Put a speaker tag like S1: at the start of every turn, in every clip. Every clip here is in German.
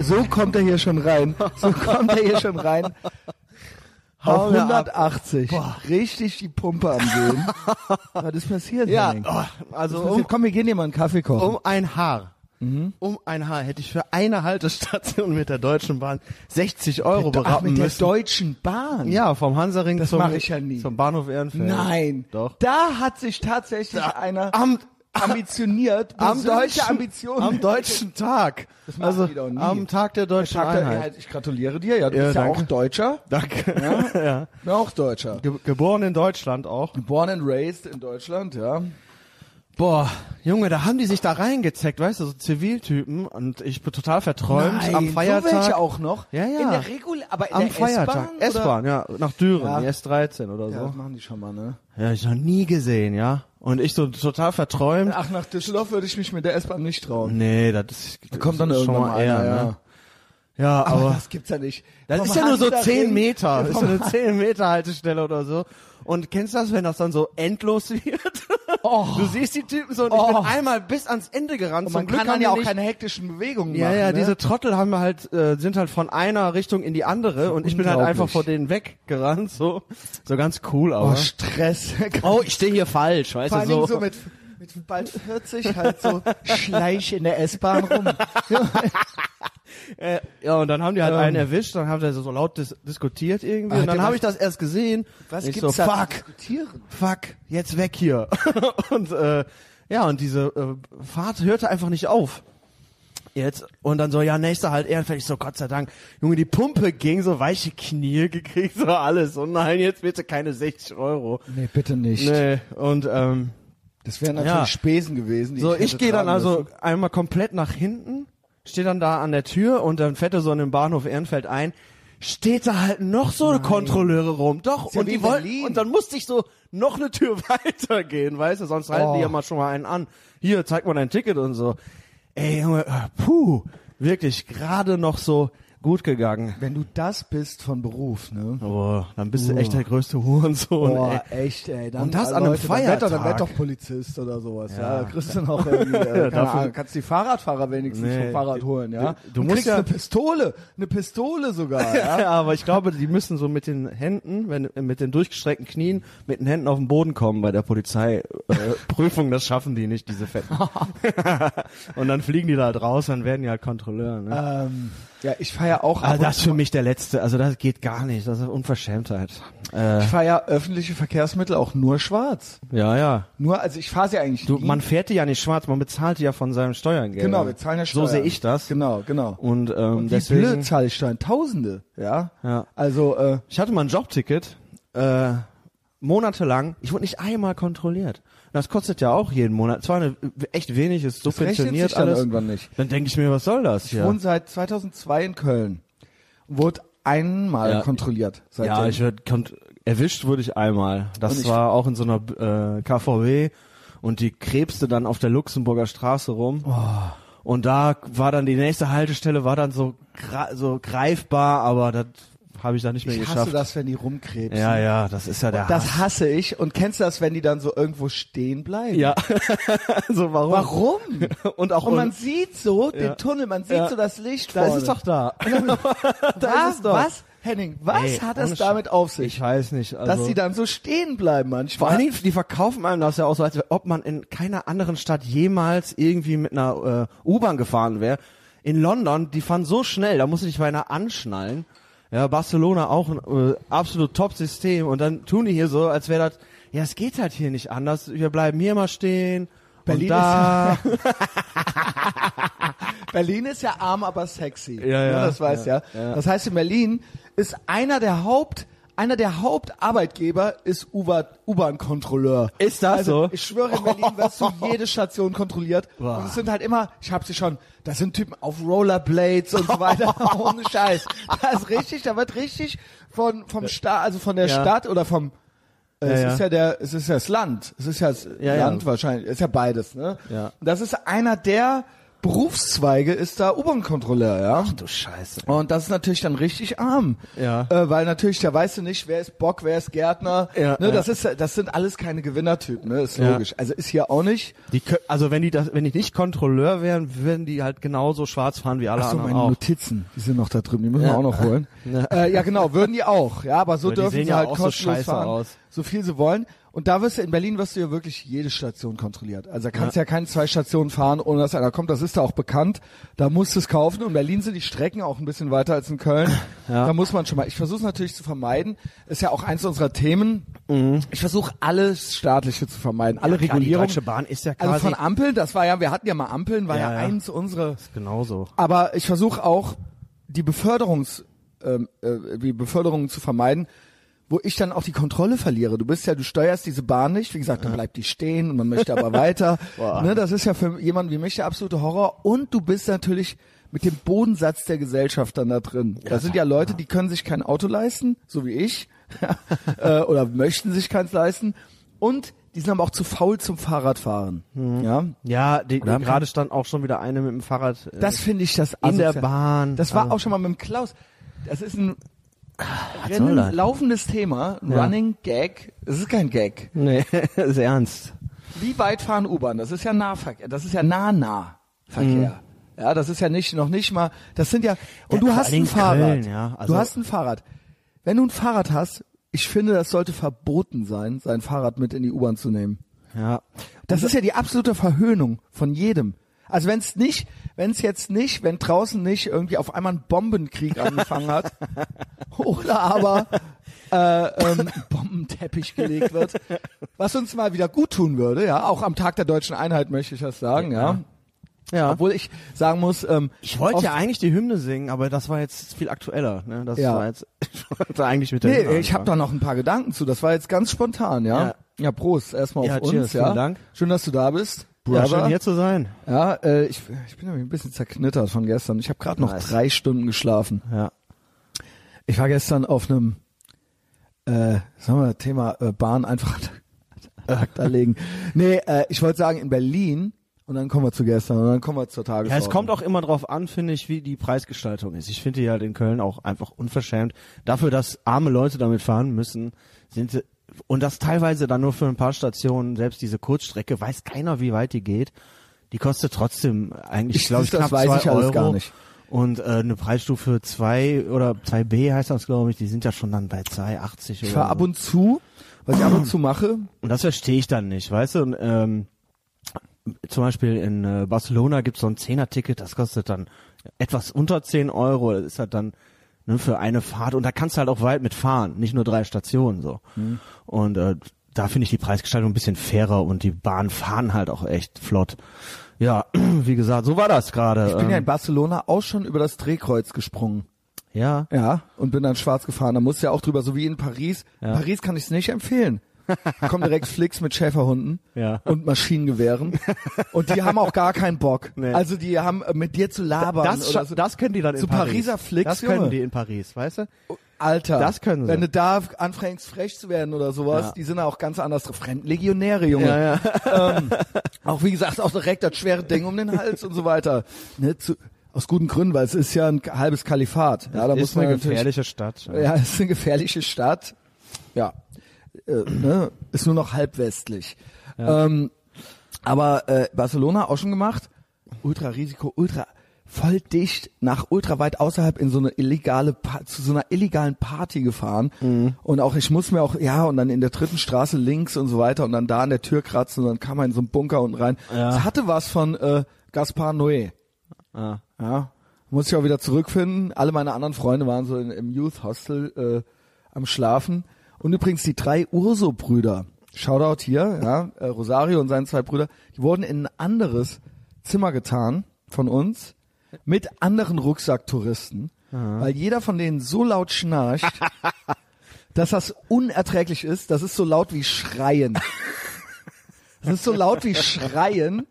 S1: So kommt er hier schon rein. So kommt er hier schon rein.
S2: Hau
S1: Auf
S2: mir ab.
S1: 180. Richtig die Pumpe am Gehen. Was ist passiert?
S2: Ja,
S1: Henning?
S2: oh,
S1: Was
S2: also
S1: ist
S2: um,
S1: passiert? Komm, wir gehen dir mal einen Kaffee kochen.
S2: um ein Haar. Um ein Haar hätte ich für eine Haltestation mit der Deutschen Bahn 60 Euro
S1: Ach,
S2: berappen
S1: mit der
S2: müssen.
S1: Deutschen Bahn.
S2: ja, vom Hansaring
S1: Das
S2: zum,
S1: mach ich ja nie.
S2: zum Bahnhof Ehrenfeld.
S1: Nein.
S2: Doch.
S1: Da hat sich tatsächlich einer
S2: Am,
S1: ambitioniert.
S2: am,
S1: solche
S2: deutschen,
S1: Ambitionen.
S2: am deutschen Tag. Das
S1: machen
S2: also
S1: die doch nie.
S2: am Tag der deutschen
S1: Tag der
S2: Einheit.
S1: Einheit. Ich gratuliere dir. Ja, du
S2: Ja,
S1: bist ja
S2: danke.
S1: auch Deutscher.
S2: Danke. ja.
S1: Ich bin auch Deutscher.
S2: Ge geboren in Deutschland auch.
S1: Born and raised in Deutschland, ja.
S2: Boah, Junge, da haben die sich da reingezeckt, weißt du, so Ziviltypen und ich bin total verträumt am
S1: So
S2: Feiertag.
S1: welche auch noch.
S2: Ja, ja.
S1: In der Regul, aber in
S2: am
S1: der
S2: Feiertag.
S1: S-Bahn.
S2: S-Bahn, ja, nach Düren,
S1: Ja.
S2: die S13 oder
S1: oder- Ja, das
S2: so.
S1: machen die schon mal, ne?
S2: Ja, ich noch nie gesehen, ja. Und ich so total verträumt.
S1: Ach, nach Düsseldorf würde ich mich mit der S-Bahn nicht trauen.
S2: Nee, das ist,
S1: Kommt dann
S2: das
S1: irgendwann
S2: ist schon
S1: mal
S2: mal eher,
S1: einer, ja.
S2: ne? Ja,
S1: Aber
S2: aber
S1: das gibt's ja nicht.
S2: das
S1: Vom
S2: ist ja nur so
S1: Hansaring-
S2: 10 Meter, das ist
S1: Vom
S2: ja eine 10 Meter Haltestelle oder so. Und kennst du das, wenn das dann so endlos wird?
S1: Oh.
S2: Du siehst die Typen so und ich
S1: Oh.
S2: bin einmal bis ans Ende gerannt.
S1: Und
S2: Zum
S1: man
S2: Glück
S1: kann
S2: haben
S1: dann
S2: die
S1: ja auch
S2: nicht
S1: keine hektischen Bewegungen
S2: Ja,
S1: machen.
S2: ja,
S1: ne?
S2: diese Trottel haben wir halt, äh, sind halt von einer Richtung in die andere und ich bin halt
S1: Unglaublich.
S2: einfach vor denen weggerannt, so. So ganz cool,
S1: oh,
S2: aber.
S1: Stress.
S2: Oh, ich stehe hier falsch, weißt
S1: Vor allen Dingen so mit, mit bald 40 halt so schleich in der S-Bahn rum.
S2: Äh, ja, und dann haben die halt
S1: Ähm.
S2: einen erwischt, dann haben sie so laut dis diskutiert irgendwie
S1: Ah,
S2: und dann
S1: der macht-
S2: habe ich das erst gesehen.
S1: Was
S2: ich
S1: gibt's
S2: so,
S1: da zu
S2: fuck,
S1: diskutieren?
S2: fuck, jetzt weg hier. und, äh, ja, und diese äh, Fahrt hörte einfach nicht auf. Jetzt, und dann so, ja, nächster halt ehrenfällig, so, Gott sei Dank. Junge, die Pumpe ging, so weiche Knie gekriegt, so alles. Und nein, jetzt bitte keine 60 Euro.
S1: Nee, bitte nicht.
S2: Nee, und, ähm,
S1: Das wären natürlich
S2: Ja.
S1: Spesen gewesen. Die
S2: so,
S1: ich,
S2: ich
S1: hätte
S2: gehe dann
S1: tragen
S2: also
S1: müssen.
S2: einmal komplett nach hinten, stehe dann da an der Tür und dann fährt er so in den Bahnhof Ehrenfeld ein, steht da halt noch so eine Kontrolleure rum, doch,
S1: Ist ja
S2: und
S1: wie
S2: die
S1: in
S2: wollten,
S1: Berlin.
S2: und dann musste ich so noch eine Tür weitergehen, weißt du, sonst halten die
S1: Oh.
S2: ja mal schon mal einen an. Hier, zeig mal dein Ticket und so. Ey, Junge, ah, puh, wirklich gerade noch so gut gegangen.
S1: Wenn du das bist von Beruf, ne?
S2: Boah, dann bist du echt der größte Hurensohn, ey.
S1: Boah, echt, ey. Dann,
S2: Und das
S1: äh,
S2: an einem
S1: Leute, Dann werd doch- dann
S2: Feiertag.
S1: werd doch Polizist oder sowas.
S2: Ja.
S1: Ja, da kriegst du noch irgendwie, äh, keine
S2: Dafür-
S1: Ahnung, kannst die Fahrradfahrer wenigstens
S2: Nee,
S1: vom Fahrrad holen, ja?
S2: du- du
S1: Und
S2: musst
S1: kriegst
S2: ja-
S1: eine Pistole, eine Pistole sogar, ja?
S2: Ja, aber ich glaube, die müssen so mit den Händen, wenn, äh, mit den durchgestreckten Knien, mit den Händen auf den Boden kommen bei der Polizeiprüfung. Äh, Prüfung. das schaffen die nicht, diese Fetten. und dann fliegen die da halt raus, dann werden die halt Kontrolleur. Ne?
S1: Ähm, ja, ich fahre ja auch ab
S2: Also
S1: und
S2: das ist für mich der letzte. Also das geht gar nicht. Das ist Unverschämtheit. Äh,
S1: Ich fahre ja öffentliche Verkehrsmittel auch nur schwarz.
S2: ja, ja.
S1: Nur, also ich fahre sie eigentlich
S2: Du,
S1: nie.
S2: man fährt die ja nicht schwarz, man bezahlt die ja von seinem Steuergeld.
S1: genau, wir zahlen ja Steuern.
S2: So sehe ich das.
S1: Genau, genau.
S2: Und, ähm,
S1: Und wie
S2: deswegen.
S1: blöd zahle ich Steuern? Tausende, ja?
S2: Ja.
S1: Also, äh,
S2: Ich hatte mal ein Jobticket, äh, monatelang. Ich wurde nicht einmal kontrolliert. Und das kostet ja auch jeden Monat. Zwar eine, echt wenig, ist
S1: rechnet
S2: subventioniert
S1: sich dann
S2: alles.
S1: irgendwann nicht.
S2: Dann denke ich mir, was soll das
S1: Ich
S2: hier?
S1: wohne seit 2002 in Köln. Wurde einmal
S2: Ja.
S1: kontrolliert. Seitdem.
S2: ja, ich werd, kont- erwischt wurde ich einmal.
S1: Und
S2: Das
S1: ich-
S2: war auch in so einer äh, KVW und die krebste dann auf der Luxemburger Straße rum.
S1: Oh.
S2: Und da war dann die nächste Haltestelle war dann so gra- so greifbar, aber das habe ich dann nicht mehr
S1: ich hasse
S2: geschafft.
S1: das, wenn die rumkrebsen.
S2: Ja, ja, das ist ja der Hass.
S1: Das hasse ich. Und kennst du das, wenn die dann so irgendwo stehen bleiben?
S2: Ja. also warum?
S1: Warum?
S2: Und auch
S1: Und man
S2: un-
S1: sieht so
S2: Ja.
S1: den Tunnel, man sieht
S2: Ja.
S1: so das Licht
S2: Da
S1: vorne.
S2: ist es doch da.
S1: da
S2: ist es doch.
S1: Was, Henning, was
S2: Ey,
S1: hat
S2: ohne
S1: es damit auf sich?
S2: Ich weiß nicht. Also
S1: dass die dann so stehen bleiben
S2: vor
S1: manchmal.
S2: allen Dingen, die verkaufen einem das ja auch so, als ob man in keiner anderen Stadt jemals irgendwie mit einer äh, U-Bahn gefahren wäre. In London, die fahren so schnell, da musst du dich bei einer anschnallen. Ja, Barcelona auch ein äh, absolut Top-System. Und dann tun die hier so, als wäre das, ja, es geht halt hier nicht anders. Wir bleiben hier mal stehen.
S1: Berlin
S2: und da.
S1: Berlin ist ja arm, aber sexy. Ne,
S2: Ja, ja.
S1: das weiß
S2: Ja,
S1: ja, Das heißt, in Berlin ist einer der Haupt, einer der Hauptarbeitgeber ist Uber- U-Bahn-Kontrolleur.
S2: Ist das
S1: also,
S2: so?
S1: Ich schwöre, in Berlin wirst du jede Station kontrolliert. Und es sind halt immer, ich hab sie schon, das sind Typen auf Rollerblades und so weiter. Ohne Scheiß. Das ist richtig, da wird richtig von, vom Staat, also von der
S2: Ja.
S1: Stadt oder vom, äh,
S2: Ja,
S1: es
S2: ja.
S1: ist ja der, es ist ja das Land. Es ist ja das
S2: Ja, ja.
S1: Land wahrscheinlich. Es ist ja beides, ne?
S2: Ja.
S1: Und Das ist einer der Berufszweige ist da U-Bahn-Kontrolleur, ja.
S2: Du Scheiße.
S1: Und das ist natürlich dann richtig arm.
S2: Ja.
S1: Äh, weil natürlich, da weißt du nicht, wer ist Bock, wer ist Gärtner.
S2: Ja,
S1: ne,
S2: ja.
S1: Das, ist, das sind alles keine Gewinnertypen, ne? Ist
S2: Ja.
S1: logisch. Also ist hier auch nicht.
S2: Die kö- also wenn die das, wenn die nicht Kontrolleur wären, würden die halt genauso schwarz fahren wie alle
S1: Achso,
S2: anderen
S1: meine
S2: auch.
S1: Notizen, die sind noch da drüben, die müssen
S2: Ja.
S1: wir auch noch holen.
S2: Ja.
S1: Ja, äh, ja genau, würden die auch. Ja, aber so
S2: Aber die
S1: dürfen
S2: sehen
S1: sie
S2: ja
S1: halt
S2: auch so
S1: kostenlos
S2: scheiße
S1: fahren,
S2: aus.
S1: so viel sie wollen. Und da wirst du, in Berlin wirst du ja wirklich jede Station kontrolliert. Also da kannst du ja. keine zwei Stationen fahren, ohne dass einer kommt. Das ist da auch bekannt. Da musst du es kaufen. Und in Berlin sind die Strecken auch ein bisschen weiter als in Köln.
S2: Ja.
S1: Da muss man schon mal. Ich versuche es natürlich zu vermeiden. Ist ja auch eins unserer Themen. Ich versuche alles Staatliche zu vermeiden. Alle
S2: Mhm. klar, die
S1: Regulierungen.
S2: Deutsche Bahn ist ja
S1: Also
S2: quasi-
S1: von Ampeln, das war ja, wir hatten ja mal Ampeln, war
S2: Ja,
S1: ja,
S2: ja.
S1: eins unserer
S2: Genauso.
S1: aber ich versuche auch die Beförderungs ähm, äh, die Beförderung zu vermeiden, wo ich dann auch die Kontrolle verliere. Du bist ja, du steuerst diese Bahn nicht, wie gesagt, dann bleibt die stehen und man möchte aber weiter. Ne, das ist ja für jemanden wie mich der absolute Horror. Und du bist natürlich mit dem Bodensatz der Gesellschaft dann da drin. Da sind ja Leute, die können sich kein Auto leisten, so wie ich, äh, oder möchten sich keins leisten. Und die sind aber auch zu faul zum Fahrradfahren. Ja,
S2: Ja, die,
S1: Oder haben
S2: gerade stand auch schon wieder eine mit dem Fahrrad. äh,
S1: das finde ich das
S2: In der
S1: asozial.
S2: Bahn.
S1: Das war
S2: Also- Ah,
S1: auch schon mal mit dem Klaus. Das ist ein
S2: soll
S1: Rennen,
S2: das?
S1: laufendes Thema, ein
S2: Ja.
S1: Running Gag. Es ist kein Gag.
S2: nee, ist ernst.
S1: Wie weit fahren U-Bahn? Das ist ja Nahverkehr. Das ist ja nah-nah-Verkehr. Ja, das ist ja nicht noch nicht mal. Das sind ja und du
S2: Mhm. Ja, vor
S1: hast
S2: allen Dingen
S1: ein Fahrrad.
S2: Köln, ja. Also-
S1: du hast ein Fahrrad. Wenn du ein Fahrrad hast, ich finde, das sollte verboten sein, sein Fahrrad mit in die U-Bahn zu nehmen.
S2: Ja.
S1: Das ist ja die absolute Verhöhnung von jedem. Also wenn es nicht, wenn es jetzt nicht, wenn draußen nicht irgendwie auf einmal ein Bombenkrieg angefangen hat oder aber äh, ähm, Bombenteppich gelegt wird, was uns mal wieder gut tun würde, ja, auch am Tag der deutschen Einheit möchte ich das sagen, ja.
S2: Ja.
S1: Obwohl ich sagen muss, ähm,
S2: ich wollte
S1: oft-
S2: ja eigentlich die Hymne singen, aber das war jetzt viel aktueller. Ne? Das
S1: Ja.
S2: war jetzt ich wollte eigentlich mit der
S1: Nee,
S2: Hymne
S1: ich habe
S2: anfangen.
S1: da noch ein paar Gedanken zu. Das war jetzt ganz spontan, ja.
S2: Ja.
S1: Ja, Prost erstmal
S2: Ja,
S1: auf uns,
S2: cheers, vielen
S1: ja.
S2: Dank.
S1: Schön, dass du da bist.
S2: ja,
S1: Brother.
S2: schön hier zu sein.
S1: Ja, äh, ich, ich bin nämlich ein bisschen zerknittert von gestern. Ich habe gerade noch
S2: Nice.
S1: drei Stunden geschlafen.
S2: Ja.
S1: Ich war gestern auf einem, äh, sagen wir, Thema äh, Bahn einfach an ACTA legen. Nee, äh, ich wollte sagen, in Berlin und dann kommen wir zu gestern und dann kommen wir zur Tagesordnung.
S2: Ja, es kommt auch immer drauf an, finde ich, wie die Preisgestaltung ist. Ich finde die halt in Köln auch einfach unverschämt. Dafür, dass arme Leute damit fahren müssen, sind sie, und das teilweise dann nur für ein paar Stationen, selbst diese Kurzstrecke, weiß keiner, wie weit die geht. Die kostet trotzdem eigentlich,
S1: Ich-
S2: glaube ich,
S1: das
S2: knapp
S1: weiß
S2: zwei
S1: ich alles
S2: Euro.
S1: gar nicht.
S2: Und äh, eine Preisstufe 2 oder 2b heißt das, glaube ich, die sind ja schon dann bei 2,80 oder
S1: Ich fahr
S2: so.
S1: ab und zu, was ich ab und zu mache,
S2: Und das verstehe ich dann nicht, weißt du? Und, ähm, zum Beispiel in äh, Barcelona gibt's so ein Zehner-Ticket, das kostet dann etwas unter 10 Euro, das ist halt dann ne, für eine Fahrt und da kannst du halt auch weit mitfahren, nicht nur drei Stationen so.
S1: Mhm.
S2: Und äh, da finde ich die Preisgestaltung ein bisschen fairer und die Bahnen fahren halt auch echt flott. Ja, wie gesagt, so war das gerade.
S1: ich bin ja in
S2: ähm,
S1: Barcelona auch schon über das Drehkreuz gesprungen.
S2: ja,
S1: Ja, und bin dann schwarz gefahren. Da musst du ja auch drüber, so wie in Paris. Paris kann ich es nicht empfehlen. Da kommen direkt Flicks mit Schäferhunden
S2: Ja.
S1: und Maschinengewehren. Und die haben auch gar keinen Bock.
S2: Nee.
S1: Also die haben äh, mit dir zu labern.
S2: das,
S1: oder
S2: scha-
S1: so.
S2: das können die dann
S1: so
S2: in Paris.
S1: Pariser Flicks,
S2: das können
S1: Junge.
S2: die in Paris, weißt du?
S1: Alter,
S2: das können sie.
S1: wenn du da anfängst, frech zu werden oder sowas,
S2: Ja.
S1: die sind auch ganz anders drauf. Fremdlegionäre, Junge. Ähm, auch wie gesagt, auch direkt das schwere Ding um den Hals und so weiter. Ne, zu, aus guten Gründen, weil es ist ja ein halbes Kalifat. Ja, da muss
S2: ist
S1: man
S2: eine
S1: natürlich
S2: gefährliche Stadt.
S1: Ja, es ist eine gefährliche Stadt. Ja, äh, ne? ist nur noch halbwestlich. Ähm, aber äh, Barcelona auch schon gemacht. Ultra Risiko, ultra voll dicht nach ultra weit außerhalb in so eine illegale Pa- zu so einer illegalen Party gefahren und auch ich muss mir auch ja und dann in der dritten Straße links und so weiter und dann da an der Tür kratzen und dann kam man in so einen Bunker unten rein. Es hatte was von äh, Gaspar Noé.
S2: Ja.
S1: Ja, muss ich auch wieder zurückfinden. Alle meine anderen Freunde waren so in, im Youth Hostel äh, am Schlafen. Und übrigens die drei Urso-Brüder, Shoutout hier, ja, äh, Rosario und seine zwei Brüder, die wurden in ein anderes Zimmer getan von uns mit anderen Rucksacktouristen, weil jeder von denen so laut schnarcht, dass das unerträglich ist. Das ist so laut wie Schreien. Das ist so laut wie Schreien.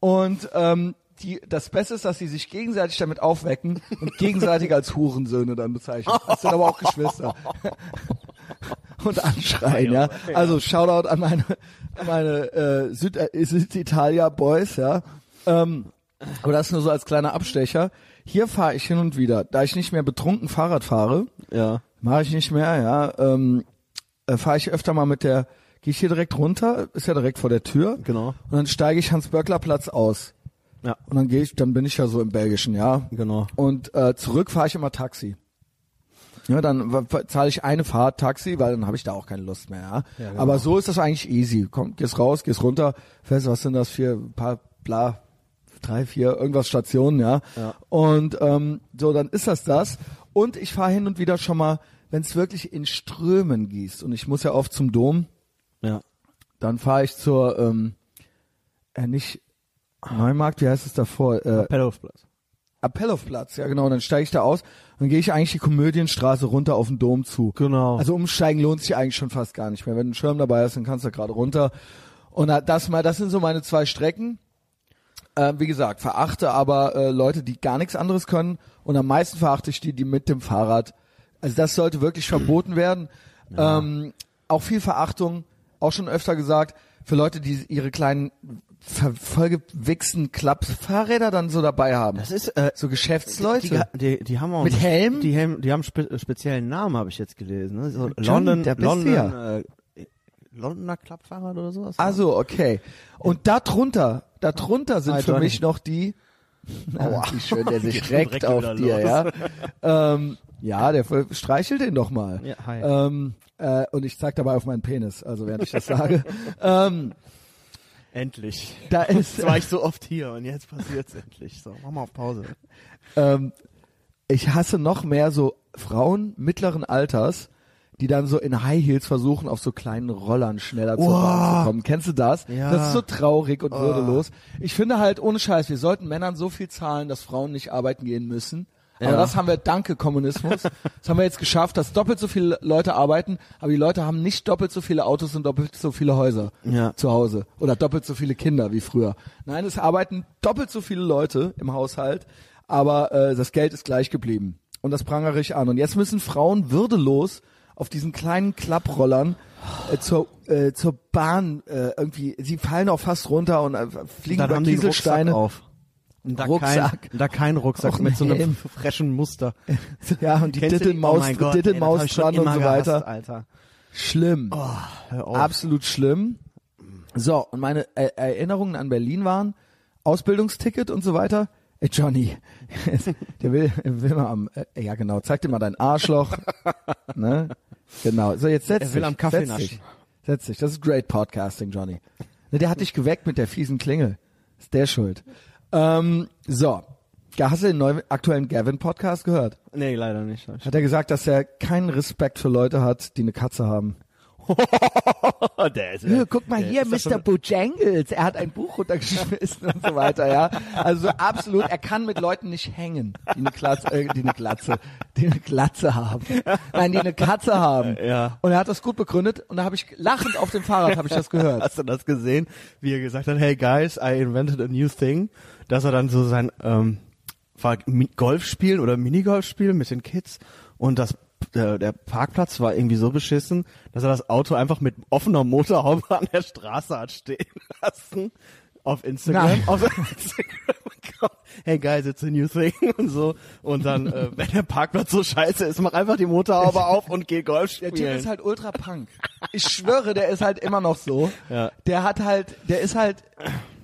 S1: Und ähm, die, das Beste ist, dass sie sich gegenseitig damit aufwecken und gegenseitig als Hurensöhne dann bezeichnen. Das sind aber auch Geschwister. Und anschreien, ja. Also Shoutout an meine, an meine äh, Süd äh, Süditalia Boys, ja. Ähm, Aber das nur so als kleiner Abstecher. Hier fahre ich hin und wieder. Da ich nicht mehr betrunken Fahrrad fahre,
S2: Ja.
S1: mache ich nicht mehr, ja, ähm, äh, fahre ich öfter mal mit der, gehe ich hier direkt runter, ist ja direkt vor der Tür.
S2: Genau.
S1: Und dann steige ich Hans-Böckler-Platz aus.
S2: Ja.
S1: Und dann gehe ich, dann bin ich ja so im Belgischen, ja.
S2: Genau.
S1: Und äh, zurück fahre ich immer Taxi. Ja, dann w- w- zahle ich eine Fahrt Taxi, weil dann habe ich da auch keine Lust mehr. Ja?
S2: Ja, genau.
S1: Aber so ist das eigentlich easy. Komm, gehst raus, gehst runter, fährst, was sind das für ein paar, bla, drei, vier, irgendwas Stationen, ja.
S2: Ja.
S1: Und ähm, so, dann ist das das. Und ich fahre hin und wieder schon mal, wenn es wirklich in Strömen gießt. Und ich muss ja oft zum Dom,
S2: Ja.
S1: dann fahre ich zur, ähm, äh, nicht Neumarkt, wie heißt es davor? Äh,
S2: Pedalhofplatz.
S1: Appellhofplatz, ja genau, dann steige ich da aus, dann gehe ich eigentlich die Komödienstraße runter auf den Dom zu.
S2: Genau.
S1: Also umsteigen lohnt sich eigentlich schon fast gar nicht mehr. Wenn du einen Schirm dabei hast, dann kannst du gerade runter. Und da- das mal, das sind so meine zwei Strecken. Ähm, wie gesagt, verachte aber äh, Leute, die gar nichts anderes können. Und am meisten verachte ich die, die mit dem Fahrrad. Also das sollte wirklich verboten werden. Ähm, auch viel Verachtung, auch schon öfter gesagt, für Leute, die ihre kleinen ver- vollgewichsten Klappfahrräder dann so dabei haben.
S2: Das ist, äh,
S1: So Geschäftsleute.
S2: Die, die, die haben auch
S1: Mit
S2: einen-
S1: Helm?
S2: Die, Helm, die haben spe äh, speziellen Namen, habe ich jetzt gelesen. Ne? So London,
S1: da bist du
S2: London,
S1: ja.
S2: äh, Londoner Klappfahrrad oder sowas.
S1: Also, okay. Und darunter, darunter sind
S2: Ah,
S1: für
S2: Johnny.
S1: mich noch die. Aua. Wie schön der sich
S2: schon
S1: reckt
S2: direkt
S1: auf
S2: wieder
S1: dir, ja. Ähm, ja, der voll- streichelt den doch mal.
S2: Ja, hi.
S1: Ähm, äh, und ich zeig dabei auf meinen Penis, also während ich das sage. ähm,
S2: endlich.
S1: da ist,
S2: Jetzt war ich so oft hier und jetzt passiert's endlich. So, mach mal auf Pause.
S1: ähm, ich hasse noch mehr so Frauen mittleren Alters, die dann so in High Heels versuchen, auf so kleinen Rollern schneller zur
S2: Oh.
S1: Bahn zu kommen. Kennst du das?
S2: Ja. Oh.
S1: Das ist so traurig und würdelos. Ich finde halt, ohne Scheiß, wir sollten Männern so viel zahlen, dass Frauen nicht arbeiten gehen müssen. Aber
S2: Ja.
S1: das haben wir, danke Kommunismus, das haben wir jetzt geschafft, dass doppelt so viele Leute arbeiten, aber die Leute haben nicht doppelt so viele Autos und doppelt so viele Häuser
S2: Ja.
S1: zu Hause oder doppelt so viele Kinder wie früher. Nein, es arbeiten doppelt so viele Leute im Haushalt, aber äh, das Geld ist gleich geblieben. Und das prangere ich an. Und jetzt müssen Frauen würdelos auf diesen kleinen Klapprollern äh, zur, äh, zur Bahn äh, irgendwie, sie fallen auch fast runter und äh, fliegen über
S2: die einen
S1: Kieselsteine.
S2: auf. Und da
S1: Rucksack.
S2: Kein, da kein Rucksack
S1: Auch ein
S2: mit so einem
S1: Helm.
S2: frischen Muster.
S1: Ja, und die
S2: Kennst du Oh
S1: Dittelmaus,
S2: mein Gott,
S1: Dittelmaus
S2: ey, das hab ich
S1: dran und
S2: schon immer
S1: so weiter.
S2: Gehasst, Alter.
S1: Schlimm.
S2: Hör auf.
S1: Absolut schlimm. So, und meine äh, Erinnerungen an Berlin waren Ausbildungsticket und so weiter. Ey, Johnny, der will, will mal am, äh, ja genau, zeig dir mal dein Arschloch. ne? Genau. So, jetzt setz
S2: Er will
S1: dich.
S2: am Kaffee
S1: setz dich.
S2: naschen.
S1: Setz dich. Das ist great podcasting, Johnny. Ne, der hat dich geweckt mit der fiesen Klingel. Ist der schuld. Ähm, so. Ja, Hast du den neuen, aktuellen Gavin-Podcast gehört?
S2: Nee, leider nicht. hab ich-
S1: Hat er gesagt, dass er keinen Respekt für Leute hat, die eine Katze haben.
S2: der ist,
S1: Äh, Guck mal hier,
S2: ist das
S1: Mr. Bojangles, er hat ein Buch runtergeschmissen und so weiter, ja. Also absolut, er kann mit Leuten nicht hängen, die eine, Glatze, äh, die eine Glatze, die eine Glatze haben. Nein, die eine Katze haben.
S2: Ja.
S1: Und er hat das gut begründet und da habe ich lachend auf dem Fahrrad habe ich das gehört.
S2: Hast du das gesehen, wie er gesagt hat, hey guys, I invented a new thing, dass er dann so sein ähm, war Mi- Golf spielen oder Minigolf spielen mit den Kids und das der, der Parkplatz war irgendwie so beschissen, dass er das Auto einfach mit offener Motorhaube an der Straße hat stehen lassen auf Instagram.
S1: Nein.
S2: Auf Instagram. Hey guys, it's a new thing und so. Und dann, äh, wenn der Parkplatz so scheiße ist, mach einfach die Motorhaube auf und geh Golf
S1: Der
S2: spielen.
S1: Typ ist halt ultra punk. Ich schwöre, der ist halt immer noch so.
S2: Ja.
S1: Der hat halt, der ist halt,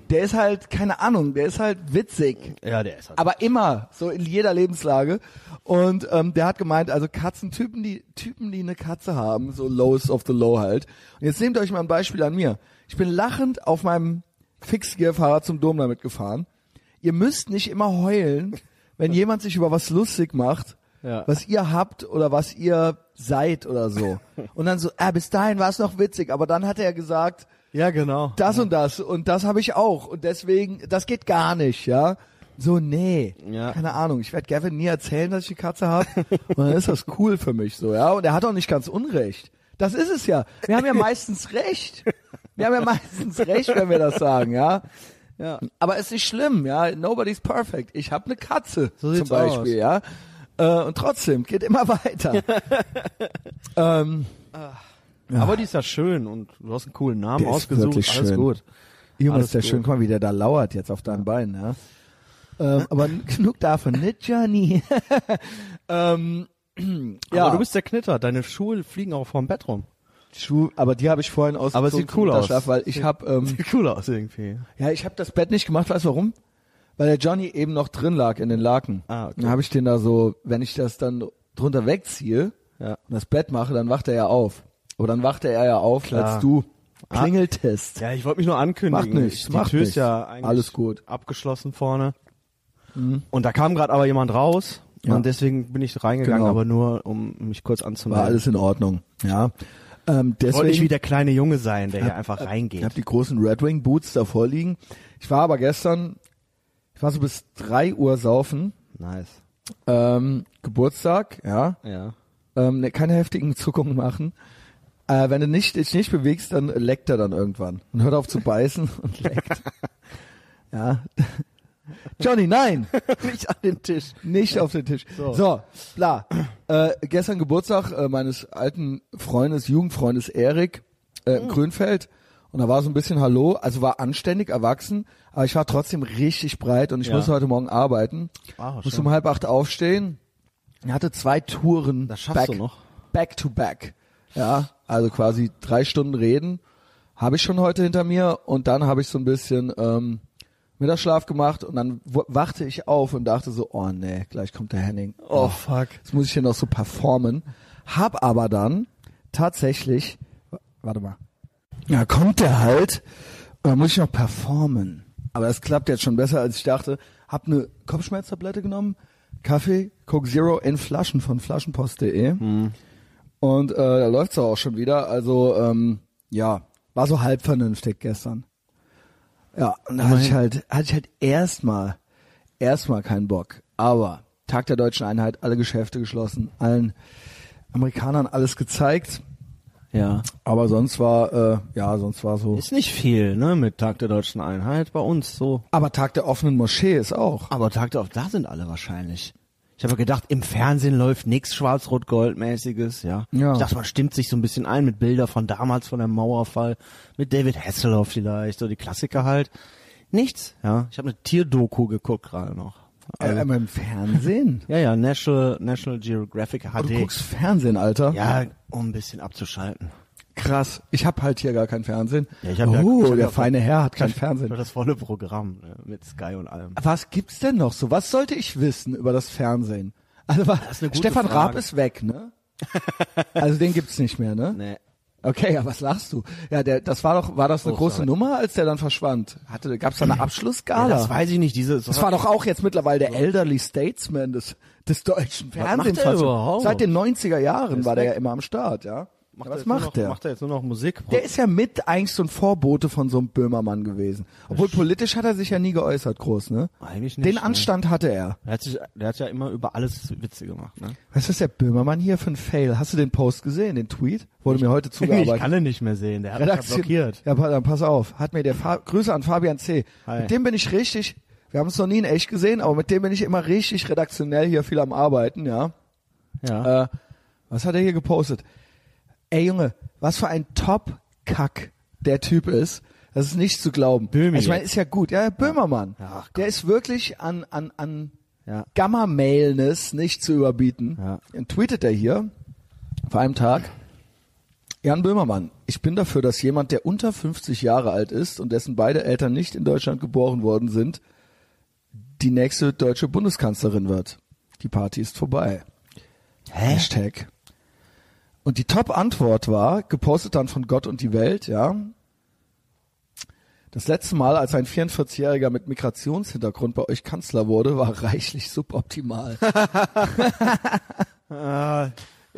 S1: der ist halt, keine Ahnung, der ist halt witzig.
S2: ja, der ist halt
S1: aber immer so in jeder Lebenslage und ähm, der hat gemeint also Katzentypen die Typen die eine Katze haben so lowest of the low halt und jetzt nehmt euch mal ein Beispiel an mir ich bin lachend auf meinem Fixgear-Fahrrad zum Dom damit gefahren ihr müsst nicht immer heulen wenn jemand sich über was lustig macht
S2: Ja.
S1: was ihr habt oder was ihr seid oder so und dann so ah bis dahin war es noch witzig aber dann hat er gesagt
S2: Ja, genau.
S1: das und das und das habe ich auch und deswegen, das geht gar nicht, ja. So, nee,
S2: Ja.
S1: keine Ahnung. Ich werde Gavin nie erzählen, dass ich eine Katze habe. Und dann ist das cool für mich so, ja. Und er hat auch nicht ganz Unrecht. Das ist es ja. Wir haben ja meistens recht. Wir haben ja meistens recht, wenn wir das sagen, ja.
S2: ja.
S1: Aber ist nicht schlimm, ja. Nobody's perfect. Ich habe eine Katze
S2: So
S1: zum
S2: sieht's
S1: Beispiel, ja. Äh, und trotzdem geht immer weiter. ähm,
S2: Aber die ist ja schön und du hast einen coolen Namen
S1: Der ist
S2: ausgesucht,
S1: wirklich
S2: alles
S1: schön.
S2: gut.
S1: Junge,
S2: Alles
S1: ist der
S2: gut.
S1: schön. Guck mal, wie der da lauert jetzt auf deinen Beinen, ja. Ähm, aber genug davon, ne Johnny? ähm, ja,
S2: Aber du bist der Knitter, deine Schuhe fliegen auch vom Bett rum.
S1: Schuh, aber die habe ich vorhin ausgezogen.
S2: Aber sieht
S1: zum
S2: cool aus.
S1: Unterschlaf, Weil ich habe ähm,
S2: Sieht cool aus irgendwie.
S1: Ja, ich hab das Bett nicht gemacht, weißt du warum? Weil der Johnny eben noch drin lag in den Laken.
S2: Ah, okay.
S1: Dann hab ich den da so, wenn ich das dann drunter wegziehe
S2: Ja.
S1: und das Bett mache, dann wacht er ja auf. Aber dann wachte er ja auf,
S2: Klar. Ah.
S1: als du klingeltest.
S2: Ja, ich wollte mich nur ankündigen.
S1: Macht nichts,
S2: Die
S1: macht
S2: Tür
S1: nichts.
S2: ist ja eigentlich
S1: Alles gut. Mhm.
S2: abgeschlossen vorne. Und da kam gerade aber jemand raus
S1: Ja.
S2: und deswegen bin ich reingegangen,
S1: Genau.
S2: aber nur um mich kurz
S1: War
S2: anzumelden.
S1: alles in Ordnung. Ja. Ähm,
S2: ich wollte nicht wie
S1: deswegen
S2: der kleine Junge sein, der hier einfach
S1: ich
S2: reingeht.
S1: hab die großen Red Wing Boots davor liegen. Ich war aber gestern, ich war so bis drei Uhr saufen,
S2: nice.
S1: ähm, Geburtstag, ja.
S2: Ja.
S1: ähm, ne- keine heftigen Zuckungen machen. Äh, wenn du nicht, dich nicht bewegst, dann leckt er dann irgendwann und hört auf zu beißen und leckt. ja. Johnny, nein!
S2: nicht an den Tisch.
S1: Nicht auf den Tisch. So,
S2: So.
S1: bla. Äh, gestern Geburtstag äh, meines alten Freundes, Jugendfreundes Erik äh,
S2: Mm.
S1: im Grünfeld. Und da war so ein bisschen Hallo, also war anständig erwachsen, aber ich war trotzdem richtig breit und ich
S2: Ja.
S1: muss heute Morgen arbeiten.
S2: Ah,
S1: muss
S2: schon.
S1: um halb acht aufstehen. Ich hatte zwei Touren
S2: Das schaffst du noch.
S1: back to back. Ja, also quasi drei Stunden reden habe ich schon heute hinter mir und dann habe ich so ein bisschen ähm, Mittagsschlaf gemacht und dann w- wachte ich auf und dachte so, oh nee, gleich kommt der Henning.
S2: Oh, fuck.
S1: Jetzt muss ich hier noch so performen. Hab aber dann tatsächlich, w- warte mal, ja, kommt der halt und dann muss ich noch performen. Aber das klappt jetzt schon besser, als ich dachte. Hab eine Kopfschmerztablette genommen, Kaffee, Coke Zero in Flaschen von flaschenpost.de. Und äh, da läuft's auch schon wieder. Also ähm, ja, war so halb vernünftig gestern. Ja, und da hatte ich halt, hatte ich halt erstmal, erstmal keinen Bock. Aber Tag der deutschen Einheit, alle Geschäfte geschlossen, allen Amerikanern alles gezeigt.
S2: Ja.
S1: Aber sonst war, äh, ja, sonst war so.
S2: Ist nicht viel, ne, mit Tag der Deutschen Einheit bei uns so.
S1: Aber Tag der offenen Moschee ist auch.
S2: Aber Tag der, da sind alle wahrscheinlich. Ich habe gedacht, im Fernsehen läuft nichts schwarz-rot-gold-mäßiges, ja.
S1: Ja.
S2: Ich dachte, man stimmt sich so ein bisschen ein mit Bilder von damals, von dem Mauerfall, mit David Hasselhoff vielleicht, so die Klassiker halt. Nichts, ja. Ich habe eine Tierdoku geguckt gerade noch.
S1: Äh, aber im Fernsehen.
S2: Ja, ja, National, National Geographic HD.
S1: Du guckst Fernsehen, Alter.
S2: ja, um ein bisschen abzuschalten.
S1: Krass. Ich hab halt hier gar kein Fernsehen.
S2: Ja, ich hab
S1: oh,
S2: ja- ich hab
S1: der
S2: ja-
S1: feine Herr hat kein
S2: Nur
S1: Fernsehen. Ah.
S2: das volle Programm ne, mit Sky und allem.
S1: Was gibt's denn noch so? Was sollte ich wissen über das Fernsehen? Also,
S2: ist eine gute
S1: Stefan
S2: Frage.
S1: Raab ist weg, ne? also den gibt's nicht mehr, ne?
S2: Nee.
S1: Okay, ja, was lachst du? Ja, der, das war doch, war das eine
S2: Oh,
S1: große
S2: sorry.
S1: Nummer, als der dann verschwand? Hatte, gab's da eine
S2: Ja,
S1: Abschlussgala?
S2: das weiß ich nicht, diese...
S1: Das war doch auch jetzt mittlerweile der Elderly Statesman des, des deutschen
S2: macht der
S1: Fernsehens. Also
S2: überhaupt?
S1: Seit den 90er Jahren war der
S2: weg.
S1: ja immer am Start, ja. Was
S2: macht er jetzt nur
S1: macht
S2: noch,
S1: der?
S2: Macht er jetzt nur noch Musik?
S1: der ist ja mit eigentlich so ein Vorbote von so einem Böhmermann gewesen. Obwohl politisch hat er sich ja nie geäußert, groß, ne?
S2: Eigentlich nicht,
S1: Den
S2: ne.
S1: Anstand hatte er.
S2: Der hat, sich, der hat ja immer über alles Witze gemacht, ne?
S1: Was ist der Böhmermann hier für ein Fail? Hast du den Post gesehen, den Tweet? Wurde mir heute
S2: Ich
S1: zugearbeitet.
S2: kann ihn nicht mehr sehen, der hat mich ja
S1: Redaktion.
S2: blockiert.
S1: Ja, pa- dann pass auf. Hat mir der Fa Grüße an Fabian C.
S2: Hi.
S1: Mit dem bin ich richtig. Wir haben es noch nie in echt gesehen, aber mit dem bin ich immer richtig redaktionell hier viel am Arbeiten, ja.
S2: Ja.
S1: Äh, was hat er hier gepostet? Ey Junge, was für ein Top-Kack der Typ ist. Das ist nicht zu glauben. Also
S2: Böhmi
S1: ich meine,
S2: jetzt.
S1: ist ja gut. Ja, Böhmermann.
S2: Ja, ach Gott.
S1: der ist wirklich an, an, an
S2: Ja.
S1: Gamma-Mailness nicht zu überbieten.
S2: Ja.
S1: Dann tweetet er hier vor einem Tag. Jan Böhmermann, ich bin dafür, dass jemand, der unter 50 Jahre alt ist und dessen beide Eltern nicht in Deutschland geboren worden sind, die nächste deutsche Bundeskanzlerin wird. Die Party ist vorbei.
S2: Hä?
S1: Hashtag. Und die Top-Antwort war, gepostet dann von Gott und die Welt, ja. Das letzte Mal, als ein 44-Jähriger mit Migrationshintergrund bei euch Kanzler wurde, war reichlich suboptimal.
S2: Äh, hat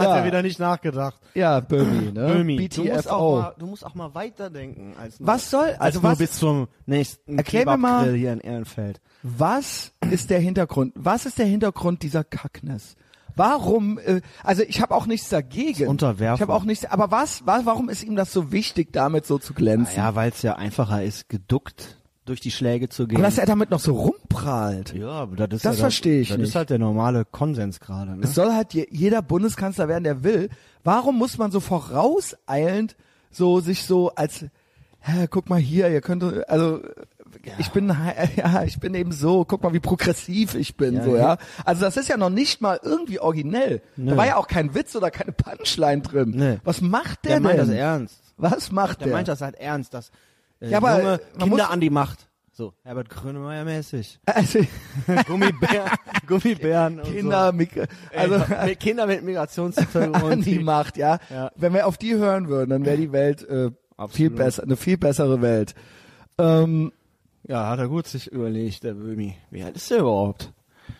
S1: Ja.
S2: er wieder nicht nachgedacht.
S1: ja, Böhmi, ne?
S2: du musst, auch mal,
S1: BTFO.
S2: du musst auch mal weiterdenken als nur,
S1: Was soll,
S2: also
S1: also
S2: nur
S1: was,
S2: bis zum nächsten
S1: Erklär mir mal-
S2: Kebabgrill hier in Ehrenfeld.
S1: was ist der Hintergrund? Was ist der Hintergrund dieser Kackness? Warum, äh, also ich habe auch nichts dagegen.
S2: Unterwerfung.
S1: Ich habe auch nichts, aber was, wa- warum ist ihm das so wichtig, damit so zu glänzen?
S2: Naja, weil es ja einfacher ist, geduckt durch die Schläge zu gehen.
S1: Und dass er damit noch so rumprahlt.
S2: ja, aber das ist
S1: Das
S2: halt,
S1: verstehe ich
S2: Das
S1: nicht.
S2: ist halt der normale Konsens gerade. Ne?
S1: Es soll halt je, jeder Bundeskanzler werden, der will. Warum muss man so vorauseilend so sich so als, hä, guck mal hier, ihr könnt, also Ich bin, ja, ich bin eben so, guck mal, wie progressiv ich bin, so, ja. Also das ist ja noch nicht mal irgendwie originell. Da war ja auch kein Witz oder keine Punchline drin.
S2: Nee.
S1: Was macht der,
S2: Der meint das
S1: denn?
S2: ernst.
S1: Was macht
S2: Der
S1: der?
S2: meint das halt ernst, dass äh,
S1: Ja, aber
S2: junge
S1: man
S2: Kinder
S1: muss-
S2: an die Macht. So, Herbert Grönemeyer mäßig.
S1: also,
S2: Gummibär, Gummibären und
S1: Kinder, Mik-
S2: so.
S1: also
S2: Ey, mit Kinder mit
S1: an
S2: Migrationshintergrund.
S1: die Macht, ja.
S2: Ja.
S1: Wenn wir auf die hören würden, dann wäre die Welt äh, viel
S2: Absolut.
S1: besser, eine viel bessere Welt. Ähm,
S2: Ja, hat er gut sich überlegt, der Böhmi. Wie alt ist der überhaupt?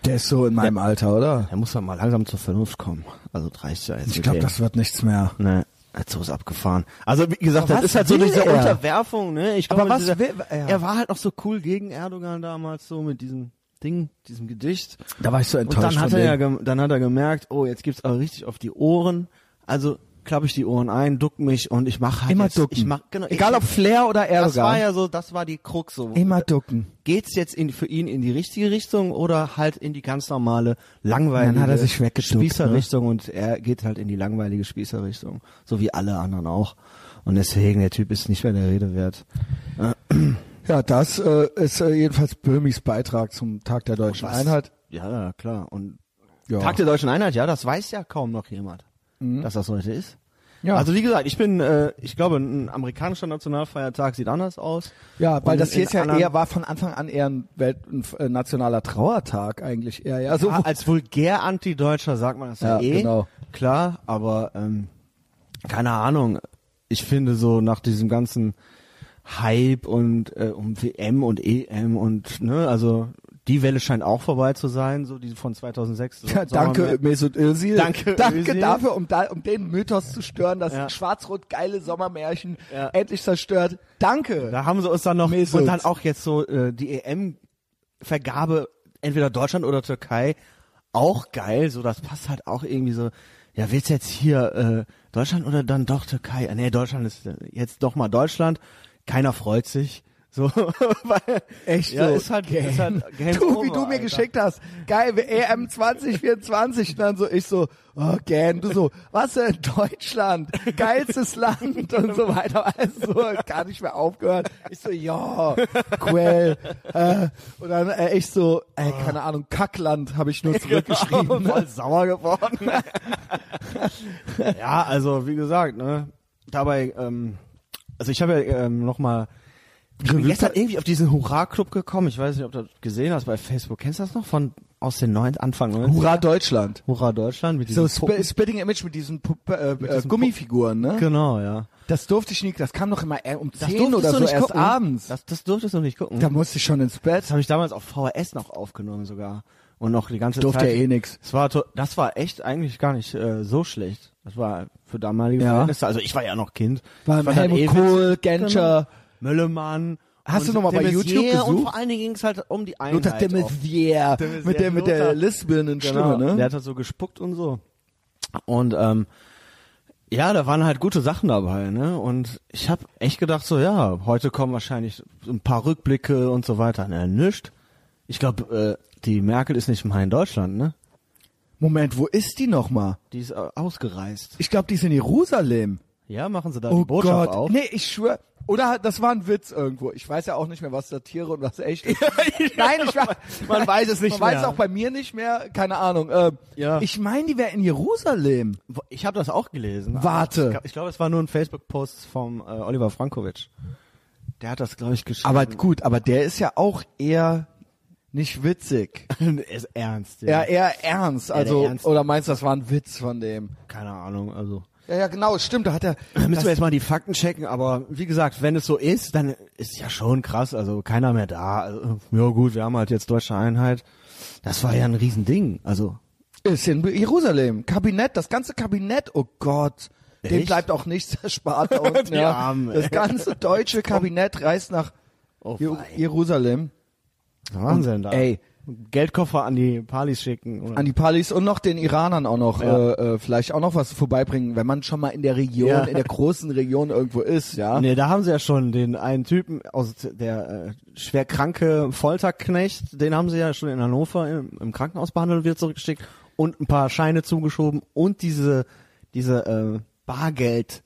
S1: der ist so in meinem Alter, oder?
S2: Er muss doch mal langsam zur Vernunft kommen. Also 30 Jahre jetzt.
S1: Ich glaube,
S2: mit dem.
S1: das wird nichts mehr.
S2: Ne, hat sowas abgefahren. Also wie gesagt,
S1: Aber was
S2: das ist halt so
S1: will
S2: diese
S1: er?
S2: Unterwerfung, ne? Ich
S1: Aber
S2: glaube,
S1: was
S2: dieser,
S1: will- ja.
S2: er war halt noch so cool gegen Erdogan damals so mit diesem Ding, diesem Gedicht.
S1: Da war ich so
S2: Und
S1: enttäuscht.
S2: dann hat
S1: von
S2: er ja,
S1: dem.
S2: gem- dann hat er gemerkt, oh, jetzt gibt's aber richtig auf die Ohren. Also klappe ich die Ohren ein, duck mich und ich mache halt
S1: immer
S2: jetzt,
S1: ducken.
S2: ich mach genau,
S1: Egal
S2: ich,
S1: ob Flair oder Erdogan.
S2: das war ja so, das war die Krux so.
S1: immer ducken.
S2: Geht's jetzt in, für ihn in die richtige Richtung oder halt in die ganz normale langweilige
S1: Dann hat er sich ne? weggeduckt,
S2: Spießerrichtung und er geht halt in die langweilige Spießerrichtung, so wie alle anderen auch. Und deswegen der Typ ist nicht mehr der Rede wert.
S1: Ja, das äh, ist äh, jedenfalls Böhmis Beitrag zum Tag der Deutschen Einheit.
S2: Ja, klar. Und
S1: Ja. Mhm.
S2: Tag der Deutschen Einheit, ja, das weiß ja kaum noch jemand, dass das heute ist.
S1: Ja.
S2: Also wie gesagt, ich bin, äh, ich glaube, ein amerikanischer Nationalfeiertag sieht anders aus.
S1: Ja, weil
S2: Und
S1: das hier
S2: in
S1: ist ja
S2: anderen-
S1: eher war von Anfang an eher ein, Welt, ein äh, nationaler Trauertag eigentlich eher. Ja, so
S2: Ah, als vulgär Antideutscher sagt man das ja,
S1: Also Ja,
S2: eh.
S1: genau.
S2: Klar, aber ähm, keine Ahnung. Ich finde so nach diesem ganzen Hype und äh, um WM und EM und ne, also die Welle scheint auch vorbei zu sein, so die von 2006.
S1: ja,
S2: Sagen wir
S1: danke
S2: mal.
S1: Mesut Özil.
S2: Danke,
S1: danke
S2: Özil.
S1: dafür, um, da, um den Mythos zu stören, dass
S2: Ja.
S1: schwarz-rot geile Sommermärchen
S2: Ja.
S1: endlich zerstört. Danke.
S2: Da haben sie uns dann noch
S1: Mesut.
S2: und dann auch jetzt so äh, die EM-Vergabe entweder Deutschland oder Türkei auch geil. So das passt halt auch irgendwie so. Ja, wird's jetzt hier äh, Deutschland oder dann doch Türkei? Ah, nee, Deutschland ist äh, jetzt doch mal Deutschland. Keiner freut sich. So, weil,
S1: Echt
S2: ja,
S1: so.
S2: ist halt,
S1: Game.
S2: ist halt Game
S1: du,
S2: over,
S1: wie du mir
S2: Alter.
S1: geschickt hast. Geil, EM 2024. Und dann so, ich so, oh, gern. Du so, was denn? Deutschland, geilstes Land und so weiter. Also so, gar nicht mehr aufgehört. Ich so, ja, Quell. Äh, und dann äh, ich so, ey, keine Ahnung, Kackland habe ich nur zurückgeschrieben.
S2: voll sauer geworden. ja, also wie gesagt, ne, dabei, ähm, also ich habe ja ähm, nochmal, ich bin gestern irgendwie auf diesen Hurra-Club gekommen, ich weiß nicht, ob du das gesehen hast bei Facebook, kennst du das noch von aus den neun Anfang, ne?
S1: Hurra Deutschland.
S2: Hurra Deutschland mit
S1: So
S2: diesen
S1: Sp
S2: Puppen.
S1: Spitting Image mit diesen, Puppe, äh, äh,
S2: diesen
S1: Gummifiguren, ne?
S2: Genau, ja.
S1: Das durfte ich nie, das kam doch immer äh, um
S2: Das
S1: 10 oder
S2: durftest du
S1: so
S2: nicht
S1: erst
S2: gucken.
S1: abends.
S2: Das, das durftest du nicht gucken.
S1: Da musste ich schon ins Bett.
S2: Das habe ich damals auf VHS noch aufgenommen sogar. Und noch die ganze
S1: Durfte
S2: Zeit.
S1: ja eh nix.
S2: Das war, to- das war echt eigentlich gar nicht äh, so schlecht. Das war für damalige
S1: Ja.
S2: Verhältnisse. Also ich war ja noch Kind.
S1: Beim
S2: Ich war dann
S1: Helmut
S2: eh
S1: Kohl,
S2: witzig.
S1: Genscher.
S2: Genau. Möllemann.
S1: Hast
S2: und
S1: du noch mal bei
S2: de Maizière
S1: YouTube
S2: Und
S1: gesucht?
S2: vor allen Dingen ging es halt um die Einheit.
S1: Luther de
S2: auch.
S1: Maizière.
S2: De Maizière,
S1: Mit der, mit der
S2: Luther.
S1: lesbischen
S2: Genau.
S1: Stimme, ne?
S2: Der hat halt so gespuckt und so. Und ähm, ja, da waren halt gute Sachen dabei, ne? Und ich habe echt gedacht, so ja, heute kommen wahrscheinlich so ein paar Rückblicke und so weiter. Ne, nischt. Ich glaube, äh, die Merkel ist nicht mehr in Deutschland, ne?
S1: Moment, wo ist die nochmal?
S2: Die ist au- ausgereist.
S1: Ich glaube, die ist in Jerusalem.
S2: Ja, machen sie da
S1: Oh
S2: die Botschaft
S1: Gott.
S2: auf.
S1: Nee, ich schwöre. Oder hat- das war ein Witz irgendwo. Ich weiß ja auch nicht mehr, was Satire und was echt ist. Nein, ich war,
S2: Man weiß es nicht
S1: Man weiß
S2: mehr.
S1: auch bei mir nicht mehr. Keine Ahnung. Ähm,
S2: Ja.
S1: Ich meine, die wäre in Jerusalem.
S2: Ich habe das auch gelesen.
S1: Warte.
S2: Ich, glaub- ich glaube, es war nur ein Facebook-Post vom äh, Oliver Frankovic. Der hat das, glaube ich, geschrieben.
S1: Aber gut, aber der ist ja auch eher nicht witzig.
S2: ist ernst. Ja.
S1: Ja, eher ernst. Also,
S2: der Ernst.
S1: oder meinst du, das war ein Witz von dem?
S2: Keine Ahnung, also.
S1: Ja, ja, genau, stimmt. Da hat er.
S2: Da müssen
S1: das-
S2: wir jetzt mal die Fakten checken, aber wie gesagt, wenn es so ist, dann ist ja schon krass, also keiner mehr da. Also, ja gut, wir haben halt jetzt deutsche Einheit. Das war ja ein Riesending, also.
S1: Ist in Jerusalem. Kabinett, das ganze Kabinett, oh Gott. Dem
S2: Echt?
S1: bleibt auch nichts erspart da unten.
S2: Die
S1: ja.
S2: Armen, ey.
S1: das ganze deutsche Kabinett reist nach
S2: Oh,
S1: Jeru-
S2: wei.
S1: Jerusalem
S2: Wahnsinn da.
S1: Ey.
S2: Geldkoffer an die Palis schicken. Oder?
S1: an die Palis und noch den Iranern auch noch
S2: Ja.
S1: äh, äh, vielleicht auch noch was vorbeibringen, wenn man schon mal in der Region,
S2: Ja.
S1: in der großen Region irgendwo ist, ja.
S2: Nee, da haben sie ja schon den einen Typen aus der äh, schwerkranke Folterknecht, den haben sie ja schon in Hannover im, im Krankenhaus behandelt und wieder zurückgeschickt und ein paar Scheine zugeschoben und diese diese äh, Bargeld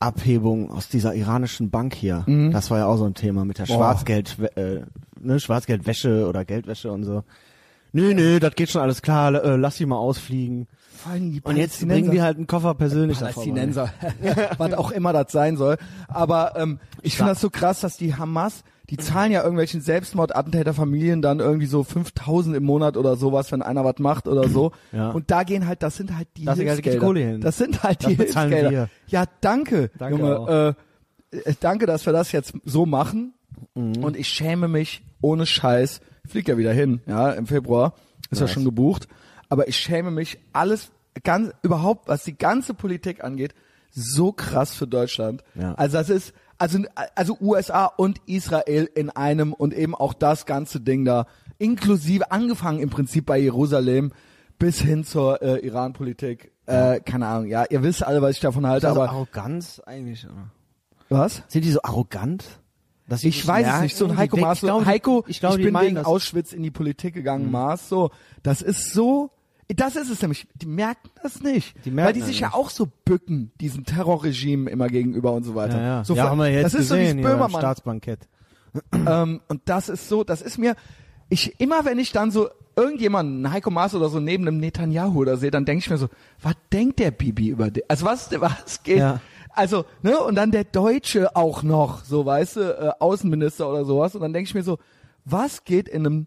S2: Abhebung aus dieser iranischen Bank hier. Das war ja auch so ein Thema mit der Schwarzgeld, äh, ne, Schwarzgeldwäsche oder Geldwäsche und so. Nö, nö, das geht schon alles klar, äh, lass sie mal ausfliegen.
S1: Vor allem die
S2: Und jetzt
S1: Palästinenser.
S2: bringen die halt einen Koffer persönlich davor.
S1: Palästinenser, was auch immer das sein soll. Aber ähm, ich finde das so krass, dass die Hamas, die zahlen ja irgendwelchen Selbstmordattentäterfamilien dann irgendwie so 5000 im Monat oder sowas, wenn einer was macht oder so.
S2: Ja.
S1: Und da gehen halt, das sind halt die
S2: Da geht die
S1: Hilfsgelder.
S2: Kohle hin.
S1: Das sind halt
S2: Das
S1: die
S2: bezahlen
S1: Hilfsgelder.
S2: wir.
S1: Ja, danke,
S2: Danke auch.
S1: Junge. Äh, äh, danke, dass wir das jetzt so machen. Und ich schäme mich ohne Scheiß. Ich Flieg ja wieder hin, ja, im Februar. Ist ja schon gebucht. Aber ich schäme mich alles, ganz, überhaupt, was die ganze Politik angeht, so krass für Deutschland.
S2: Ja.
S1: Also das ist, also, also USA und Israel in einem und eben auch das ganze Ding da, inklusive, angefangen im Prinzip bei Jerusalem bis hin zur äh, Iran-Politik. Äh, keine Ahnung, ja, ihr wisst alle, was ich davon halte,
S2: Also
S1: aber
S2: Arroganz eigentlich, oder?
S1: was?
S2: Sind die so arrogant? Dass sie
S1: Ich weiß es
S2: merken,
S1: nicht, so ein
S2: die
S1: Heiko
S2: denken-
S1: Maas,
S2: ich glaube,
S1: so, Heiko,
S2: ich, glaube, die
S1: bin
S2: meinen
S1: wegen
S2: das. Mhm.
S1: Auschwitz in die Politik gegangen, Maas, so, das ist so, das ist es nämlich, die merken das nicht,
S2: Die merken
S1: weil die
S2: das
S1: sich
S2: nicht.
S1: ja auch so bücken, diesem Terrorregime immer gegenüber und so weiter.
S2: Ja, ja.
S1: So,
S2: ja,
S1: ver-
S2: haben wir jetzt
S1: das ist so
S2: gesehen
S1: dieses
S2: hier beim
S1: Böhmermann
S2: Staatsbankett.
S1: ähm, und das ist so, das ist mir, ich, immer wenn ich dann so irgendjemanden, einen Heiko Maas oder so, neben einem Netanyahu oder sehe, dann denke ich mir so, was denkt der Bibi über den? Also was, was geht?
S2: Ja.
S1: Also, ne, und dann der Deutsche auch noch, so, weißt du, äh, Außenminister oder sowas, und dann denke ich mir so, was geht in einem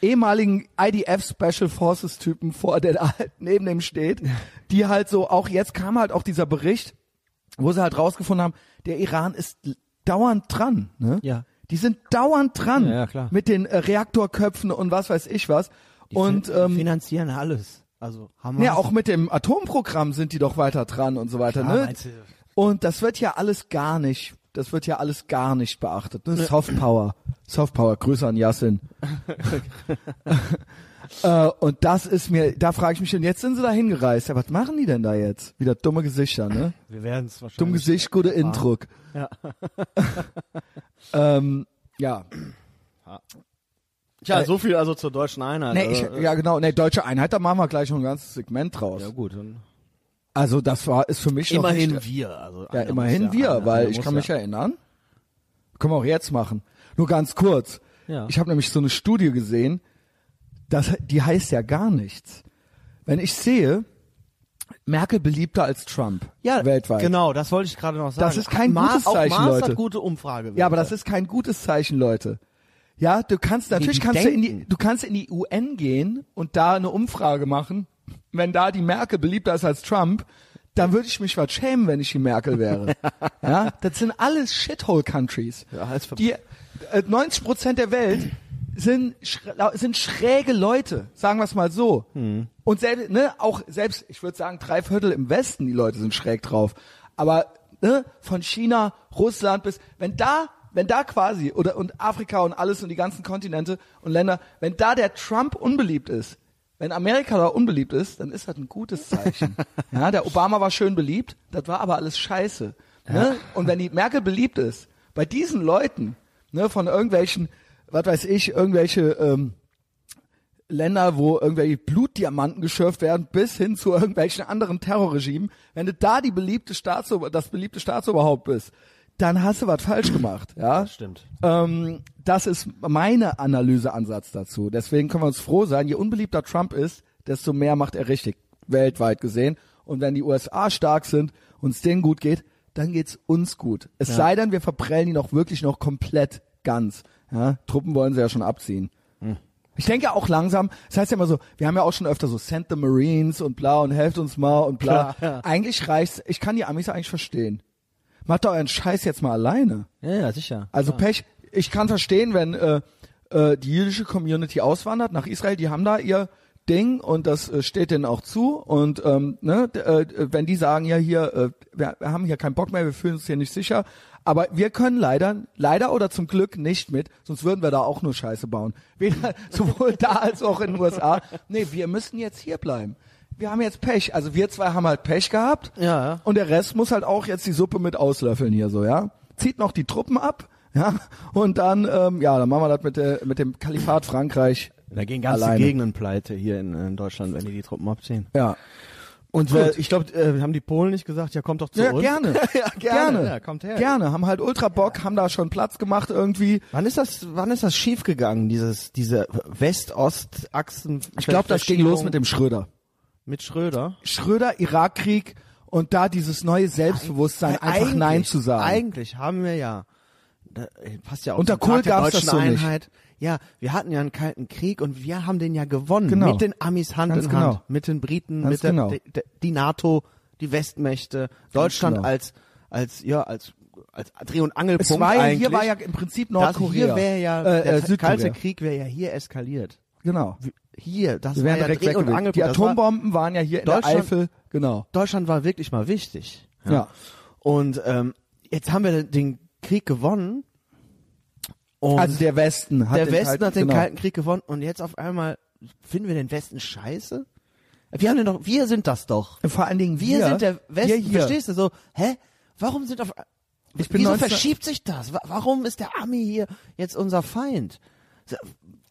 S1: ehemaligen IDF Special Forces Typen vor, der da halt neben dem steht, die halt so, auch jetzt kam halt auch dieser Bericht, wo sie halt rausgefunden haben, der Iran ist l- dauernd dran. Ne?
S2: Ja.
S1: Die sind dauernd dran
S2: Ja, ja, klar.
S1: mit den äh, Reaktorköpfen und was weiß ich was. und
S2: Die
S1: ähm,
S2: finanzieren alles. Also Hamas.
S1: ja, auch mit dem Atomprogramm sind die doch weiter dran und so weiter.
S2: Klar,
S1: ne?
S2: meinst du.
S1: Und das wird ja alles gar nicht, das wird ja alles gar nicht beachtet. Ne? Soft Power, Soft Power, Grüße an Yassin. äh, und das ist mir, da frage ich mich, und jetzt sind sie da hingereist. Ja, was machen die denn da jetzt? Wieder dumme Gesichter, ne?
S2: Wir werden es wahrscheinlich.
S1: Dumm Gesicht, guter Indruck.
S2: Ja.
S1: ähm, ja.
S2: Tja, so viel also zur deutschen Einheit.
S1: Nee, ich,
S2: Also, äh,
S1: ja genau, nee, deutsche Einheit, da machen wir gleich noch ein ganzes Segment draus.
S2: ja gut. Dann
S1: Also das war ist für mich noch
S2: immerhin
S1: nicht,
S2: wir. Also
S1: ja immerhin wir, weil ich kann mich erinnern. Können wir auch jetzt machen. Nur ganz kurz.
S2: Ja.
S1: Ich habe nämlich so eine Studie gesehen, das, die heißt ja gar nichts. Wenn ich sehe, Merkel beliebter als Trump
S2: ja
S1: weltweit.
S2: Genau, das wollte ich gerade noch sagen.
S1: Das ist kein
S2: Maas,
S1: gutes
S2: auch
S1: Zeichen,
S2: Maas
S1: Leute.
S2: Hat gute Umfrage.
S1: Ja, aber das ist kein gutes Zeichen, Leute. Ja, du kannst natürlich
S2: die
S1: kannst du in die
S2: denken.
S1: du kannst in die UN gehen und da eine Umfrage machen. Wenn da die Merkel beliebter ist als Trump, dann würde ich mich was schämen, wenn ich die Merkel wäre. ja, das sind alles Shithole Countries.
S2: Ja, als Ver-
S1: die äh, 90 Prozent der Welt sind schr- lau- sind schräge Leute, sagen wir es mal so. Und selbst ne, auch selbst, ich würde sagen, drei Viertel im Westen, die Leute sind schräg drauf. Aber ne, von China, Russland bis wenn da wenn da quasi oder und Afrika und alles und die ganzen Kontinente und Länder, wenn da der Trump unbeliebt ist, wenn Amerika da unbeliebt ist, dann ist das ein gutes Zeichen. ja, der Obama war schön beliebt, das war aber alles scheiße. Ne? Und wenn die Merkel beliebt ist, bei diesen Leuten, ne, von irgendwelchen, was weiß ich, irgendwelche ähm, Länder, wo irgendwelche Blutdiamanten geschürft werden, bis hin zu irgendwelchen anderen Terrorregimen, wenn du da die beliebte Staatsober das beliebte Staatsoberhaupt bist, dann hast du was falsch gemacht. Ja,
S2: Das stimmt.
S1: ähm, das ist meine Analyseansatz dazu. Deswegen können wir uns froh sein, je unbeliebter Trump ist, desto mehr macht er richtig, weltweit gesehen. Und wenn die USA stark sind und es denen gut geht, dann geht's uns gut. Es sei denn, wir verprellen die noch wirklich noch komplett ganz. Ja? Truppen wollen sie ja schon abziehen.
S2: Hm.
S1: Ich denke auch langsam, das heißt ja immer so, wir haben ja auch schon öfter so Send the Marines und bla und helft uns mal und bla.
S2: Klar, ja.
S1: Eigentlich reicht's, ich kann die Amis eigentlich verstehen. Macht doch euren Scheiß jetzt mal alleine.
S2: Ja, ja, sicher.
S1: Also Pech. Ich kann verstehen, wenn äh, äh, die jüdische Community auswandert nach Israel, die haben da ihr Ding und das äh, steht denen auch zu. Und ähm, ne, d- äh, wenn die sagen, ja hier, äh, wir, wir haben hier keinen Bock mehr, wir fühlen uns hier nicht sicher, aber wir können leider, leider oder zum Glück nicht mit, sonst würden wir da auch nur Scheiße bauen. Weder, sowohl da als auch in den USA. Nee, wir müssen jetzt hier bleiben. Wir haben jetzt Pech. Also wir zwei haben halt Pech gehabt.
S2: Ja, ja.
S1: Und der Rest muss halt auch jetzt die Suppe mit auslöffeln hier so, ja. Zieht noch die Truppen ab, ja. Und dann, ähm, ja, dann machen wir das mit, der, mit dem Kalifat Frankreich.
S2: Da gehen ganze
S1: Alleine.
S2: Gegenden pleite hier in, in Deutschland, wenn die die Truppen abziehen.
S1: Ja.
S2: Und
S1: Gut.
S2: äh, ich glaube, äh, haben die Polen nicht gesagt, ja, kommt doch zu
S1: Ja,
S2: uns.
S1: gerne.
S2: ja, gerne. Ja, kommt her.
S1: Gerne. Haben halt ultra Bock, haben da schon Platz gemacht irgendwie.
S2: Wann ist das, wann ist das schiefgegangen, dieses, diese West-Ost-Achsen?
S1: Ich glaube, das ging los mit dem Schröder.
S2: mit Schröder.
S1: Schröder, Irakkrieg und da dieses neue Selbstbewusstsein, einfach
S2: Eigentlich-
S1: Nein zu sagen.
S2: Eigentlich haben wir ja, da, äh, passt ja auch
S1: Unter
S2: zum
S1: Kohl
S2: Tag der
S1: gab's das so
S2: deutschen
S1: nicht.
S2: Einheit. Ja, wir hatten ja einen kalten Krieg und wir haben den ja gewonnen.
S1: Genau.
S2: Mit den Amis Hand
S1: Ganz
S2: in
S1: genau.
S2: Hand. Mit den Briten,
S1: Ganz
S2: mit der,
S1: genau.
S2: de, de, die NATO, die Westmächte, Deutschland
S1: genau.
S2: als, als, ja, als, als Dreh- und Angelpunkt
S1: es war ja,
S2: eigentlich.
S1: hier war ja im Prinzip
S2: das
S1: Nordkorea.
S2: hier wäre ja,
S1: äh,
S2: der
S1: äh, Südkorea.
S2: kalte Krieg wäre ja hier eskaliert.
S1: Genau.
S2: Hier, das
S1: Wir
S2: war
S1: wären
S2: ja
S1: direkt
S2: Dreh-
S1: weg
S2: und
S1: gewesen.
S2: Angelpunkt.
S1: Die
S2: Das war-
S1: Atombomben waren ja hier in der
S2: Deutschland-
S1: Eifel. Genau.
S2: Deutschland war wirklich mal wichtig.
S1: Ja.
S2: Und ähm, jetzt haben wir den Krieg gewonnen. Und
S1: also der Westen hat
S2: der
S1: den
S2: Westen
S1: kalten,
S2: hat den
S1: genau.
S2: Kalten Krieg gewonnen und jetzt auf einmal finden wir den Westen scheiße? Wir haben den doch, wir sind das doch.
S1: Vor allen Dingen
S2: Wir
S1: wir
S2: sind der Westen,
S1: Wir hier.
S2: verstehst du? So, hä? Warum sind auf
S1: Ich bin
S2: Wieso
S1: 19
S2: verschiebt sich das? Wa- Warum ist der Ami hier jetzt unser Feind? So,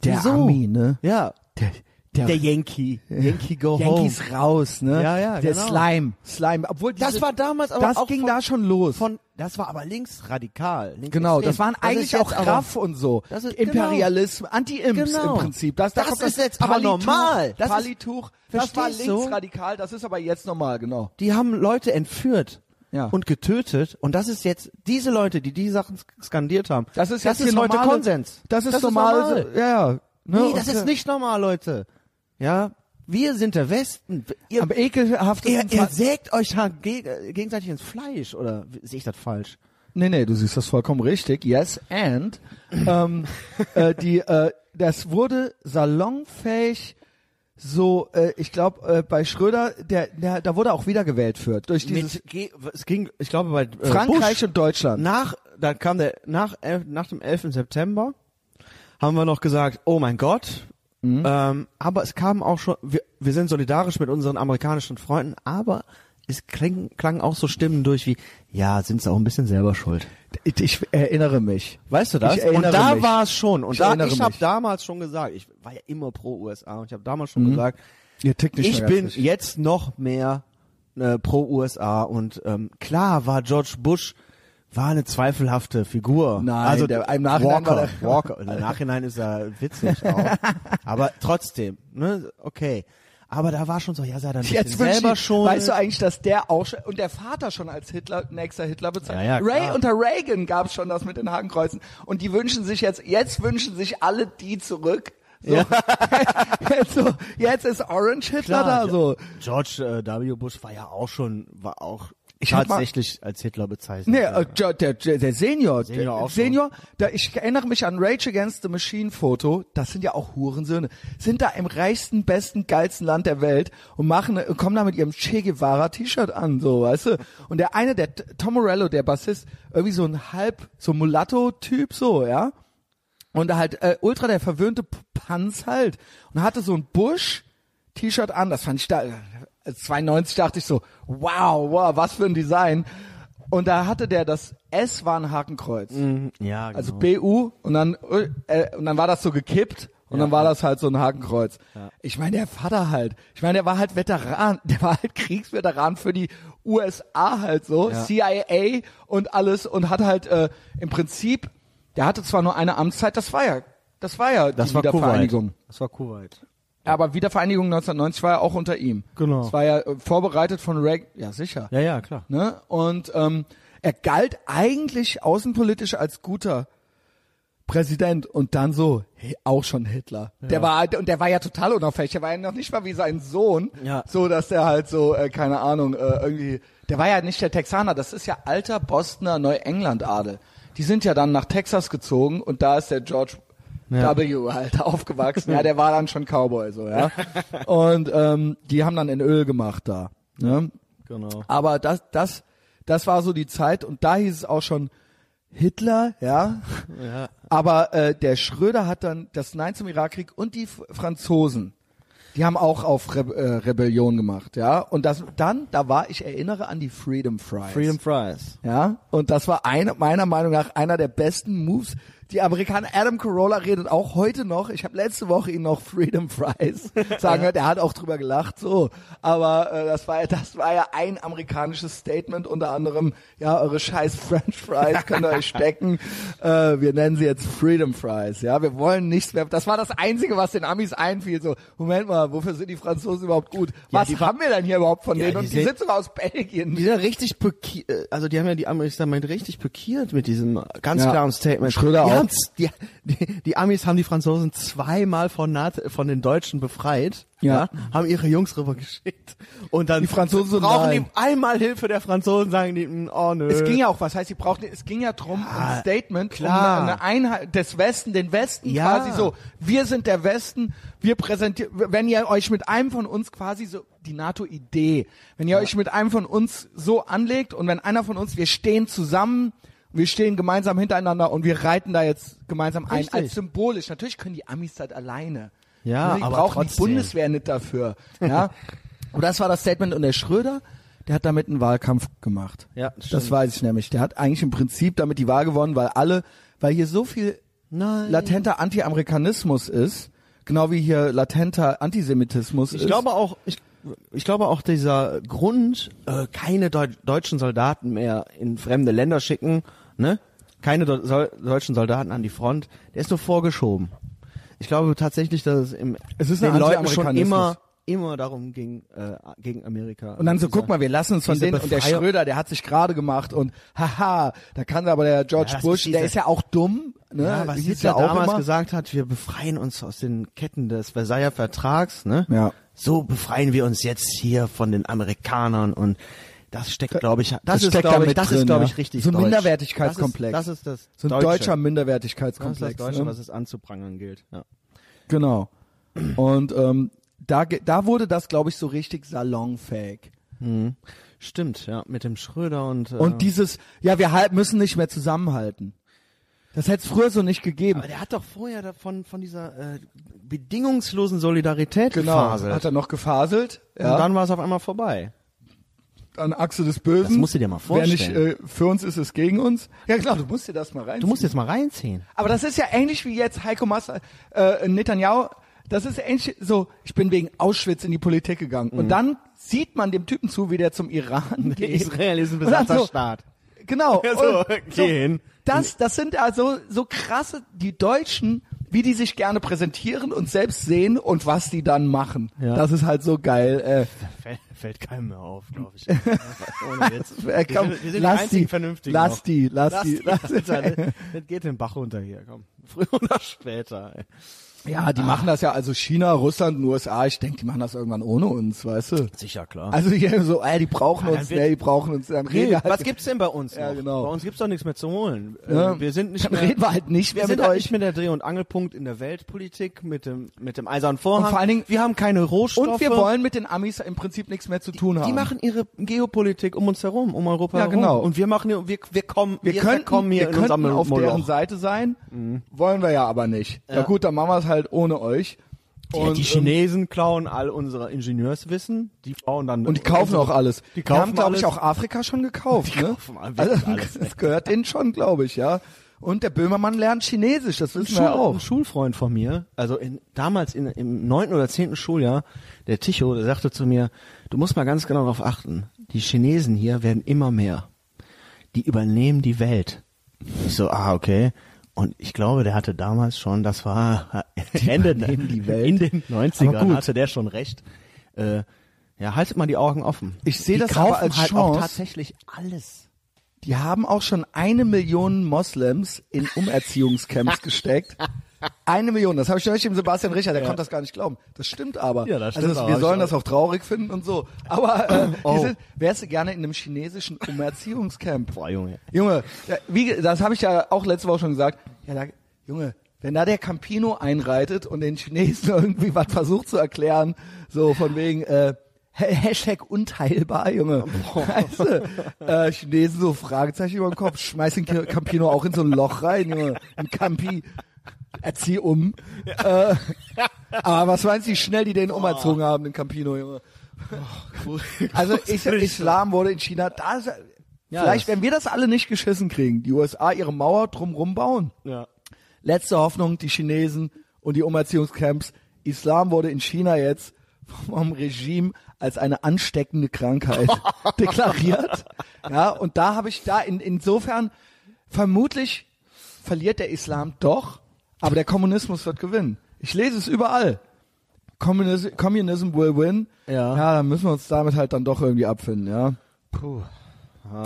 S1: Der
S2: Wieso?
S1: Ami, ne?
S2: Ja.
S1: Der, der,
S2: Der Yankee. Yankee go home.
S1: Yankees raus, ne?
S2: Ja, ja,
S1: Der
S2: genau.
S1: Slime. Slime. Obwohl diese,
S2: Das war damals aber
S1: das
S2: auch
S1: ging
S2: von,
S1: da schon los.
S2: von das war aber linksradikal. Links
S1: Genau, das waren eigentlich auch Kraft und so.
S2: Das ist-
S1: Imperialismus, Anti-Imps
S2: Genau.
S1: im Prinzip. Das, da
S2: Das
S1: kommt
S2: ist jetzt aber
S1: Palituch,
S2: normal. Das ist-
S1: Palituch, das war
S2: Verstehst du?
S1: linksradikal, das ist aber jetzt normal, genau.
S2: die haben Leute entführt
S1: Ja.
S2: und getötet und das ist jetzt diese Leute, die die Sachen sk- skandiert haben.
S1: Das ist
S2: das
S1: jetzt
S2: ist
S1: hier
S2: heute
S1: normale-
S2: Konsens.
S1: Das ist normal. so- Ja, ja. Ne?
S2: Nee, das
S1: Und,
S2: ist
S1: äh,
S2: nicht normal, Leute. Ja, wir sind der Westen. Ihr,
S1: Am ekelhaftesten.
S2: ihr, ihr
S1: fand-
S2: sägt euch ha- geg äh, gegenseitig ins Fleisch oder w- sehe ich das falsch?
S1: nee, nee, du siehst das vollkommen richtig. Yes, and. ähm, äh, die, äh, das wurde salonfähig so, äh, ich glaube, äh, bei Schröder, der, der, da wurde auch wiedergewählt für. Durch dieses
S2: Mit, ge- es ging, ich glaube bei äh,
S1: Frankreich
S2: Bush,
S1: und Deutschland.
S2: nach, dann kam der, nach, elf- nach dem 11. September haben wir noch gesagt, oh mein Gott,
S1: Mhm.
S2: ähm, aber es kam auch schon, wir, wir sind solidarisch mit unseren amerikanischen Freunden, aber es klang, klangen auch so Stimmen durch wie, ja, sind sie auch ein bisschen selber schuld.
S1: Ich, ich erinnere mich.
S2: Weißt du das?
S1: Ich
S2: und
S1: erinnere
S2: da
S1: mich.
S2: war es schon. Und
S1: Ich
S2: ich da,
S1: erinnere
S2: ich habe
S1: mich.
S2: damals schon gesagt, ich war ja immer pro USA und ich habe damals
S1: Mhm.
S2: schon gesagt,
S1: Ihr tickt nicht
S2: ich
S1: mehr
S2: bin
S1: ganz richtig.
S2: jetzt noch mehr äh, pro USA und ähm, klar war George Bush war eine zweifelhafte Figur.
S1: Nein,
S2: also
S1: der- im Nachhinein
S2: Walker,
S1: war der-
S2: Walker. Im Nachhinein ist er witzig auch. Aber trotzdem, ne, okay. Aber da war schon so, ja, sei dann ein bisschen
S1: Jetzt wünsch
S2: selber
S1: ich,
S2: schon.
S1: Weißt du eigentlich, dass der auch schon, und der Vater schon als Hitler, nächster Hitler bezeichnet.
S2: Ja, ja, klar.
S1: Ray unter Reagan gab es schon das mit den Hakenkreuzen. Und die wünschen sich jetzt, jetzt wünschen sich alle die zurück. So,
S2: Ja.
S1: jetzt, so, jetzt ist Orange Hitler
S2: Klar,
S1: da so.
S2: George äh, W. Bush war ja auch schon, war auch
S1: Ich hab mal-
S2: tatsächlich als Hitler bezeichnet.
S1: Nee,
S2: ja.
S1: äh, Jo- der, der, der Senior,
S2: Senior
S1: der,
S2: auch schon.
S1: Senior da, ich erinnere mich an Rage Against the Machine Foto, das sind ja auch Hurensöhne, sind da im reichsten, besten, geilsten Land der Welt und machen, und kommen da mit ihrem Che Guevara T-Shirt an, so, weißt du? Und der eine, der T- Tom Morello, der Bassist, irgendwie so ein halb, so Mulatto-Typ, so, ja? Und halt äh, ultra der verwöhnte P- Panz halt und hatte so ein Bush T-Shirt an, das fand ich da äh, 92 dachte ich so, wow, wow, was für ein Design. Und da hatte der das S war ein Hakenkreuz.
S2: ja, genau.
S1: äh, Also BU und dann äh, und dann war das so gekippt und dann war das halt so ein Hakenkreuz. Ich meine, der Vater halt. Ich meine, der war halt Veteran, der war halt Kriegsveteran für die USA halt so,
S2: Ja.
S1: CIA und alles und hat halt äh, im Prinzip, der hatte zwar nur eine Amtszeit, das war ja, das war ja
S2: das
S1: die
S2: war
S1: Wiedervereinigung.
S2: Kuwait. Das war Kuwait.
S1: Aber Wiedervereinigung 1990 war ja auch unter ihm.
S2: Genau.
S1: Das war ja äh, vorbereitet von Reagan, ja sicher.
S2: Ja, ja, klar.
S1: Ne? Und ähm, er galt eigentlich außenpolitisch als guter Präsident und dann so hey, auch schon Hitler. Der war und der war ja total unauffällig. Der war ja noch nicht mal wie sein Sohn,
S2: Ja.
S1: so dass der halt so äh, keine Ahnung äh, irgendwie. Der war ja nicht der Texaner. Das ist ja alter Bostoner Neuengland Adel. Die sind ja dann nach Texas gezogen und da ist der George
S2: Ja.
S1: W. halt aufgewachsen. ja, der war dann schon Cowboy so ja. und ähm, die haben dann in Öl gemacht da. Ne?
S2: Genau.
S1: Aber das, das, das war so die Zeit und da hieß es auch schon Hitler, ja.
S2: Ja.
S1: Aber äh, der Schröder hat dann das Nein zum Irakkrieg und die F Franzosen, die haben auch auf Re äh, Rebellion gemacht, ja. Und das dann, da war, ich erinnere an die Freedom Fries.
S2: Freedom Fries.
S1: Ja, und das war eine, meiner Meinung nach einer der besten Moves, die Amerikaner, Adam Carolla redet auch heute noch, ich habe letzte Woche ihn noch Freedom Fries sagen gehört, er hat auch drüber gelacht, so. Aber äh, das war ja, das war ja ein amerikanisches Statement, unter anderem, ja, eure scheiß French Fries könnt ihr euch stecken. Äh, wir nennen sie jetzt Freedom Fries, ja. Wir wollen nichts mehr. Das war das Einzige, was den Amis einfiel. So, Moment mal, wofür sind die Franzosen überhaupt gut? was
S2: die-
S1: haben wir denn hier überhaupt von
S2: Ja,
S1: denen?
S2: die
S1: Und die
S2: se-
S1: sind sogar aus Belgien.
S2: Die sind richtig peki- äh, also die haben ja die Amerikaner meint richtig pekiert mit diesem ganz
S1: Ja.
S2: klaren Statement.
S1: Schröder
S2: die
S1: auch.
S2: haben's- Die, die, die Amis haben die Franzosen zweimal von, Nazi, von den Deutschen befreit.
S1: Ja.
S2: Ja. haben ihre Jungs rüber geschickt und dann
S1: Die Franzosen so,
S2: brauchen
S1: nein.
S2: die einmal Hilfe der Franzosen, sagen die, mm, oh nö. Ah,
S1: Es ging ja auch, was heißt, sie brauchten, es ging ja drum, ein Statement,
S2: klar.
S1: um eine Einheit des Westen, den Westen
S2: Ja.
S1: quasi so, wir sind der Westen, wir präsentieren, wenn ihr euch mit einem von uns quasi so, die NATO-Idee, wenn ihr euch mit einem von uns so anlegt und wenn einer von uns, wir stehen zusammen, wir stehen gemeinsam hintereinander und wir reiten da jetzt gemeinsam ein,
S2: Richtig.
S1: als symbolisch. Natürlich können die Amis das alleine.
S2: Ja,
S1: die
S2: aber
S1: brauchen die
S2: trotzdem.
S1: Bundeswehr nicht dafür. Ja, und das war das Statement und der Schröder, der hat damit einen Wahlkampf gemacht.
S2: Ja,
S1: das
S2: stimmt.
S1: weiß ich nämlich. Der hat eigentlich im Prinzip damit die Wahl gewonnen, weil alle, weil hier so viel
S2: Nein.
S1: latenter Anti-Amerikanismus ist, genau wie hier latenter Antisemitismus ist.
S2: Ich glaube auch, ich, ich glaube auch dieser Grund, äh, keine Deu deutschen Soldaten mehr in fremde Länder schicken, ne? Keine Deu Sol deutschen Soldaten an die Front, der ist nur vorgeschoben. Ich glaube tatsächlich, dass es im
S1: Es ist
S2: den
S1: ein
S2: Leuten schon
S1: Anti-Amerikanismus.
S2: immer immer darum ging äh, gegen Amerika.
S1: und dann so,
S2: Dieser-
S1: guck mal, wir lassen uns von
S2: diese
S1: denen. Und der
S2: Befreiung-
S1: Schröder, der hat sich gerade gemacht und haha, da kann aber der George
S2: Ja, das
S1: Bush,
S2: ist diese-
S1: der ist ja auch dumm. Ne?
S2: ja, was
S1: Hieß
S2: Hitler
S1: ja auch
S2: damals
S1: immer.
S2: gesagt hat, wir befreien uns aus den Ketten des Versailler Vertrags, ne?
S1: Ja.
S2: So befreien wir uns jetzt hier von den Amerikanern und das steckt, glaube ich, das,
S1: Äh, das
S2: ist,
S1: steckt da
S2: glaube ich,
S1: mit
S2: das
S1: drin,
S2: ist, glaube
S1: ja.
S2: ich, richtig
S1: So ein
S2: deutsch.
S1: Minderwertigkeitskomplex.
S2: Das ist das, ist das
S1: so ein
S2: Deutsche.
S1: deutscher
S2: das ist
S1: Minderwertigkeitskomplex.
S2: das Deutsche,
S1: ne?
S2: was es anzuprangern gilt. Ja.
S1: Genau. Und ähm, da, ge- da wurde das, glaube ich, so richtig salonfähig.
S2: Stimmt, ja, mit dem Schröder und, äh,
S1: Und dieses, ja, wir halt müssen nicht mehr zusammenhalten. Das hätte es früher so nicht gegeben.
S2: aber der hat doch vorher davon von dieser äh, bedingungslosen Solidarität gefaselt.
S1: Genau. hat er noch gefaselt. Ja,
S2: Und
S1: dann
S2: dann war es auf einmal vorbei.
S1: an Achse des Bösen.
S2: Das musst du dir mal vorstellen.
S1: Wer nicht äh, für uns ist, ist gegen uns. Ja, genau, du musst dir das mal rein.
S2: Du musst jetzt mal reinziehen.
S1: Aber das ist ja ähnlich wie jetzt Heiko Maas, äh, Netanyahu. Das ist ähnlich so, ich bin wegen Auschwitz in die Politik gegangen.
S2: Mhm.
S1: Und dann sieht man dem Typen zu, wie der zum Iran geht.
S2: Israel ist ein
S1: Und dann so,
S2: Besatzerstaat.
S1: Genau.
S2: Ja, so,
S1: Und
S2: geh hin.
S1: Das, das sind also so krasse, die Deutschen, wie die sich gerne präsentieren und selbst sehen und was die dann machen.
S2: Ja.
S1: Das ist halt so geil.
S2: Fällt, fällt keinem mehr auf, glaube ich. Ohne Witz.
S1: Äh, äh, komm,
S2: wir sind, wir sind die
S1: lass
S2: einzigen
S1: die,
S2: Vernünftigen
S1: lass
S2: noch.
S1: die, lass,
S2: Lass
S1: die,
S2: die,
S1: lass
S2: das, das geht den Bach runter hier, komm. Früher oder später. Ey.
S1: Ja,
S2: Ah.
S1: die machen das ja, also China, Russland, und USA, ich denke, die machen das irgendwann ohne uns, weißt du?
S2: Sicher, klar.
S1: Also hier so, ey, die brauchen
S2: Ja, dann
S1: uns,
S2: wird-
S1: ne, die brauchen uns, dann reden
S2: Hey,
S1: wir halt,
S2: was gibt's denn bei uns
S1: Ja,
S2: noch?
S1: genau.
S2: Bei uns gibt's doch nichts mehr zu holen. Äh,
S1: Ja.
S2: Wir sind nicht
S1: dann
S2: mehr,
S1: reden wir halt nicht
S2: wir
S1: mehr
S2: sind
S1: mit
S2: halt
S1: euch.
S2: nicht mehr der Dreh- und Angelpunkt in der Weltpolitik mit dem, mit dem eisernen Vorhang.
S1: Und vor allen Dingen-
S2: wir haben keine Rohstoffe.
S1: und wir wollen mit den Amis im Prinzip nichts mehr zu tun haben.
S2: Die machen ihre Geopolitik um uns herum, um Europa
S1: Ja,
S2: herum.
S1: genau.
S2: Und wir machen, hier- wir, wir kommen,
S1: wir könnten,
S2: kommen hier
S1: wir
S2: in
S1: könnten
S2: unserem Mhm.
S1: auf
S2: Moloch.
S1: deren Seite sein, wollen wir ja aber nicht. Ja. Na gut, dann machen wir es halt ohne euch.
S2: ja,
S1: Und,
S2: die
S1: ähm,
S2: Chinesen klauen all unsere Ingenieurswissen, die bauen dann
S1: und die kaufen auch alles.
S2: also Die kaufen
S1: haben, glaube ich,
S2: alles.
S1: auch Afrika schon gekauft. ne?
S2: kaufen wirklich
S1: also,
S2: alles,
S1: das gehört denen schon, glaube ich, ja. Und der Böhmermann lernt Chinesisch, das
S2: Ein
S1: wissen
S2: Schul
S1: wir auch.
S2: Ein Schulfreund von mir, also in, damals in, im neunten oder zehnten Schuljahr, der Ticho, der sagte zu mir, du musst mal ganz genau darauf achten, die Chinesen hier werden immer mehr. Die übernehmen die Welt. Ich so, ah, okay. Und ich glaube, der hatte damals schon, das war Ende
S1: übernehmen die Welt.
S2: in den 90ern,
S1: Aber gut.
S2: hatte der schon recht. Äh, ja, haltet mal die Augen offen.
S1: Ich sehe
S2: Die
S1: das
S2: kaufen
S1: aber als
S2: halt
S1: Chance.
S2: auch tatsächlich alles.
S1: Die haben auch schon eine Million Moslems in Umerziehungscamps gesteckt. Eine Million, das habe ich neulich dem Sebastian Richter, der konnte das gar nicht glauben. Das stimmt aber.
S2: Ja, das stimmt
S1: also
S2: aber,
S1: wir
S2: hab ich
S1: sollen
S2: auch.
S1: das auch traurig finden und so. Aber äh,
S2: Oh.
S1: die sind, wärst du gerne in einem chinesischen Umerziehungscamp?
S2: Boah, Junge.
S1: Junge, da- wie, ge- das habe ich ja auch letzte Woche schon gesagt. Ja, da, Junge, wenn da der Campino einreitet und den Chinesen irgendwie was versucht zu erklären, so von wegen äh, Ha- Hashtag unteilbar, Junge. Weißt du, äh, Chinesen so Fragezeichen über den Kopf, schmeiß den Ki- Campino auch in so ein Loch rein, Junge. Ein Campi, erzieh um. Äh, aber was meinst du, wie schnell die den umerzogen haben, den Campino, Junge? Also Is Islam wurde in China, da ist,
S2: Ja,
S1: vielleicht
S2: das-
S1: wenn wir das alle nicht geschissen kriegen, die USA ihre Mauer drumrum bauen,
S2: Ja.
S1: letzte Hoffnung, die Chinesen und die Umerziehungscamps. Islam wurde in China jetzt vom Regime als eine ansteckende Krankheit deklariert. Ja, und da habe ich da in, insofern vermutlich verliert der Islam doch, aber der Kommunismus wird gewinnen. Ich lese es überall. Communis Communism will win.
S2: Ja.
S1: ja, dann müssen wir uns damit halt dann doch irgendwie abfinden, ja.
S2: Puh.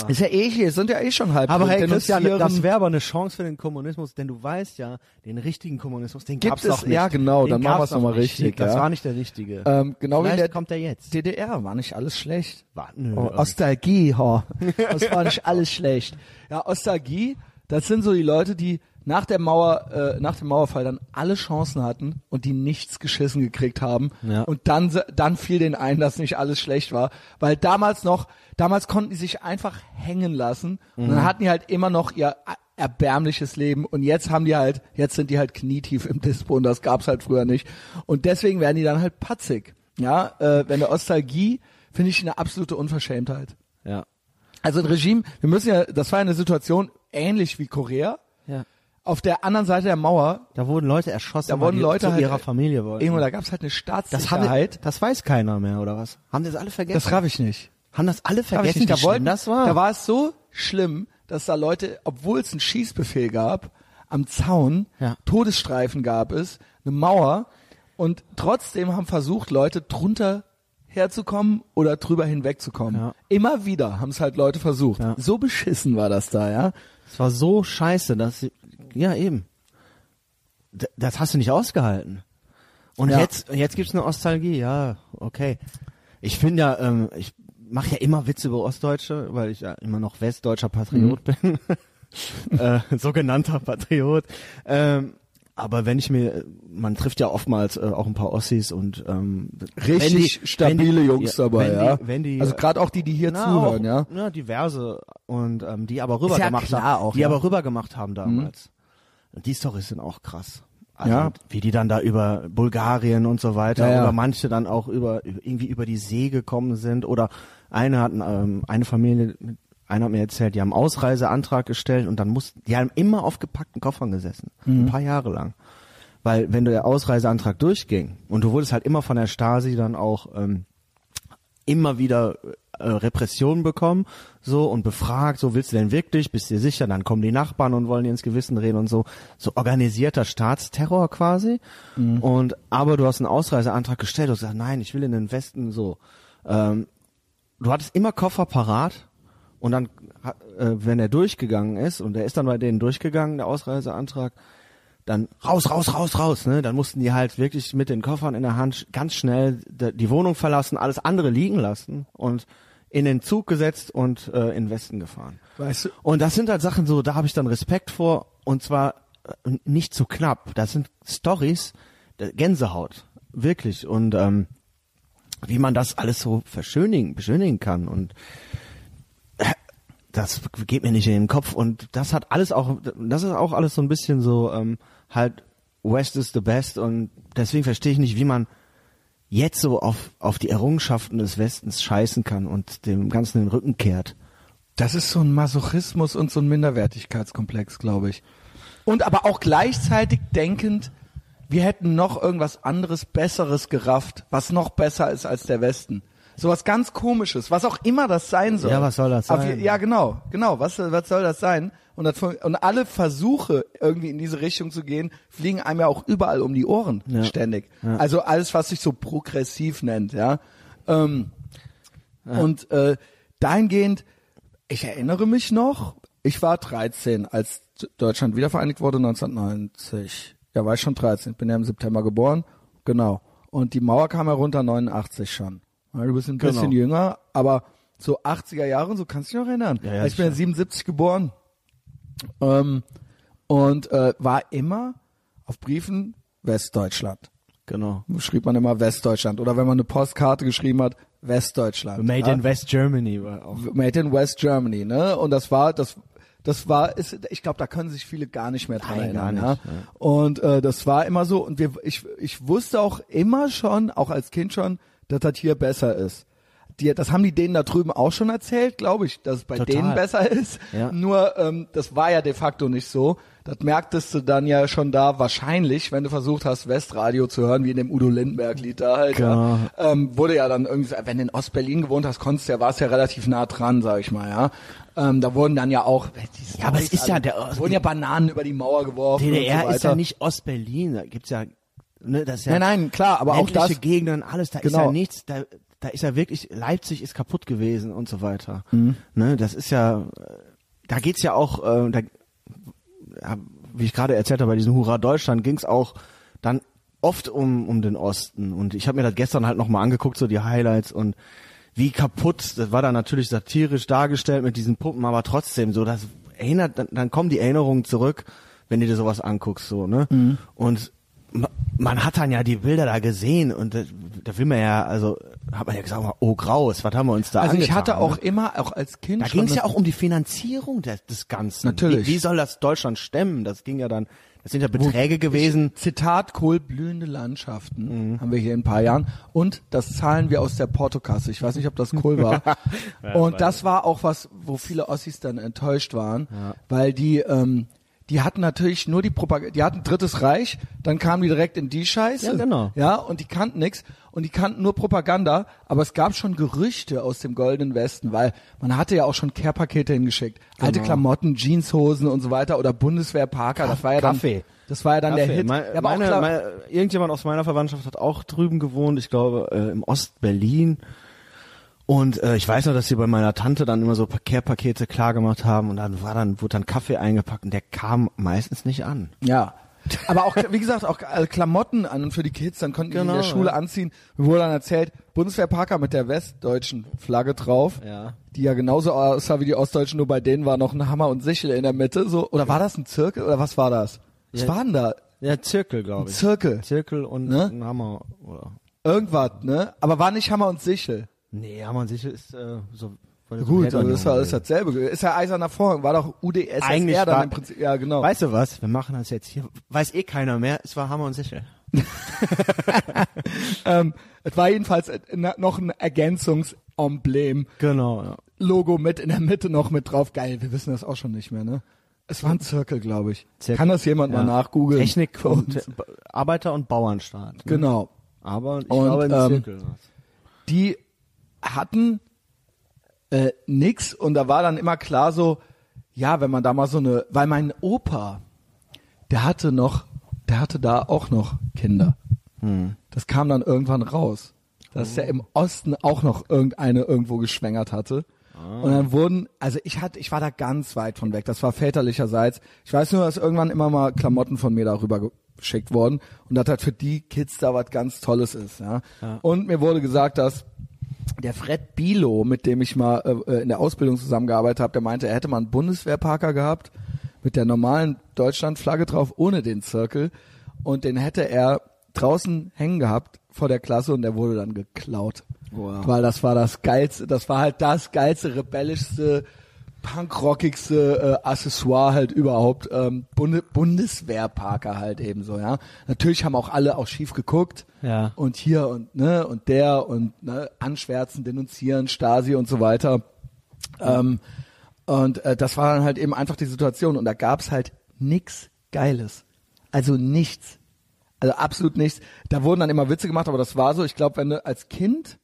S1: Ist ja eh hier, sind ja eh schon halb.
S2: Aber
S1: drin,
S2: hey Christian,
S1: denunzieren.
S2: das wäre aber eine Chance für den Kommunismus, denn du weißt ja, den richtigen Kommunismus, den
S1: Gibt
S2: gab's
S1: es-
S2: noch nicht.
S1: ja, genau,
S2: den
S1: dann machen wir's
S2: gab's
S1: nochmal
S2: noch nicht.
S1: richtig,
S2: Das
S1: ja.
S2: war nicht der richtige.
S1: Ähm, genau wie
S2: Vielleicht
S1: der-
S2: kommt der jetzt.
S1: DDR war nicht alles schlecht.
S2: War- nö,
S1: oh,
S2: also-
S1: Ostalgie, ho. Das war nicht alles schlecht. Ja, Ostalgie, das sind so die Leute, die nach der Mauer, äh, nach dem Mauerfall dann alle Chancen hatten und die nichts geschissen gekriegt haben.
S2: Ja.
S1: Und dann, se- dann fiel denen ein, dass nicht alles schlecht war. Weil damals noch, damals konnten die sich einfach hängen lassen und dann hatten die halt immer noch ihr erbärmliches Leben und jetzt haben die halt, jetzt sind die halt knietief im Dispo und das gab's halt früher nicht. Und deswegen werden die dann halt patzig. Ja, äh, wenn der Ostalgie, finde ich eine absolute Unverschämtheit.
S2: Ja.
S1: Also ein Regime, wir müssen ja, das war ja eine Situation ähnlich wie Korea.
S2: ja.
S1: Auf der anderen Seite der Mauer,
S2: Da wurden Leute erschossen,
S1: da wurden
S2: weil die
S1: Leute
S2: zu
S1: halt,
S2: ihrer Familie wollten.
S1: Irgendwo, da gab's halt eine
S2: das, haben
S1: Staatssicherheit.
S2: das weiß keiner mehr, oder was? Haben die das alle vergessen?
S1: das raff ich nicht.
S2: haben das alle
S1: Hab
S2: vergessen,
S1: ich nicht.
S2: wie
S1: Da,
S2: schlimm
S1: wollten,
S2: das war?
S1: da war es so schlimm, dass da Leute, obwohl es einen Schießbefehl gab, am Zaun
S2: Ja.
S1: Todesstreifen gab es, eine Mauer und trotzdem haben versucht, Leute drunter herzukommen oder drüber hinwegzukommen.
S2: Ja.
S1: Immer wieder haben es halt Leute versucht.
S2: Ja.
S1: So beschissen war das da, ja.
S2: das war so scheiße, dass sie, ja eben. D das hast du nicht ausgehalten. Und
S1: Ja.
S2: jetzt, jetzt gibt's eine Ostalgie, ja, okay. Ich finde ja, ähm, ich mache ja immer Witze über Ostdeutsche, weil ich ja immer noch westdeutscher Patriot
S1: Mhm.
S2: bin. äh, sogenannter Patriot. Ähm, aber wenn ich mir, man trifft ja oftmals äh, auch ein paar Ossis und ähm, wenn
S1: Richtig
S2: die-
S1: stabile
S2: wenn die,
S1: Jungs
S2: ja,
S1: dabei,
S2: wenn
S1: ja.
S2: Die, wenn die,
S1: also gerade auch die, die hier zuhören,
S2: auch,
S1: ja.
S2: Ja, diverse und ähm, die aber rüber
S1: ja
S2: gemacht
S1: klar
S2: haben,
S1: auch,
S2: die
S1: ja. Mhm.
S2: aber rüber gemacht haben damals. Und die Storys sind auch krass. Also,
S1: Ja.
S2: wie die dann da über Bulgarien und so weiter,
S1: Ja, ja.
S2: über manche dann auch über über- irgendwie über die See gekommen sind oder eine hat ähm, eine Familie mit einer hat mir erzählt, die haben Ausreiseantrag gestellt und dann mussten, die haben immer auf gepackten Koffern gesessen.
S1: Mhm.
S2: Ein paar Jahre lang. Weil wenn der Ausreiseantrag durchging und du wurdest halt immer von der Stasi dann auch ähm, immer wieder äh, Repressionen bekommen, so und befragt, so willst du denn wirklich, bist du dir sicher, dann kommen die Nachbarn und wollen dir ins Gewissen reden und so, so organisierter Staatsterror quasi. Und aber du hast einen Ausreiseantrag gestellt und gesagt, nein, ich will in den Westen so. Ähm, du hattest immer Koffer parat und dann, ha- äh, wenn er durchgegangen ist und er ist dann bei denen durchgegangen, der Ausreiseantrag, dann raus, raus, raus, raus, ne? Dann mussten die halt wirklich mit den Koffern in der Hand sch- ganz schnell d- die Wohnung verlassen, alles andere liegen lassen und in den Zug gesetzt und äh, in den Westen gefahren.
S1: Weißt du-
S2: Und das sind halt Sachen so, da habe ich dann Respekt vor und zwar äh, nicht zu knapp. Das sind Stories, d- Gänsehaut, wirklich und ähm, wie man das alles so verschönigen, beschönigen kann und das geht mir nicht in den Kopf und das hat alles auch, das ist auch alles so ein bisschen so ähm, halt West is the best und deswegen verstehe ich nicht, wie man jetzt so auf auf die Errungenschaften des Westens scheißen kann und dem Ganzen den Rücken kehrt.
S1: Das ist so ein Masochismus und so ein Minderwertigkeitskomplex, glaube ich. Und aber auch gleichzeitig denkend, wir hätten noch irgendwas anderes, Besseres gerafft, was noch besser ist als der Westen. Sowas ganz Komisches, was auch immer das sein soll.
S2: Ja, was soll das
S1: Auf
S2: sein?
S1: je- Ja, genau, genau. Was, was soll das sein? Und, das, fun- und alle Versuche, irgendwie in diese Richtung zu gehen, fliegen einem ja auch überall um die Ohren
S2: Ja.
S1: ständig.
S2: Ja.
S1: Also alles, was sich so progressiv nennt, ja. Ähm, und äh, dahingehend, ich erinnere mich noch, ich war 13, als Deutschland wiedervereinigt wurde 1990. Ja, war ich schon 13. Ich bin ja im September geboren. Genau. Und die Mauer kam herunter 89 schon. Ja, Du bist ein bisschen
S2: Genau.
S1: jünger, aber so 80er Jahre, so kannst du dich noch erinnern.
S2: Ja, ja,
S1: ich bin ja
S2: sicher.
S1: 77 geboren. Ähm, und äh, war immer auf Briefen Westdeutschland
S2: Genau.
S1: schrieb man immer Westdeutschland. Oder wenn man eine Postkarte geschrieben hat, Westdeutschland.
S2: Made
S1: ja?
S2: in West Germany war auch.
S1: Made in West Germany, ne? Und das war, das, das war, ist, ich glaube, da können sich viele gar nicht mehr dran
S2: Nein, gar
S1: erinnern.
S2: nicht,
S1: ja? Und äh, das war immer so. Und wir, ich, ich wusste auch immer schon, auch als Kind schon, dass das hier besser ist. die, das haben die denen da drüben auch schon erzählt, glaube ich, dass es bei
S2: Total.
S1: denen besser ist.
S2: Ja.
S1: Nur ähm, das war ja de facto nicht so. Das merktest du dann ja schon da wahrscheinlich, wenn du versucht hast, Westradio zu hören, wie in dem Udo Lindenberg-Lied da halt.
S2: Genau.
S1: Ja. Ähm, wurde ja dann irgendwie, so- wenn du in Ostberlin gewohnt hast, konntest du ja, warst ja relativ nah dran, sag ich mal, ja. Ähm, da wurden dann ja auch, die
S2: Ja, aber es
S1: Storys
S2: ist ja
S1: alle-
S2: der-
S1: wurden ja Bananen über die Mauer geworfen. und so
S2: DDR
S1: weiter.
S2: ist ja nicht Ostberlin, da gibt's ja, ne, das ist ja.
S1: Nein, nein, klar, aber auch
S2: ländliche
S1: das.
S2: Gegenden, alles, da ist
S1: Genau.
S2: ja nichts, da, da ist ja wirklich, Leipzig ist kaputt gewesen und so weiter.
S1: Mhm.
S2: Ne, das ist ja, äh, da geht's ja auch, äh, da, ja, wie ich gerade erzählt habe, bei diesem Hurra Deutschland ging's auch dann oft um, um den Osten. Und ich habe mir das gestern halt nochmal angeguckt, so die Highlights und wie kaputt, das war dann natürlich satirisch dargestellt mit diesen Puppen, aber trotzdem so, das erinnert, dann, dann kommen die Erinnerungen zurück, wenn du dir sowas anguckst, so, ne?
S1: Mhm.
S2: Und ma- man hat dann ja die Bilder da gesehen und da, da will man ja, also, hat man ja gesagt, oh Graus, was haben wir uns da
S1: Also ich
S2: angetan,
S1: hatte
S2: ne?
S1: auch immer, auch als Kind
S2: Da
S1: schon
S2: ging es
S1: das
S2: ja auch um die Finanzierung des, des Ganzen.
S1: Natürlich.
S2: Wie, wie soll das Deutschland stemmen? Das ging ja dann, das sind ja Beträge gewesen.
S1: Zitat Kohl, blühende Landschaften
S2: Mhm.
S1: haben wir hier in ein paar Jahren. Und das zahlen wir aus der Portokasse. Ich weiß nicht, ob das Kohl war. Und das war auch was, wo viele Ossis dann enttäuscht waren, weil die, ähm, die hatten natürlich nur die Propaganda, die hatten Drittes Reich, dann kamen die direkt in die Scheiße.
S2: Ja, genau.
S1: Ja, und die kannten nix und die kannten nur Propaganda, aber es gab schon Gerüchte aus dem Goldenen Westen, weil man hatte ja auch schon Care-Pakete hingeschickt. Alte
S2: Genau.
S1: Klamotten, Jeanshosen und so weiter oder Bundeswehr-Parker, das war ja dann,
S2: Kaffee.
S1: das war ja dann der
S2: Kaffee.
S1: Hit.
S2: Mein-
S1: ja, aber auch
S2: meine,
S1: klar-
S2: meine, irgendjemand aus meiner Verwandtschaft hat auch drüben gewohnt, ich glaube äh, im Ostberlin. Und äh, ich weiß noch, dass sie bei meiner Tante dann immer so Care-Pakete klar gemacht haben und dann war dann wurde dann Kaffee eingepackt und der kam meistens nicht an.
S1: Ja. Aber auch, wie gesagt, auch äh, Klamotten an und für die Kids, dann konnten die in
S2: Genau,
S1: der Schule
S2: ja.
S1: anziehen. Mir wurde dann erzählt, Bundeswehrparker mit der westdeutschen Flagge drauf,
S2: Ja.
S1: die ja genauso aussah wie die Ostdeutschen, nur bei denen war noch ein Hammer und Sichel in der Mitte. So, oder war das ein Zirkel oder was war das? Was
S2: Ja.
S1: war denn da?
S2: Ja, Zirkel, glaube ich.
S1: Zirkel.
S2: Zirkel und
S1: Ne?
S2: ein Hammer oder.
S1: Irgendwas, ne? Aber war nicht Hammer und Sichel.
S2: Nee, Hammer sicher ist äh, so war die
S1: Gut, also
S2: Sowjetunion
S1: das war alles
S2: gewesen.
S1: dasselbe. gewesen. Ist ja eiserner Vorhang, war doch UdSSR
S2: Eigentlich
S1: dann
S2: war-
S1: im Prinzip. Ja, genau.
S2: Weißt du was? Wir machen das jetzt hier. Weiß eh keiner mehr. Es war Hammer und Sichel.
S1: ähm, es war jedenfalls äh, na- noch ein Ergänzungsemblem.
S2: Genau, ja.
S1: Logo mit in der Mitte noch mit drauf. Geil, wir wissen das auch schon nicht mehr, ne? Es war ein Zirkel, glaube ich.
S2: Zirkel.
S1: Kann das jemand mal nachgoogeln?
S2: Technik
S1: Für
S2: und
S1: uns.
S2: Te- Ba- Arbeiter- und Bauernstaat. Ne?
S1: Genau.
S2: Aber ich
S1: Und,
S2: glaube im
S1: ähm,
S2: Zirkel. war's.
S1: Die hatten äh, nix und da war dann immer klar so, ja, wenn man da mal so eine, weil mein Opa, der hatte noch, der hatte da auch noch Kinder. Das kam dann irgendwann raus, dass der im Osten auch noch irgendeine irgendwo geschwängert hatte. Und dann wurden, also ich hatte, ich war da ganz weit von weg. Das war väterlicherseits. Ich weiß nur, dass irgendwann immer mal Klamotten von mir darüber geschickt wurden und dass das für die Kids da was ganz Tolles ist. Ja? Und mir wurde gesagt, dass der Fred Bilo, mit dem ich mal äh, in der Ausbildung zusammengearbeitet habe, der meinte, er hätte mal einen Bundeswehrparker gehabt mit der normalen Deutschlandflagge drauf, ohne den Zirkel. Und den hätte er draußen hängen gehabt vor der Klasse und der wurde dann geklaut.
S2: Wow.
S1: Weil das war das geilste, das war halt das geilste, rebellischste, punkrockigste äh, Accessoire halt überhaupt. Ähm, Bunde Bundeswehrparker halt eben so, ja. Natürlich haben auch alle auch schief geguckt
S2: Ja.
S1: und hier und ne und der und ne, anschwärzen, denunzieren, Stasi und so weiter. Ähm, und äh, das war dann halt eben einfach die Situation und da gab's halt nix Geiles. Also nichts. Also absolut nichts. Da wurden dann immer Witze gemacht, aber das war so, ich glaube, wenn du als Kind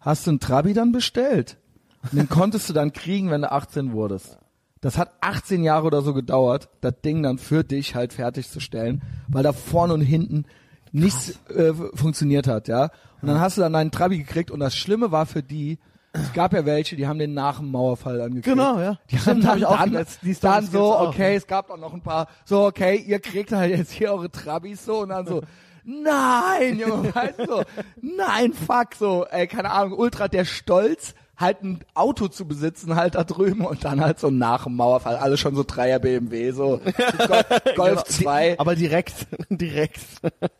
S1: hast du einen Trabi dann bestellt. Und den konntest du dann kriegen, wenn du 18 wurdest. Das hat 18 Jahre oder so gedauert, das Ding dann für dich halt fertigzustellen, weil da vorne und hinten nichts äh, funktioniert hat, ja. Und dann hast du dann deinen Trabi gekriegt und das Schlimme war für die, es gab ja welche, die haben den nach dem Mauerfall angekriegt.
S2: Genau, ja.
S1: Die haben
S2: Stimmt, hab
S1: dann,
S2: ich auch
S1: dann,
S2: gelesen. Die Storys
S1: dann so,
S2: gibt's auch,
S1: okay, es gab auch noch ein paar, so, okay, ihr kriegt halt jetzt hier eure Trabis so und dann so, nein, Junge, weißt du, so, nein, fuck, so, ey, keine Ahnung, Ultra der Stolz, halt ein Auto zu besitzen, halt da drüben und dann halt so nach dem Mauerfall, alle schon so Dreier BMW, so, Gol Golf 2.
S2: Aber direkt, direkt.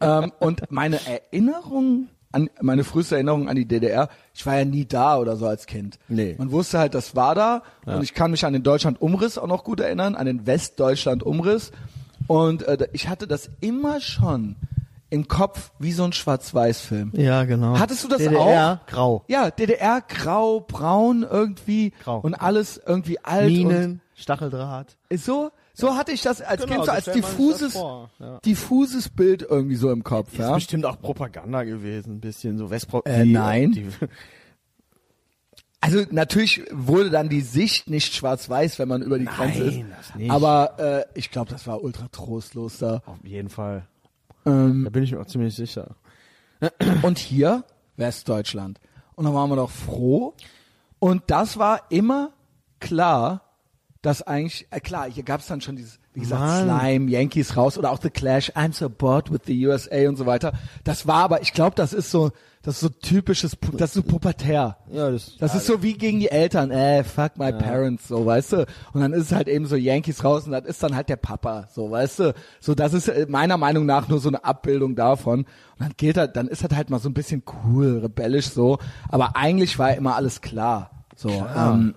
S1: ähm, und meine Erinnerung an meine früheste Erinnerung an die DDR, ich war ja nie da oder so als Kind.
S2: Nee.
S1: Man wusste halt, das war da und ich kann mich an den Deutschland Umriss auch noch gut erinnern, an den Westdeutschland Umriss und äh, ich hatte das immer schon im Kopf wie so ein Schwarz-Weiß-Film.
S3: Ja, genau.
S1: Hattest du das
S3: DDR, grau.
S1: Ja, DDR, grau, braun irgendwie
S3: Grau.
S1: und alles irgendwie alt und
S3: Minen, Stacheldraht.
S1: Ist so, so hatte ich das als
S3: Genau,
S1: Kind so
S3: so
S1: als
S3: stellt man sich das
S1: diffuses,
S3: vor, ja.
S1: diffuses Bild irgendwie so im Kopf.
S3: Ist
S1: Ja?
S3: bestimmt auch Propaganda gewesen, ein bisschen so Westpro.
S1: Äh,
S3: die-
S1: nein.
S3: Die,
S1: Also natürlich wurde dann die Sicht nicht schwarz-weiß, wenn man über die Grenze ist.
S3: das nicht.
S1: Aber äh, ich glaube, das war ultra trostlos da.
S3: auf jeden Fall.
S1: Ähm,
S3: Da bin ich mir auch ziemlich sicher.
S1: und hier Westdeutschland. Und dann waren wir doch froh. Und das war immer klar, dass eigentlich, äh, klar, hier gab es dann schon dieses, wie gesagt,
S3: Mann.
S1: Slime, Yankees raus oder auch The Clash, I'm so bored with the USA und so weiter. Das war aber, ich glaube, das ist so, das ist so typisches, Pu- das ist so pubertär.
S3: Ja, das-
S1: das ist so wie gegen die Eltern, äh, fuck my parents, so, weißt du. Und dann ist es halt eben so Yankees raus und das ist dann halt der Papa, so, weißt du. So, das ist äh, meiner Meinung nach nur so eine Abbildung davon. Und dann gilt halt, dann ist das halt mal so ein bisschen cool, rebellisch so. Aber eigentlich war immer alles klar, so, ähm,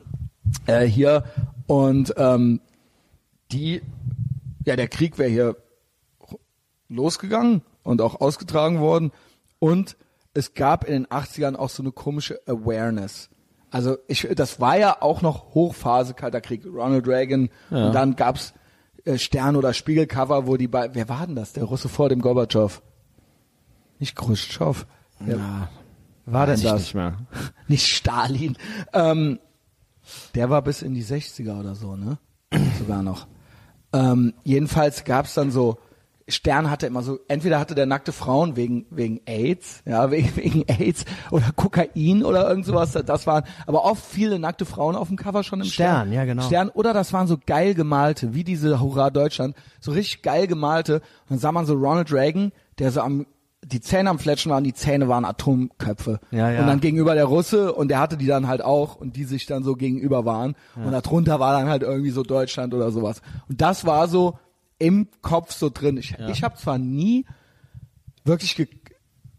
S1: äh, hier. Und, ähm, die, ja, der Krieg wäre hier losgegangen und auch ausgetragen worden. Und es gab in den 80ern auch so eine komische Awareness. Also ich, das war ja auch noch Hochphase Kalter Krieg. Ronald Reagan und dann gab's äh, Stern- oder Spiegelcover, wo die bei, wer war denn das? Der Russe vor dem Gorbatschow. Nicht Khrushchev. Wer war denn
S3: Weiß ich
S1: das?
S3: nicht mehr.
S1: nicht Stalin. Ähm, der war bis in die 60er oder so, ne? Sogar noch. Ähm, jedenfalls gab's dann so, Stern hatte immer so, entweder hatte der nackte Frauen wegen, wegen AIDS, ja, wegen, wegen AIDS oder Kokain oder irgend sowas, das waren, aber oft viele nackte Frauen auf dem Cover schon im Stern.
S3: Stern, ja, genau.
S1: Stern oder das waren so geil gemalte, wie diese Hurra Deutschland, so richtig geil gemalte. Und dann sah man so Ronald Reagan, der so am, die Zähne am Fletschen waren, die Zähne waren Atomköpfe.
S3: Ja, ja.
S1: Und dann gegenüber der Russe und der hatte die dann halt auch und die sich dann so gegenüber waren. Und darunter war dann halt irgendwie so Deutschland oder sowas. Und das war so im Kopf so drin. Ich, ich habe zwar nie wirklich ge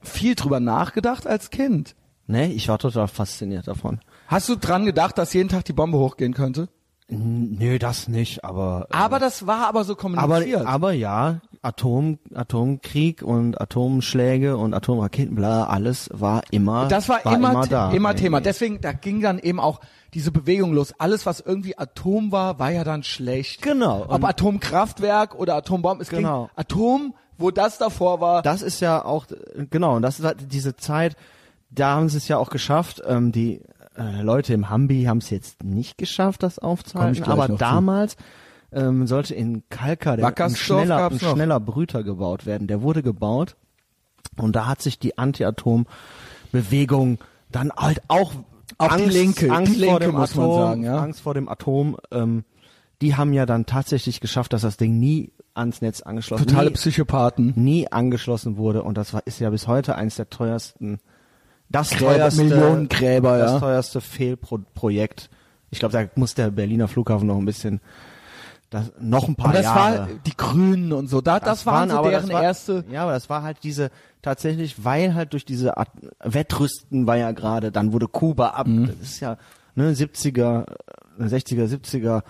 S1: viel drüber nachgedacht als Kind.
S2: Nee, ich war total fasziniert davon.
S1: Hast du dran gedacht, dass jeden Tag die Bombe hochgehen könnte?
S2: Nö, das nicht, aber.
S1: Aber das war aber so
S2: Aber,
S1: kommuniziert.
S2: aber ja, Atom, Atomkrieg und Atomschläge und Atomraketen, bla, alles war immer,
S1: das war, immer,
S2: immer
S1: The-
S2: da.
S1: immer
S2: Nee,
S1: Thema.
S2: nee.
S1: Deswegen, da ging dann eben auch diese Bewegung los. Alles, was irgendwie Atom war, war ja dann schlecht.
S2: Genau.
S1: Ob
S2: Und-
S1: Atomkraftwerk oder Atombomben, es
S2: Genau.
S1: ging Atom, wo das davor war.
S2: das ist ja auch, äh, genau, und das ist halt diese Zeit, da haben sie es ja auch geschafft, ähm, die äh, Leute im Hambi haben es jetzt nicht geschafft, das
S1: Komm ich
S2: aufzuhalten,
S1: gleich
S2: aber
S1: noch zu.
S2: damals ähm, sollte in Kalka der ein
S1: Wackersdorf
S2: schneller, ein
S1: gab's noch.
S2: schneller Brüter gebaut werden. Der wurde gebaut und da hat sich die Anti-Atom-Bewegung dann halt auch
S1: Auch die
S2: Angst,
S1: Linke, die
S2: Angst vor
S1: Linke
S2: dem
S1: muss man
S2: Atom,
S1: sagen, ja.
S2: Angst vor dem Atom, ähm, die haben ja dann tatsächlich geschafft, dass das Ding nie ans Netz angeschlossen,
S1: Totale
S2: nie,
S1: Psychopathen.
S2: nie angeschlossen wurde und das war, ist ja bis heute eines der teuersten, das
S1: Gräber,
S2: teuerste,
S1: Millionengräber,
S2: das
S1: ja.
S2: teuerste Fehlprojekt. Ich glaube, da muss der Berliner Flughafen noch ein bisschen, das, noch ein paar
S1: Aber das
S2: Jahre.
S1: war die Grünen und so. Da, das, waren so
S2: aber
S1: deren
S2: das war,
S1: erste.
S2: Ja, aber das war halt diese tatsächlich, weil halt durch diese Art, Wettrüsten war ja gerade, dann wurde Kuba ab,
S1: Mhm.
S2: das ist ja ne 70er, äh, 60er, 70er.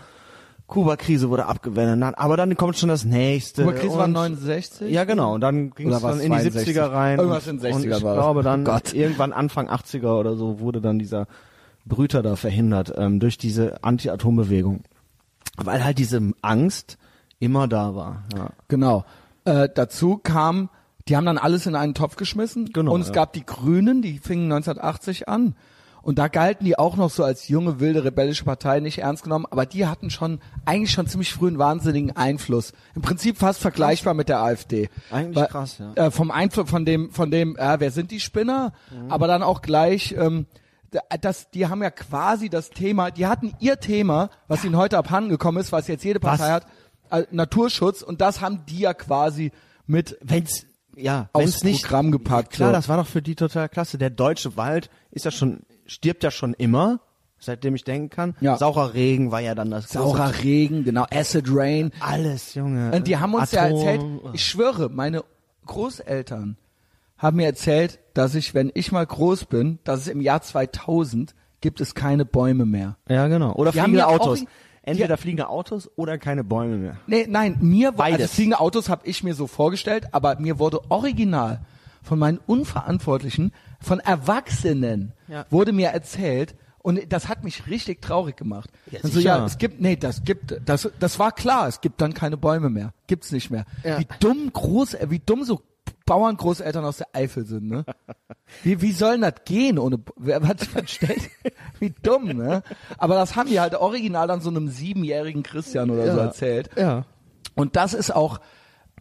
S2: Kuba-Krise wurde abgewendet, dann- aber dann kommt schon das nächste.
S1: Kuba-Krise war
S2: und-
S1: 69?
S2: Ja, genau. Und dann ging
S1: Oder
S2: es
S1: war's
S2: dann in die
S1: 62?
S2: 70er rein.
S1: Irgendwas
S2: und-
S1: in 60er
S2: Und ich
S1: war das.
S2: glaube dann
S1: Oh Gott.
S2: irgendwann Anfang 80er oder so wurde dann dieser Brüter da verhindert ähm, durch diese Anti-Atom-Bewegung. Weil halt diese Angst immer da war. Ja.
S1: Genau. Äh, dazu kam, die haben dann alles in einen Topf geschmissen.
S2: Genau,
S1: Und es
S2: ja.
S1: gab die Grünen, die fingen 1980 an. Und da galten die auch noch so als junge, wilde, rebellische Partei nicht ernst genommen, aber die hatten schon, eigentlich schon ziemlich früh einen wahnsinnigen Einfluss. Im Prinzip fast vergleichbar mit der AfD.
S2: Eigentlich
S1: Weil-
S2: krass, ja.
S1: äh, vom Einfluss von dem von dem äh, wer sind die Spinner
S2: Mhm.
S1: aber dann auch gleich ähm, da- das die haben ja quasi das Thema die hatten ihr Thema was ihnen heute abhanden gekommen ist was jetzt jede Partei
S2: Was?
S1: hat äh, Naturschutz und das haben die ja quasi mit
S2: wenn's ja,
S1: Aufs
S2: wenn's nicht
S1: Programm gepackt,
S2: Klar,
S1: so.
S2: das war doch für die total klasse. Der deutsche Wald ist ja schon stirbt ja schon immer, seitdem ich denken kann.
S1: Ja.
S2: Saurer Regen war ja dann das große-
S1: saurer Regen genau Acid Rain
S2: alles, Junge.
S1: Und die haben uns ja
S2: Atom.
S1: erzählt, ich schwöre, meine Großeltern haben mir erzählt, dass ich, wenn ich mal groß bin, dass es im Jahr 2000 gibt es keine Bäume mehr.
S2: Ja, genau. Oder
S1: Die haben
S2: fliegende
S1: ja auch-
S2: Autos. Entweder fliegende Autos oder keine Bäume mehr.
S1: Nee, nein, mir wurde, also
S2: Beides.
S1: fliegende Autos habe ich mir so vorgestellt, aber mir wurde original von meinen Unverantwortlichen, von Erwachsenen,
S2: Ja.
S1: wurde mir erzählt, und das hat mich richtig traurig gemacht.
S2: Ja,
S1: und so,
S2: sicher.
S1: ja, es gibt, nee, das gibt, das, das war klar, es gibt dann keine Bäume mehr. Gibt's nicht mehr.
S2: Ja.
S1: Wie dumm groß, wie dumm so Bauerngroßeltern aus der Eifel sind, ne? Wie, wie soll das gehen ohne, B- wer, was, was stellt, wie dumm, ne? Aber das haben die halt original an so einem siebenjährigen Christian oder so
S3: Ja.
S1: erzählt.
S3: Ja.
S1: Und das ist auch,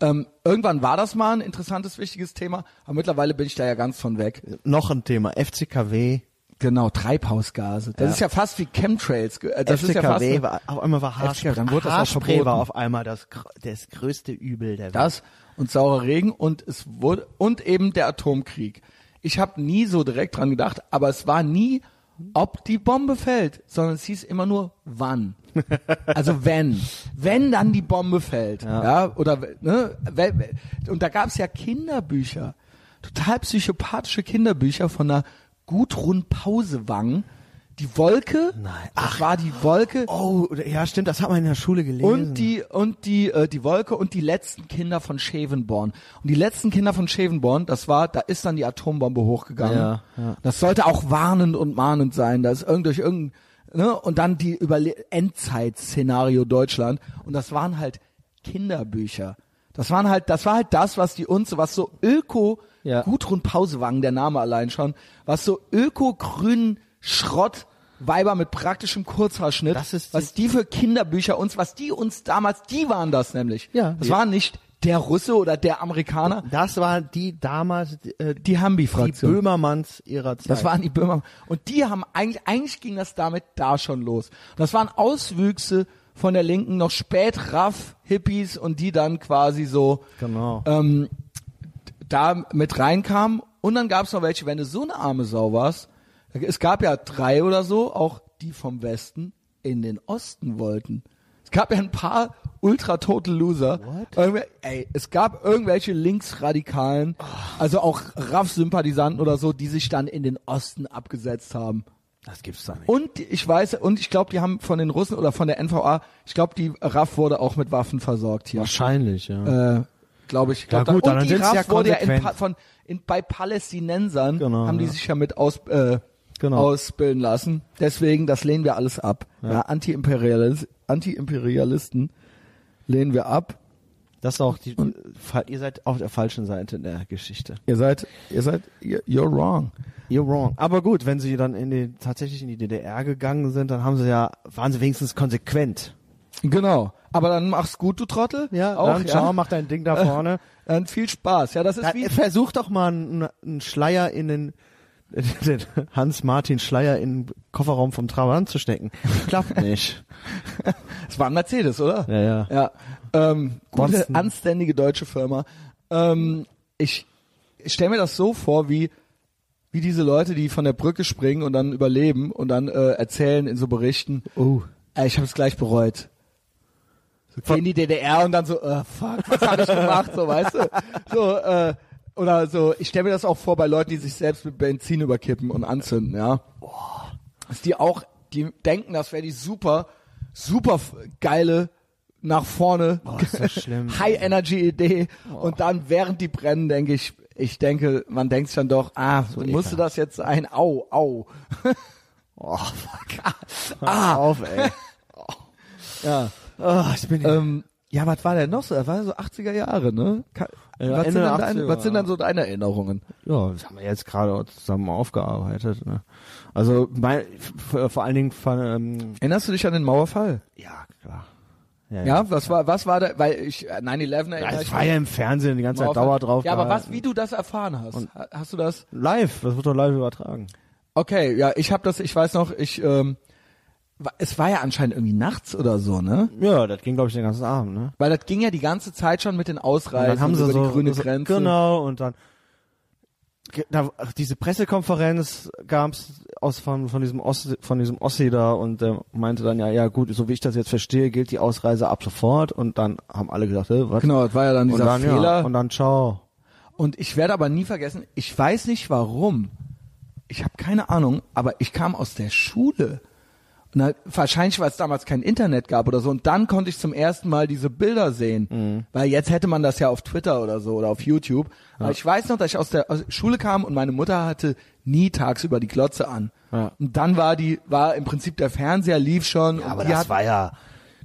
S1: ähm, irgendwann war das mal ein interessantes, wichtiges Thema, aber mittlerweile bin ich da ja ganz von weg.
S3: Noch ein Thema, FCKW.
S1: Genau, Treibhausgase. Das ist ja fast wie Chemtrails. ge- äh, Das ist ja fast,
S3: FCKW war, auf einmal war Haarspray,
S1: FCKW, dann wurde das auch
S3: Haarspray war
S1: verboten.
S3: auf einmal das, gr- das größte Übel der Welt.
S1: das und saurer Regen und es wurde, und eben der Atomkrieg. Ich habe nie so direkt dran gedacht, aber es war nie, ob die Bombe fällt, sondern es hieß immer nur, wann. Also wenn. Wenn dann die Bombe fällt. Ja. oder, ne, wel- wel- und da gab es ja Kinderbücher. Total psychopathische Kinderbücher von einer Gudrun Pausewang. Die Wolke,
S2: Nein.
S1: das war die Wolke
S2: Oh, oder- ja, stimmt, das hat man in der Schule gelesen.
S1: und die und die äh, die Wolke und die letzten Kinder von Schevenborn. Und die letzten Kinder von Schevenborn, das war, da ist dann die Atombombe hochgegangen.
S2: Ja, ja.
S1: Das sollte auch warnend und mahnend sein. Da ist irgend durch irgendein ne? und dann die Überle Endzeitszenario Deutschland und das waren halt Kinderbücher. Das waren halt das war halt das, was die uns was so öko
S2: Ja.
S1: Gudrun Pausewagen, der Name allein schon, was so öko grün Schrott Weiber mit praktischem Kurzhaarschnitt
S2: Das ist die-
S1: was die für Kinderbücher uns, was die uns damals, die waren das nämlich.
S2: Ja.
S1: Das
S2: Ja.
S1: war nicht der Russe oder der Amerikaner,
S3: Das war die damals, äh, die,
S1: die
S3: die
S1: Hambi-Fraktion.
S3: Böhmermanns ihrer Zeit.
S1: Das waren die Böhmer. Und die haben eigentlich, eigentlich ging das damit da schon los. Das waren Auswüchse von der Linken, noch spät raff Hippies und die dann quasi so
S3: Genau.
S1: ähm, da mit reinkamen. Und dann gab es noch welche, wenn du so eine arme Sau warst. Es gab ja drei oder so, auch die vom Westen in den Osten wollten. Es gab ja ein paar ultra total Loser. Irgendwel- Ey, es gab irgendwelche Linksradikalen,
S2: Oh.
S1: also auch RAF-Sympathisanten oder so, die sich dann in den Osten abgesetzt haben.
S2: das gibt's da nicht.
S1: Und ich weiß, und ich glaube, die haben von den Russen oder von der NVA, ich glaube, die RAF wurde auch mit Waffen versorgt hier
S3: Wahrscheinlich, ja.
S1: äh, glaube ich. Glaub,
S3: gut,
S1: da,
S3: dann
S1: und die
S3: sind's
S1: RAF
S3: ja
S1: wurde ja in,
S3: konsequent.
S1: Pa- von, in, bei Palästinensern
S3: Genau,
S1: haben die
S3: ja.
S1: sich ja mit aus, äh,
S3: Genau.
S1: ausbilden lassen. Deswegen, das lehnen wir alles ab. Ja. Anti-Imperialis- Anti-Imperialisten lehnen wir ab.
S2: Das ist auch die, fa- ihr seid auf der falschen Seite in der Geschichte.
S1: Ihr seid, ihr seid, you're you're wrong.
S2: You're wrong. Aber gut, wenn sie dann in die, tatsächlich in die DDR gegangen sind, dann haben sie ja, waren sie wenigstens konsequent.
S1: Genau. Aber dann mach's gut, du Trottel. auch,
S2: dann schau,
S1: ja.
S2: mach dein Ding da vorne.
S1: Dann viel Spaß. Ja, das ist
S2: Dann,
S1: wie,
S2: äh, versuch doch mal einen, einen Schleier in den, den Hans-Martin Schleier in den Kofferraum vom Trabant zu stecken. Klappt nicht.
S1: es war ein Mercedes, oder?
S2: ja, ja.
S1: Ja, ähm, gute,
S2: Ansonsten-
S1: anständige deutsche Firma. Ähm, ich ich stelle mir das so vor, wie wie diese Leute, die von der Brücke springen und dann überleben und dann äh, erzählen in so Berichten,
S2: Oh.
S1: äh, ich habe es gleich bereut. So, geh in die DDR und dann so, äh, fuck, was habe ich gemacht, so, weißt du? So, äh, oder so, ich stelle mir das auch vor bei Leuten, die sich selbst mit Benzin überkippen und anzünden, ja. Dass die auch, die denken, das wäre die super, super f- geile, nach vorne,
S2: ist das schlimm.
S1: High-Energy-Idee. Und dann, während die brennen, denke ich, ich denke, man denkt sich dann doch, ah, musste das jetzt sein? Au, au.
S2: Oh, fuck. Ah. Auf, ey.
S1: Ja.
S2: Oh, ich bin
S1: Ähm, ja, was war denn noch so? Das war so 80er Jahre, ne? Ka-
S2: Ja,
S1: was, sind
S2: Ende
S1: denn
S2: 80er,
S1: deine, was sind
S2: ja.
S1: denn so deine Erinnerungen?
S2: Ja, das haben wir jetzt gerade auch zusammen aufgearbeitet. Ne? Also mein, vor vor allen Dingen von, ähm,
S1: Erinnerst du dich an den Mauerfall?
S2: ja klar.
S1: Ja, was war, was war da, weil ich, äh, 9-11 erinnere
S2: Ja,
S1: ich
S2: Es
S1: mich
S2: war ja im Fernsehen die ganze Zeit
S1: Mauerfall.
S2: Dauer drauf.
S1: Ja, aber was,
S2: gehalten.
S1: wie du das erfahren hast? Ha- hast du das?
S2: Live, das wird doch live übertragen.
S1: Okay, ja, ich habe das, ich weiß noch, ich, ähm, wa- es war ja anscheinend irgendwie nachts oder so, ne?
S2: Ja, das ging glaube ich den ganzen Abend, ne?
S1: Weil das ging ja die ganze Zeit schon mit den
S2: Und
S1: Ausreisen
S2: dann haben sie
S1: über
S2: so
S1: die grüne
S2: so,
S1: Grenze.
S2: Genau und dann ge- da, ach, diese Pressekonferenz gab's aus von von diesem Ossi, von diesem Ossi da und der meinte dann ja ja gut, so wie ich das jetzt verstehe, gilt die Ausreise ab sofort und dann haben alle gesagt, äh, was?
S1: Genau, das war ja dann
S2: und
S1: dieser
S2: dann
S1: Fehler.
S2: ja, und dann ciao.
S1: Und ich werde aber nie vergessen, ich weiß nicht warum. Ich habe keine Ahnung, aber ich kam aus der Schule Na, wahrscheinlich, weil es damals kein Internet gab oder so. Und dann konnte ich zum ersten Mal diese Bilder sehen.
S2: Mhm.
S1: Weil jetzt hätte man das ja auf Twitter oder so oder auf YouTube. Aber ich weiß noch, dass ich aus der aus der Schule kam und meine Mutter hatte nie tagsüber die Glotze an.
S2: Ja.
S1: Und dann war die, war im Prinzip der Fernseher lief schon. und
S2: Aber
S1: die
S2: das
S1: hat,
S2: war ja,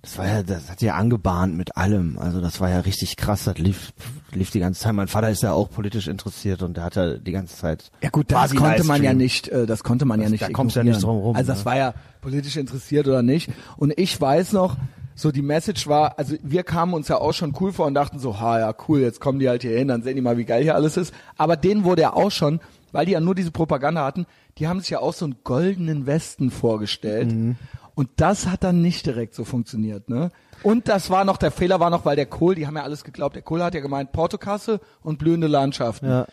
S2: das war ja, das hat ja angebahnt mit allem. Also das war ja richtig krass. Das lief, lief die ganze Zeit. Mein Vater ist ja auch politisch interessiert und der hat ja die ganze Zeit.
S1: ja gut, das
S2: quasi
S1: konnte man
S2: Livestream.
S1: ja nicht, äh, das konnte man ja nicht.
S2: da kommst du ja
S1: ignorieren.
S2: nicht drum rum,
S1: Also das
S2: ne?
S1: war ja politisch interessiert oder nicht. Und ich weiß noch, so die Message war, also wir kamen uns ja auch schon cool vor und dachten so, ha ja cool, jetzt kommen die halt hier hin, dann sehen die mal, wie geil hier alles ist. Aber denen wurde ja auch schon, weil die ja nur diese Propaganda hatten, die haben sich ja auch so einen goldenen Westen vorgestellt.
S2: Mhm.
S1: Und das hat dann nicht direkt so funktioniert, ne? Und das war noch, der Fehler war noch, weil der Kohl, die haben ja alles geglaubt, der Kohl hat ja gemeint, Portokasse und blühende Landschaften.
S2: Ja.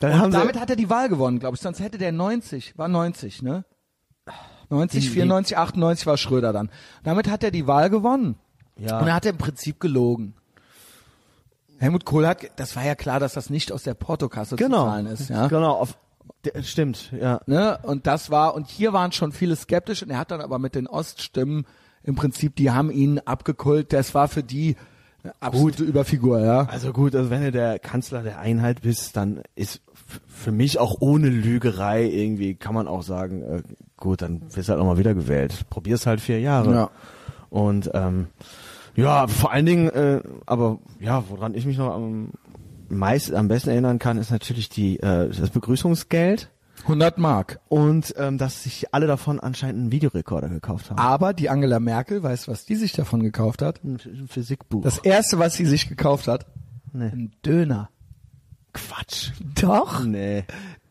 S2: Dann
S1: Und
S2: haben sie,
S1: damit hat er die Wahl gewonnen, glaube ich. Sonst hätte der 90, war 90, ne? 90, 94, 98 war Schröder dann. Damit hat er die Wahl gewonnen.
S2: Ja.
S1: Und er hat im Prinzip gelogen. Helmut Kohl hat, ge- das war ja klar, dass das nicht aus der Portokasse zu
S2: genau,
S1: zahlen ist, ja.
S2: genau, auf, der- stimmt, ja.
S1: Ne? Und das war, und hier waren schon viele skeptisch und er hat dann aber mit den Oststimmen im Prinzip, die haben ihn abgekult. Das war für die eine absolute Überfigur, ja.
S2: Also gut, also wenn du der Kanzler der Einheit bist, dann ist f- für mich auch ohne Lügerei irgendwie, kann man auch sagen, äh, gut, dann wirst du halt auch mal wieder gewählt. Probier's halt vier Jahre.
S1: Ja.
S2: Und ähm, ja, vor allen Dingen, äh, aber ja, woran ich mich noch am meist am besten erinnern kann, ist natürlich die äh, das Begrüßungsgeld
S1: 100 Mark.
S2: und ähm, dass sich alle davon anscheinend einen Videorekorder gekauft haben.
S1: Aber die Angela Merkel, weißt du, was die sich davon gekauft hat?
S2: Ein, ein Physikbuch.
S1: Das erste, was sie sich gekauft hat,
S2: Nee.
S1: ein Döner.
S2: Quatsch.
S1: Doch,
S2: Nee.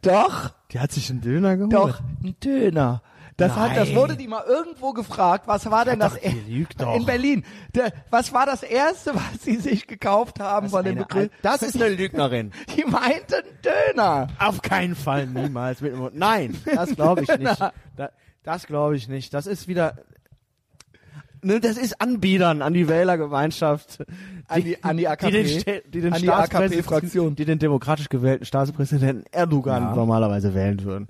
S1: doch,
S2: Die hat sich einen Döner geholt.
S1: doch, ein Döner. Das hat, das
S2: Nein.
S1: wurde die mal irgendwo gefragt. Was war denn das?
S2: doch, die lügt doch.
S1: In Berlin. Der, was war das erste, was sie sich gekauft haben von dem
S2: Eine
S1: Begriff?
S2: Al- das ist eine Lügnerin.
S1: Die meinten Döner.
S2: Auf keinen Fall, niemals mit dem Mund. Nein, das glaube ich nicht. Da, das glaube ich nicht. Das ist wieder. Ne, das ist Anbiedern an die Wählergemeinschaft.
S1: An die- an die AKP.
S2: Die den, Ste- die den
S1: An die
S2: Staatspräsidenten-
S1: AKP-Fraktion.
S2: Die den demokratisch gewählten Staatspräsidenten Erdogan
S1: Ja.
S2: normalerweise wählen würden.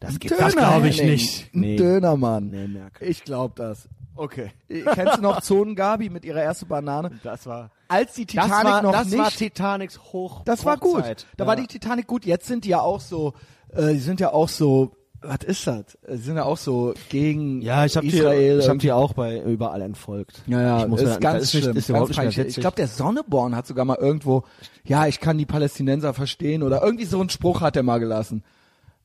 S2: Das, gibt-
S1: Döner,
S2: das glaube ich
S1: Henning.
S2: nicht.
S1: Ein Döner, Mann.
S2: Nee, Merkel.
S1: Ich glaube das.
S2: Okay.
S1: Kennst du noch Zonen Gabi mit ihrer ersten Banane?
S2: Das war.
S1: Als die Titanic
S2: das war,
S1: noch
S2: das
S1: nicht
S2: war Titanics Hoch.
S1: Das war gut.
S2: Hochzeit.
S1: Da
S2: ja.
S1: war die Titanic gut. Jetzt sind die ja auch so, äh, die sind ja auch so, was ist das? Äh, Die sind ja auch so gegen
S2: Ja, ich habe die,
S1: Israel.
S2: ich hab die auch bei überall entfolgt.
S1: ja, ja,
S2: ich muss
S1: ist
S2: mir-
S1: ganz
S2: das ist
S1: schlimm.
S2: Nicht, ist
S1: ganz
S2: überhaupt
S1: peinlich.
S2: nicht mehr
S1: ich glaube, der Sonneborn hat sogar mal irgendwo, ja, ich kann die Palästinenser verstehen oder irgendwie so einen Spruch hat er mal gelassen.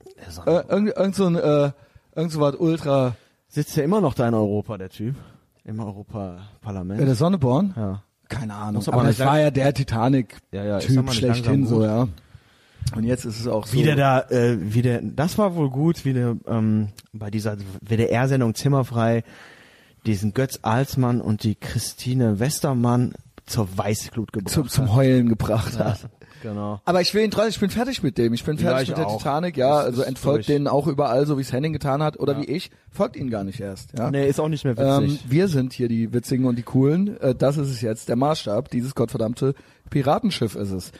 S1: Äh,
S2: der
S1: irgend, irgend so ein, äh, irgend so was ultra.
S2: sitzt ja immer noch da in Europa, der Typ. Im Europaparlament.
S1: Äh, der Sonneborn?
S2: ja.
S1: Keine Ahnung.
S2: aber
S1: Aber
S2: nicht
S1: das war
S2: lang-
S1: ja der Titanic-Typ
S2: Ja, ja, ist doch mal nicht
S1: schlechthin
S2: langsam
S1: so,
S2: gut.
S1: ja. Und jetzt ist es auch so.
S2: Wie der da, äh, wie der, das war wohl gut, wie der ähm, bei dieser WDR-Sendung Zimmerfrei diesen Götz Alsmann und die Christine Westermann zur Weißglut gebracht
S1: zum, zum
S2: hat.
S1: Heulen gebracht hat.
S2: Genau.
S1: Aber ich will ihn trotzdem, ich bin fertig mit dem. Ich bin
S2: Ja,
S1: fertig
S2: ich
S1: mit der
S2: auch.
S1: Titanic, ja.
S2: Das
S1: also
S2: ist
S1: entfolgt
S2: durch.
S1: denen auch überall, so wie es Henning getan hat oder wie ich. Folgt ihnen gar nicht erst, ja.
S2: Nee, ist auch nicht mehr
S1: ähm,
S2: witzig.
S1: wir sind hier die Witzigen und die Coolen. Äh, das ist es jetzt, der Maßstab. Dieses gottverdammte Piratenschiff ist es.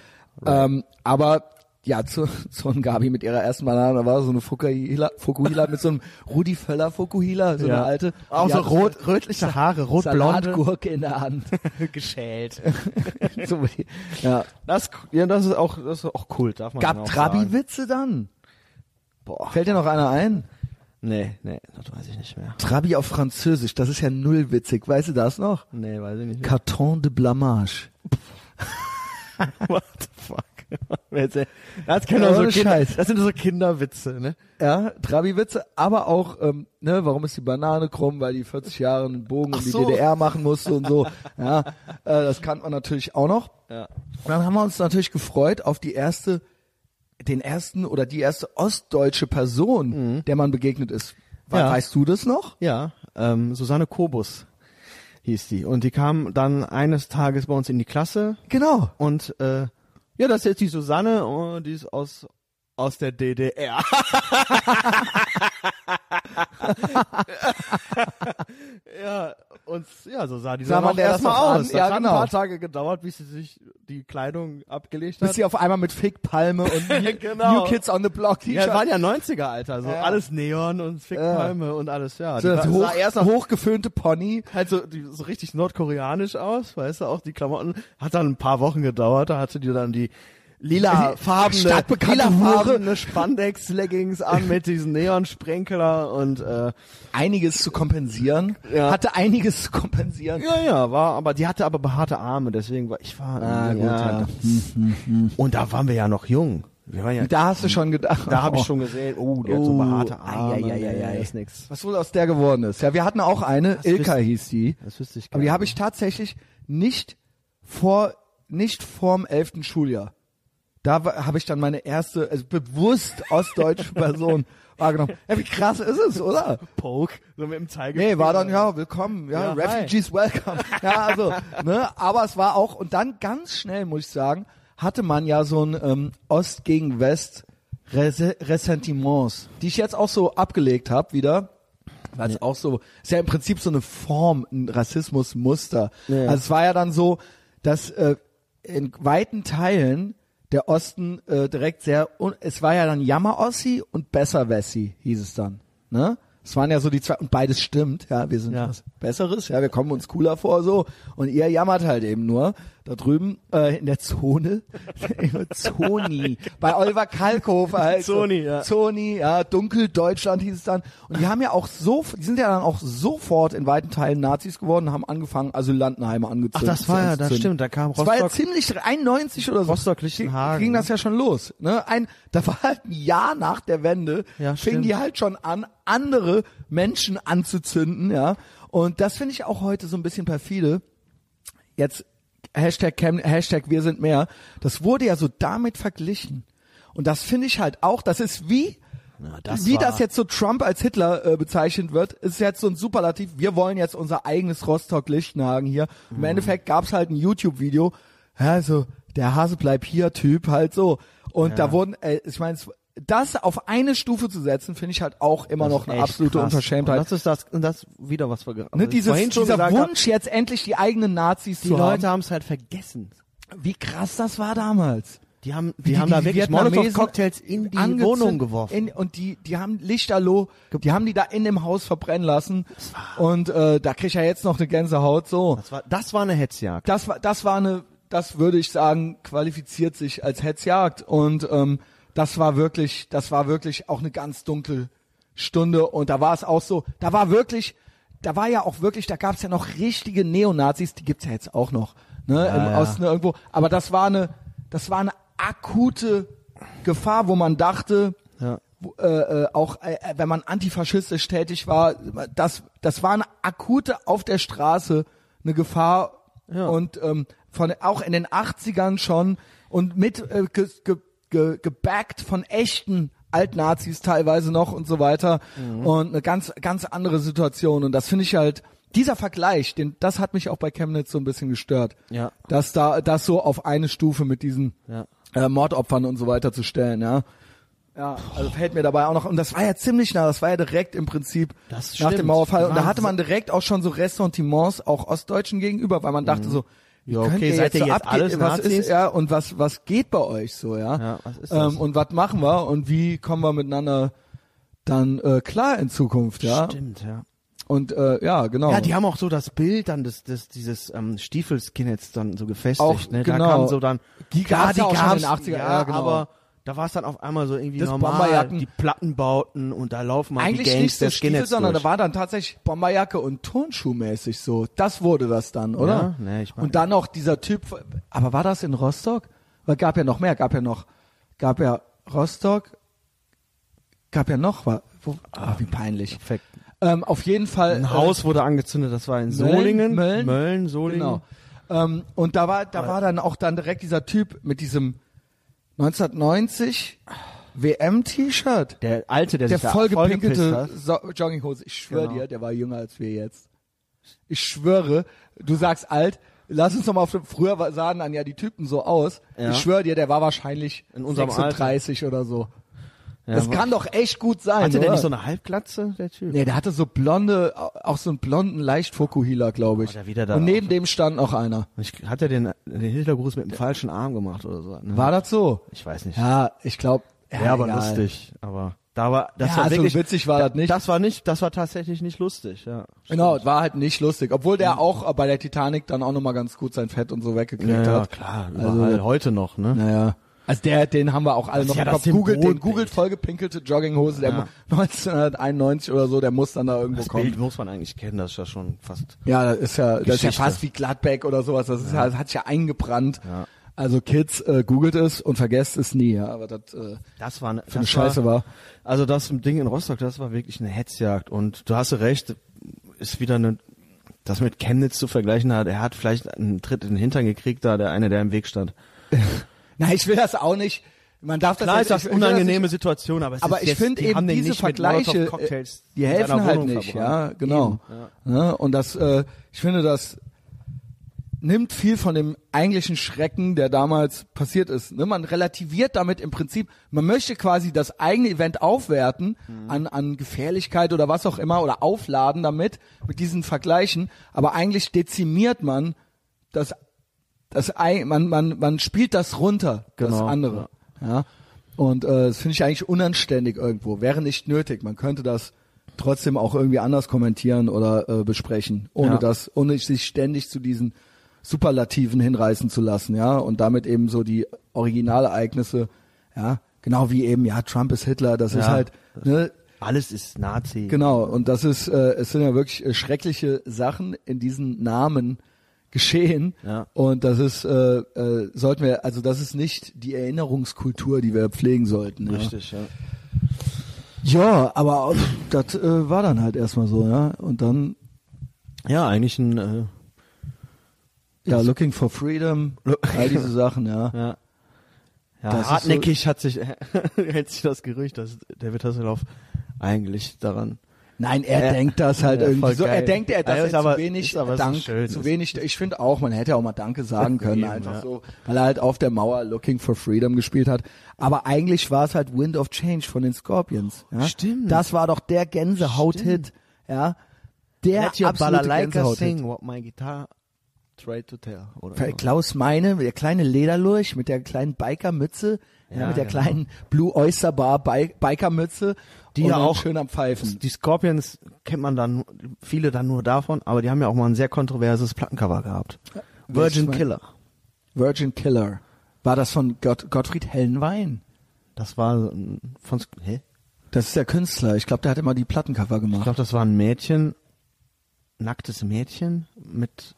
S1: Ähm, aber ja, zu, zu und Gabi mit ihrer ersten Banane da war so eine Fukuhila, Fukuhila mit so einem Rudi Völler Fukuhila, so eine alte.
S2: Auch
S1: Die
S2: so
S1: hat
S2: rot, rötliche Haare, rotblonde.
S1: Salatgurke in der Hand.
S2: Geschält.
S1: so, wie- ja.
S2: Das, ja, das ist auch, das ist auch cool, darf man
S1: Gab
S2: auch sagen.
S1: Trabi-Witze dann?
S2: Boah.
S1: Fällt dir noch einer ein?
S2: Nee, nee, das weiß ich nicht mehr.
S1: Trabi auf Französisch, das ist ja null witzig. Weißt du das noch?
S2: Nee, weiß ich nicht mehr.
S1: Carton de Blamage.
S2: What the fuck? Das, können doch so
S1: Ohne
S2: Kinder,
S1: Scheiß.
S2: das sind so Kinderwitze, ne?
S1: Ja, Trabi-Witze, aber auch, ähm, ne, warum ist die Banane krumm? Weil die 40 Jahre einen Bogen um die
S2: so.
S1: DDR machen musste und so. Ja, äh, das kannte man natürlich auch noch.
S2: Ja.
S1: Und dann haben wir uns natürlich gefreut auf die erste, den ersten oder die erste ostdeutsche Person, der man begegnet ist. We-
S2: Mhm. Ja.
S1: Weißt du das noch?
S2: Ja, ähm, Susanne Kobus hieß die. Und die kam dann eines Tages bei uns in die Klasse
S1: Genau.
S2: und äh, ja, das ist jetzt die Susanne, äh, oh, die ist aus aus der DDR. ja, und ja, so sah die
S1: Sah
S2: dann
S1: man
S2: auch
S1: der das
S2: erstmal
S1: auch an?
S2: aus. Das
S1: Ja,
S2: hat
S1: genau.
S2: ein paar Tage gedauert, bis sie sich die Kleidung abgelegt
S1: Bis
S2: hat.
S1: sie auf einmal mit Fake Palme und New,
S2: Genau.
S1: New Kids on the Block
S2: Ja,
S1: T-Shirt.
S2: das waren ja 90er, Alter. So
S1: Ja.
S2: alles Neon und Fickpalme und alles, ja.
S1: so
S2: Die
S1: das
S2: war-
S1: hoch,
S2: sah erst nach,
S1: hochgeföhnte Pony.
S2: halt so, die, so richtig nordkoreanisch aus, weißt du, auch die Klamotten. Hat dann ein paar Wochen gedauert, da hatte die dann die lila farbene,
S1: Stadtbekannte
S2: lila
S1: Hure.
S2: farbene Spandex-Leggings an mit diesen Neon-Sprenkler und, äh,
S1: Einiges zu kompensieren.
S2: Ja.
S1: Hatte einiges zu kompensieren.
S2: Ja, ja, war, aber die hatte aber behaarte Arme, deswegen war ich war.
S1: Ah, gut,
S2: ja.
S1: halt.
S2: Und da waren wir ja noch jung. Wir waren ja,
S1: Da hast du schon gedacht.
S2: da habe
S1: oh.
S2: ich schon gesehen, oh, die hat so
S1: Oh,
S2: behaarte Arme.
S1: ei, ei, ei, ei,
S2: nee,
S1: ei.
S2: Das ist nix.
S1: Was wohl aus der geworden ist. Ja, wir hatten auch eine, Ilka hieß die.
S2: Das wüsste ich
S1: Aber die habe ich tatsächlich nicht vor, nicht vorm elften Schuljahr. Da wa- habe ich dann meine erste, also bewusst ostdeutsche Person wahrgenommen. Ja, wie krass ist es, oder?
S2: Poke, so mit dem Zeigefinger.
S1: Nee, war dann, ja, willkommen, ja,
S2: Ja,
S1: Refugees welcome. Ja, also, ne, aber es war auch, und dann ganz schnell, muss ich sagen, hatte man ja so ein ähm, Ost gegen West Rese Ressentiments, die ich jetzt auch so abgelegt habe wieder. Weil es auch so, ist ja im Prinzip so eine Form, ein Rassismusmuster.
S2: Ja.
S1: Also es war ja dann so, dass äh, in weiten Teilen der Osten äh, direkt sehr, un es war ja dann Jammer-Ossi und Besser-Wessi, hieß es dann. Ne? Es waren ja so die zwei, und beides stimmt, ja, wir sind
S2: Ja.
S1: was Besseres, ja, wir kommen uns cooler vor, so. Und ihr jammert halt eben nur da drüben äh, in der Zone, in der Zoni, bei Oliver Kalkofer halt. so.
S2: Zoni, ja.
S1: Sony, ja, Dunkeldeutschland hieß es dann. Und die haben ja auch so, die sind ja dann auch sofort in weiten Teilen Nazis geworden, und haben angefangen, also Asylantenheime
S2: Ach,
S1: angezündet.
S2: das war ja, das
S1: anzuzünden.
S2: stimmt, da kam
S1: Das war ja
S2: Rostock.
S1: ziemlich 91 oder so.
S2: Rostock-Lichtenhagen,
S1: Ging
S2: ne?
S1: das ja schon los. Ne? Ein, da war halt ein Jahr nach der Wende, fingen
S2: Ja, stimmt.
S1: die halt schon an, andere Menschen anzuzünden, ja. Und das finde ich auch heute so ein bisschen perfide jetzt Hashtag, Chem, Hashtag wir sind mehr, das wurde ja so damit verglichen. Und das finde ich halt auch, das ist wie,
S2: das
S1: wie
S2: war-
S1: das jetzt so Trump als Hitler äh, bezeichnet wird, ist jetzt so ein Superlativ, wir wollen jetzt unser eigenes Rostock-Lichtenhagen hier.
S2: Mhm.
S1: Im Endeffekt gab es halt ein YouTube-Video, ja, so, der Hase bleibt hier Typ, halt so. Und da wurden, äh, ich meine, das auf eine Stufe zu setzen, finde ich halt auch immer
S2: Das
S1: noch
S2: ist
S1: eine
S2: echt
S1: absolute
S2: krass.
S1: Unverschämtheit.
S2: Und das ist das, und das wieder, was wir gerade
S1: Ne,
S2: was ich
S1: dieses,
S2: vorhin schon
S1: dieser
S2: gesagt habe,
S1: Wunsch, jetzt endlich die eigenen Nazis
S2: die
S1: zu haben.
S2: Leute haben es halt vergessen.
S1: Wie krass das war damals.
S2: Die haben,
S1: Wie
S2: die, haben da wirklich
S1: Vietnamesen
S2: Molotow-Cocktails in die
S1: angezündet-
S2: Wohnung geworfen.
S1: In, und die, die haben Lichterloh, die haben die da in dem Haus verbrennen lassen. Und äh, da krieg ich ja jetzt noch eine Gänsehaut. So,
S2: das war, das war eine Hetzjagd.
S1: das war, das war eine, das würde ich sagen, qualifiziert sich als Hetzjagd. Und ähm, das war wirklich, das war wirklich auch eine ganz dunkle Stunde. Und da war es auch so, da war wirklich, da war ja auch wirklich, da gab es ja noch richtige Neonazis, die gibt's ja jetzt auch noch, ne, im
S2: ja.
S1: Osten irgendwo. Aber das war eine, das war eine akute Gefahr, wo man dachte,
S2: Ja.
S1: wo, äh, äh, auch äh, äh, wenn man antifaschistisch tätig war, das, das war eine akute auf der Straße eine Gefahr
S2: Ja.
S1: und ähm, von auch in den 80ern schon und mit äh, ge, ge, ge, gebackt von echten Altnazis teilweise noch und so weiter
S2: Mhm.
S1: und eine ganz ganz andere Situation und das finde ich halt dieser Vergleich, den, das hat mich auch bei Chemnitz so ein bisschen gestört,
S2: Ja.
S1: dass da das so auf eine Stufe mit diesen
S2: Ja.
S1: äh, Mordopfern und so weiter zu stellen, ja. Ja, also fällt mir dabei auch noch, und das war ja ziemlich nah, das war ja direkt im Prinzip
S2: Das
S1: nach dem
S2: stimmt.
S1: Mauerfall. Und da
S2: Wahnsinn.
S1: hatte man direkt auch schon so Ressentiments auch Ostdeutschen gegenüber, weil man dachte so, wie
S2: Mhm. Ja,
S1: könnt
S2: okay,
S1: ihr
S2: seid ihr
S1: so
S2: jetzt
S1: abge-
S2: alles
S1: was
S2: Nazis?
S1: ist, ja, und was, was geht bei euch so, ja?
S2: Ja, was ist das?
S1: Ähm, und was machen wir und wie kommen wir miteinander dann äh, klar in Zukunft, ja?
S2: Stimmt, ja.
S1: Und äh, ja, genau.
S2: Ja, die haben auch so das Bild dann des, des dieses ähm, Stiefelskinheads dann so gefestigt.
S1: Auch,
S2: ne?
S1: genau.
S2: Da kam so dann
S1: Die
S2: klar,
S1: gab's ja auch schon in den
S2: gab's,
S1: 80er, ja, genau.
S2: aber da war es dann auf einmal so irgendwie
S1: Das
S2: normal.
S1: Bomberjacken.
S2: Die Plattenbauten und da laufen mal
S1: eigentlich
S2: die Gangs
S1: nicht so
S2: der
S1: Stiefel,
S2: Skinheads
S1: sondern
S2: durch.
S1: da war dann tatsächlich Bomberjacke und Turnschuhmäßig so. Das wurde das dann, oder?
S2: Ja, nee, ich mein-
S1: und dann noch dieser Typ. Aber war das in Rostock? Weil gab ja noch mehr. Gab ja noch, gab ja Rostock. Gab ja noch wa- Wo, ah, wie peinlich.
S2: perfekt.
S1: Ähm, auf jeden Fall.
S2: Ein Haus wurde angezündet, das war in Solingen.
S1: Mölln,
S2: Mölln Solingen.
S1: Genau. Ähm, und da war, da war dann auch dann direkt dieser Typ mit diesem 1990 WM-T-Shirt
S2: Der alte, der,
S1: der
S2: sich da
S1: vollgepinkelte
S2: Also vollgepisst hat.
S1: so Jogginghose. Ich schwöre
S2: Genau.
S1: dir, der war jünger als wir jetzt. Ich schwöre, du sagst alt. Lass uns nochmal auf dem, früher war- sahen dann ja die Typen so aus.
S2: Ja.
S1: Ich schwöre dir, der war wahrscheinlich
S2: In unserem
S1: 36 oder so. das kann doch echt gut sein.
S3: Hatte der
S1: oder?
S3: nicht so eine Halbglatze, der Typ?
S1: Nee, der hatte so blonde, auch so einen blonden Leicht-Fokuhila, glaube ich.
S2: Oder wieder da
S1: Und neben dem stand noch einer.
S2: Ich, hat er den, den Hitlergruß mit dem falschen Arm gemacht oder so? Ne?
S1: War das so?
S2: Ich weiß nicht.
S1: Ja, ich glaube. Ja,
S2: Ja, aber
S1: egal.
S2: lustig. Aber da war das
S1: Ja,
S2: war
S1: so
S2: wirklich
S1: witzig war das nicht.
S2: Das war nicht, das war tatsächlich nicht lustig. Ja.
S1: Genau, es war halt nicht lustig. Obwohl der auch äh, bei der Titanic dann auch nochmal ganz gut sein Fett und so weggekriegt hat.
S2: klar.
S1: Also-
S2: überall. heute noch, ne?
S1: Naja. Also der, den haben wir auch alle noch
S2: ja
S1: im
S2: das
S1: Kopf. Googelt, den
S2: Symbolbild.
S1: googelt vollgepinkelte Jogginghose, der
S2: Ja.
S1: mu- 1991 oder so, der muss dann da irgendwo
S2: Das
S1: kommen.
S2: Bild muss man eigentlich kennen, das ist ja schon fast.
S1: Ja, das ist ja, das ist ja
S2: Geschichte.
S1: fast wie Gladbeck oder sowas. Das, ist ja. das hat sich ja eingebrannt. Also Kids, äh, googelt es und vergesst es nie. Ja, aber das äh,
S2: Das war eine,
S1: für eine Scheiße war.
S2: Also das Ding in Rostock, das war wirklich eine Hetzjagd. Und du hast recht, ist wieder eine, das mit Chemnitz zu vergleichen hat. Er hat vielleicht einen Tritt in den Hintern gekriegt, da der eine, der im Weg stand.
S1: Nein, ich will das auch nicht. Man darf das
S2: Klar
S1: jetzt-
S2: ist das
S1: Also ich will das
S2: unangenehme Situation, aber es
S1: aber
S2: ist
S1: ich
S2: jetzt-
S1: finde
S2: die
S1: eben
S2: haben den
S1: diese
S2: nicht mit
S1: Vergleiche,
S2: Molotow-Cocktails
S1: äh, die
S2: in
S1: helfen
S2: seiner
S1: halt
S2: Wohnung
S1: nicht, ja,
S2: verbrannt.
S1: genau. Ne? Und das, äh, ich finde, das nimmt viel von dem eigentlichen Schrecken, der damals passiert ist. Ne? Man relativiert damit im Prinzip, man möchte quasi das eigene Event aufwerten
S2: Mhm.
S1: an, an Gefährlichkeit oder was auch immer oder aufladen damit, mit diesen Vergleichen, aber eigentlich dezimiert man das das ei- man man man spielt das runter das
S2: Genau,
S1: andere ja, und äh, das finde ich eigentlich unanständig irgendwo wäre nicht nötig man könnte das trotzdem auch irgendwie anders kommentieren oder äh, besprechen ohne
S2: Ja.
S1: das ohne sich ständig zu diesen Superlativen hinreißen zu lassen ja und damit eben so die Originalereignisse ja genau wie eben ja Trump ist Hitler das ist
S2: Ja.
S1: halt ne,
S2: Alles ist Nazi.
S1: Genau, und das ist, äh, es sind ja wirklich äh, schreckliche Sachen in diesen Namen geschehen.
S2: Ja.
S1: Und das ist, äh, äh, sollten wir, also das ist nicht die Erinnerungskultur, die wir pflegen sollten. Ja.
S2: Richtig, ja.
S1: Ja, aber auch, das äh, war dann halt erstmal so, ja. Und dann,
S2: Ja, eigentlich ein, äh,
S1: ja, Looking for Freedom, all diese Sachen, ja.
S2: ja. Ja,
S1: Das ist
S2: hartnäckig hat sich, hält sich das Gerücht, dass David Hasselhoff eigentlich daran
S1: Nein, er
S2: Ja.
S1: denkt das halt
S2: Ja,
S1: irgendwie
S2: voll
S1: so. Er
S2: geil.
S1: denkt, er, dass
S2: Ja,
S1: er
S2: ist
S1: zu
S2: aber-
S1: wenig
S2: ist aber so
S1: Dank,
S2: schön.
S1: zu wenig, ich finde auch, man hätte auch mal Danke sagen können,
S2: Eben,
S1: einfach
S2: ja.
S1: so, weil er halt auf der Mauer Looking for Freedom gespielt hat. Aber eigentlich war es halt Wind of Change von den Scorpions. Ja?
S2: Stimmt.
S1: Das war doch der Gänsehauthit, ja. Der
S2: Let your
S1: absolute
S2: balalaika
S1: Gänsehaut-Hit.
S2: sing what my guitar tried to tell. Oder
S1: Für Klaus Meine, der kleine Lederlurch mit der kleinen Bikermütze, ja,
S2: Ja,
S1: mit der
S2: genau.
S1: kleinen Blue Oyster Bar Bi Bikermütze,
S2: Die
S1: und
S2: ja
S1: dann
S2: auch-
S1: schön am Pfeifen.
S2: die Scorpions kennt man dann, viele dann nur davon, aber die haben ja auch mal ein sehr kontroverses Plattencover gehabt. Virgin
S1: mein-
S2: Killer.
S1: Virgin Killer. War das von Gott, Gottfried Hellenwein?
S2: Das war ein- von, Sk- hä?
S1: Das ist der Künstler. Ich glaube, der hat immer die Plattencover
S2: Ich
S1: gemacht.
S2: glaube, das war ein Mädchen, nacktes Mädchen mit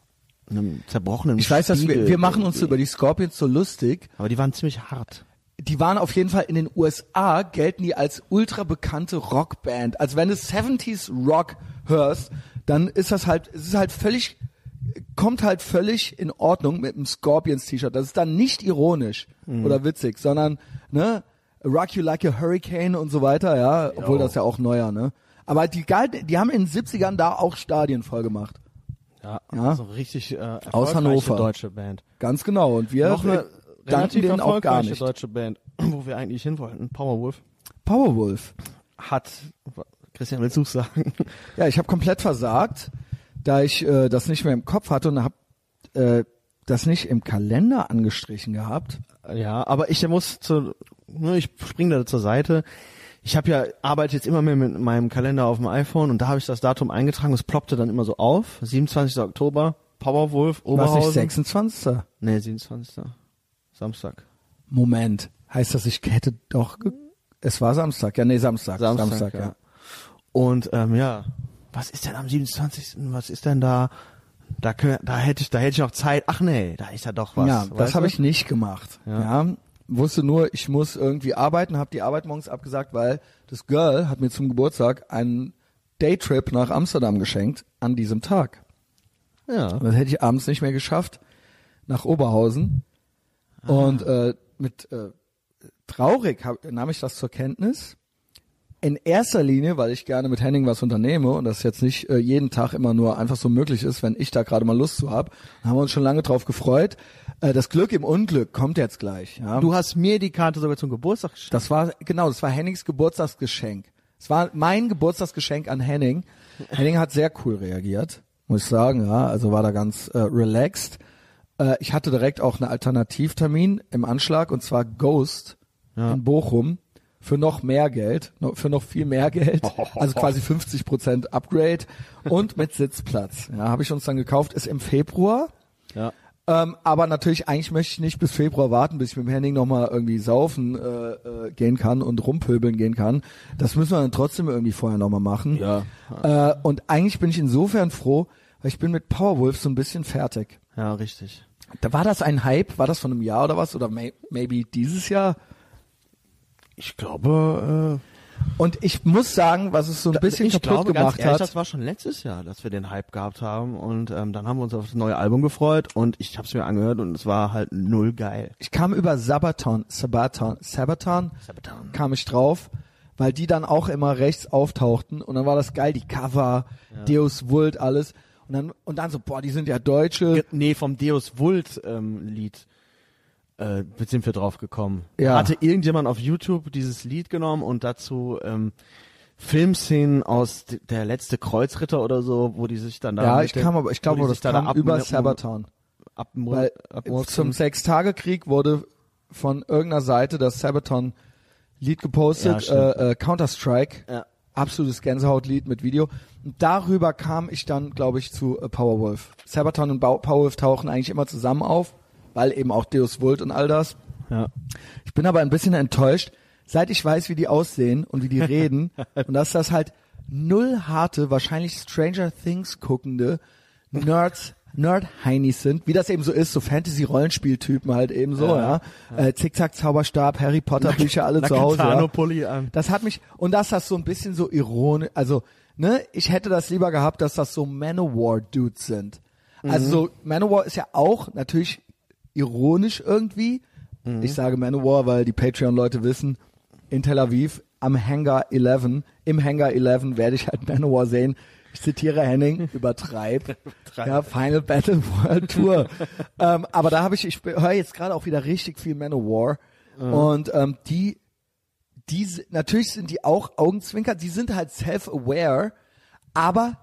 S2: einem zerbrochenen
S1: Ich weiß, dass wir,
S2: Spiegel
S1: wir machen uns
S2: irgendwie.
S1: über die Scorpions so lustig.
S2: Aber die waren ziemlich hart.
S1: Die waren auf jeden Fall in den USA, gelten die als ultra bekannte Rockband. Also wenn du 70s Rock hörst, dann ist das halt, es ist halt völlig, kommt halt völlig in Ordnung mit einem Scorpions-T-Shirt. Das ist dann nicht ironisch
S2: Mhm.
S1: oder witzig, sondern, ne, Rock You Like a Hurricane und so weiter, ja, obwohl das ja auch neuer, ne. Aber die, galten- die haben in den 70ern da auch Stadien voll gemacht.
S2: Ja,
S1: Ja.
S2: so richtig äh,
S1: Aus
S2: erfolgreiche
S1: Hannover.
S2: deutsche Band.
S1: Ganz genau. Und wir
S2: Noch eine
S1: danken
S2: relativ
S1: denen auch gar
S2: erfolgreiche
S1: nicht.
S2: deutsche Band, wo wir eigentlich hin wollten. Powerwolf
S1: Powerwolf.
S2: hat, Christian willst du sagen?
S1: Ja, ich habe komplett versagt, da ich äh, das nicht mehr im Kopf hatte und habe äh, das nicht im Kalender angestrichen gehabt.
S2: Ja, aber ich muss zu, ne, ich springe da zur Seite. Ich habe ja arbeite jetzt immer mehr mit meinem Kalender auf dem iPhone und da habe ich das Datum eingetragen. Es ploppte dann immer so auf. 27. Oktober, Powerwolf,
S1: Was ich
S2: Oberhausen.
S1: 26.
S2: Nee, 27. Samstag.
S1: Moment, heißt das, ich hätte doch ge es war Samstag, ja nee, Samstag, Samstag, ja.
S2: Und ähm, ja, was ist denn am 27. Was ist denn da? Da, können, da hätte ich, da hätte ich noch Zeit. Ach nee, da ist ja doch was.
S1: ja, das
S2: weißt
S1: habe
S2: du?
S1: ich nicht gemacht. Ja. wusste nur, ich muss irgendwie arbeiten, habe die Arbeit morgens abgesagt, weil das Girl hat mir zum Geburtstag einen Daytrip nach Amsterdam geschenkt an diesem Tag.
S2: Ja.
S1: Und das hätte ich abends nicht mehr geschafft nach Oberhausen.
S2: Ah.
S1: Und äh, mit äh, traurig hab, nahm ich das zur Kenntnis in erster Linie, weil ich gerne mit Henning was unternehme und das jetzt nicht äh, jeden Tag immer nur einfach so möglich ist, wenn ich da gerade mal Lust zu habe, haben wir uns schon lange drauf gefreut. Äh, das Glück im Unglück kommt jetzt gleich. Ja?
S2: Du hast mir die Karte sogar zum Geburtstag geschickt.
S1: Das war, genau, das war Hennings Geburtstagsgeschenk. Es war mein Geburtstagsgeschenk an Henning. Henning hat sehr cool reagiert, muss ich sagen, ja. Also war da ganz äh, relaxed. Äh, ich hatte direkt auch einen Alternativtermin im Anschlag und zwar Ghost in Bochum für noch mehr Geld, no- für noch viel mehr Geld, also quasi 50 Prozent Upgrade und mit Sitzplatz. Ja, habe ich uns dann gekauft, ist im Februar.
S4: Ja.
S1: Ähm, aber natürlich, eigentlich möchte ich nicht bis Februar warten, bis ich mit dem Henning nochmal irgendwie saufen äh, äh, gehen kann und rumpöbeln gehen kann. Das müssen wir dann trotzdem irgendwie vorher nochmal machen.
S4: Ja.
S1: Äh, und eigentlich bin ich insofern froh, weil ich bin mit Powerwolf so ein bisschen fertig.
S2: Ja, richtig.
S1: Da war das ein Hype, war das von einem Jahr oder was? Oder may maybe dieses Jahr?
S2: Ich glaube, äh,
S1: Und ich muss sagen, was es so ein bisschen
S2: ich
S1: kaputt
S2: glaube,
S1: gemacht
S2: ganz ehrlich,
S1: hat.
S2: Das war schon letztes Jahr, dass wir den Hype gehabt haben und ähm, dann haben wir uns auf das neue Album gefreut und ich habe es mir angehört und es war halt null geil.
S1: Ich kam über Sabaton, Sabaton, Sabaton,
S2: Sabaton.
S1: kam ich drauf, weil die dann auch immer rechts auftauchten und dann war das geil, die Cover, Deus Vult, alles. Und dann, und dann so, boah, die sind ja Deutsche.
S2: Ge- Nee, vom Deus Vult ähm, Lied äh, sind wir drauf gekommen.
S1: Ja.
S2: Hatte irgendjemand auf YouTube dieses Lied genommen und dazu ähm, Filmszenen aus d- der letzte Kreuzritter oder so, wo die sich dann da
S1: Ja,
S2: Genau, mit
S1: ich
S2: der-
S1: kam aber, ich
S2: wo
S1: glaube,
S2: die
S1: das
S2: sich da
S1: kam
S2: ab-
S1: über
S2: ne-
S1: Sabaton.
S2: ab,
S1: Weil
S2: ab,
S1: zum Sechstagekrieg wurde von irgendeiner Seite das Sabaton-Lied
S2: Ja,
S1: gepostet,
S2: stimmt.
S1: äh, äh, Counter-Strike,
S2: Ja.
S1: absolutes Gänsehautlied mit Video. Und darüber kam ich dann, glaube ich, zu äh, Powerwolf. Sabaton und Bau- Powerwolf tauchen eigentlich immer zusammen auf, weil eben auch Deus Vult und all das.
S2: ja.
S1: Ich bin aber ein bisschen enttäuscht, seit ich weiß, wie die aussehen und wie die reden und dass das halt null harte, wahrscheinlich Stranger Things guckende Nerds, Nerd-Heinis sind, wie das eben so ist, so Fantasy-Rollenspieltypen halt eben so, ja. Äh, Zickzack, Zauberstab, Harry Potter Bücher alle zu Hause. Ja.
S2: Pulli an.
S1: Das hat mich, und dass das so ein bisschen so ironisch, also, ne, ich hätte das lieber gehabt, dass das so Manowar-Dudes sind. Also so, Manowar ist ja auch natürlich ironisch irgendwie. Ich sage Manowar, weil die Patreon-Leute wissen, in Tel Aviv am Hangar 11, im Hangar 11 werde ich halt Manowar sehen. Ich zitiere Henning, übertreib. ja, Final Battle World Tour. ähm, aber da habe ich, ich höre jetzt gerade auch wieder richtig viel Manowar. Und ähm, die die s- natürlich sind die auch Augenzwinker, die sind halt self-aware, aber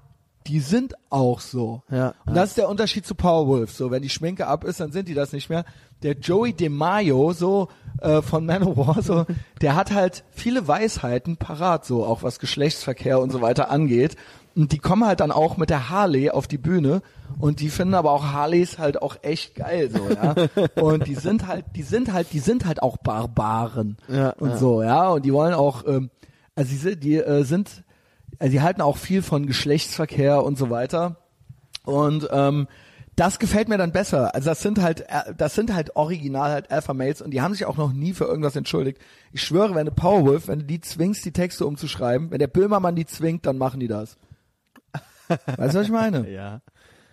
S1: die sind auch so.
S2: Ja,
S1: und das ist der Unterschied zu Powerwolf. So, wenn die Schminke ab ist, dann sind die das nicht mehr. Der Joey DeMaio, so äh, von Manowar, so, der hat halt viele Weisheiten parat, so auch was Geschlechtsverkehr und so weiter angeht. Und die kommen halt dann auch mit der Harley auf die Bühne und die finden aber auch Harleys halt auch echt geil so, ja. Und die sind halt, die sind halt, die sind halt auch Barbaren
S2: Ja,
S1: und so, ja. Und die wollen auch, ähm, also die, sind- die äh, sind, also die halten auch viel von Geschlechtsverkehr und so weiter. Und ähm, das gefällt mir dann besser. Also das sind halt, äh, das sind halt original halt Alpha Males und die haben sich auch noch nie für irgendwas entschuldigt. Ich schwöre, wenn du Powerwolf, wenn du die zwingst, die Texte umzuschreiben, wenn der Böhmermann die zwingt, dann machen die das. Weißt du, was ich meine?
S2: Ja.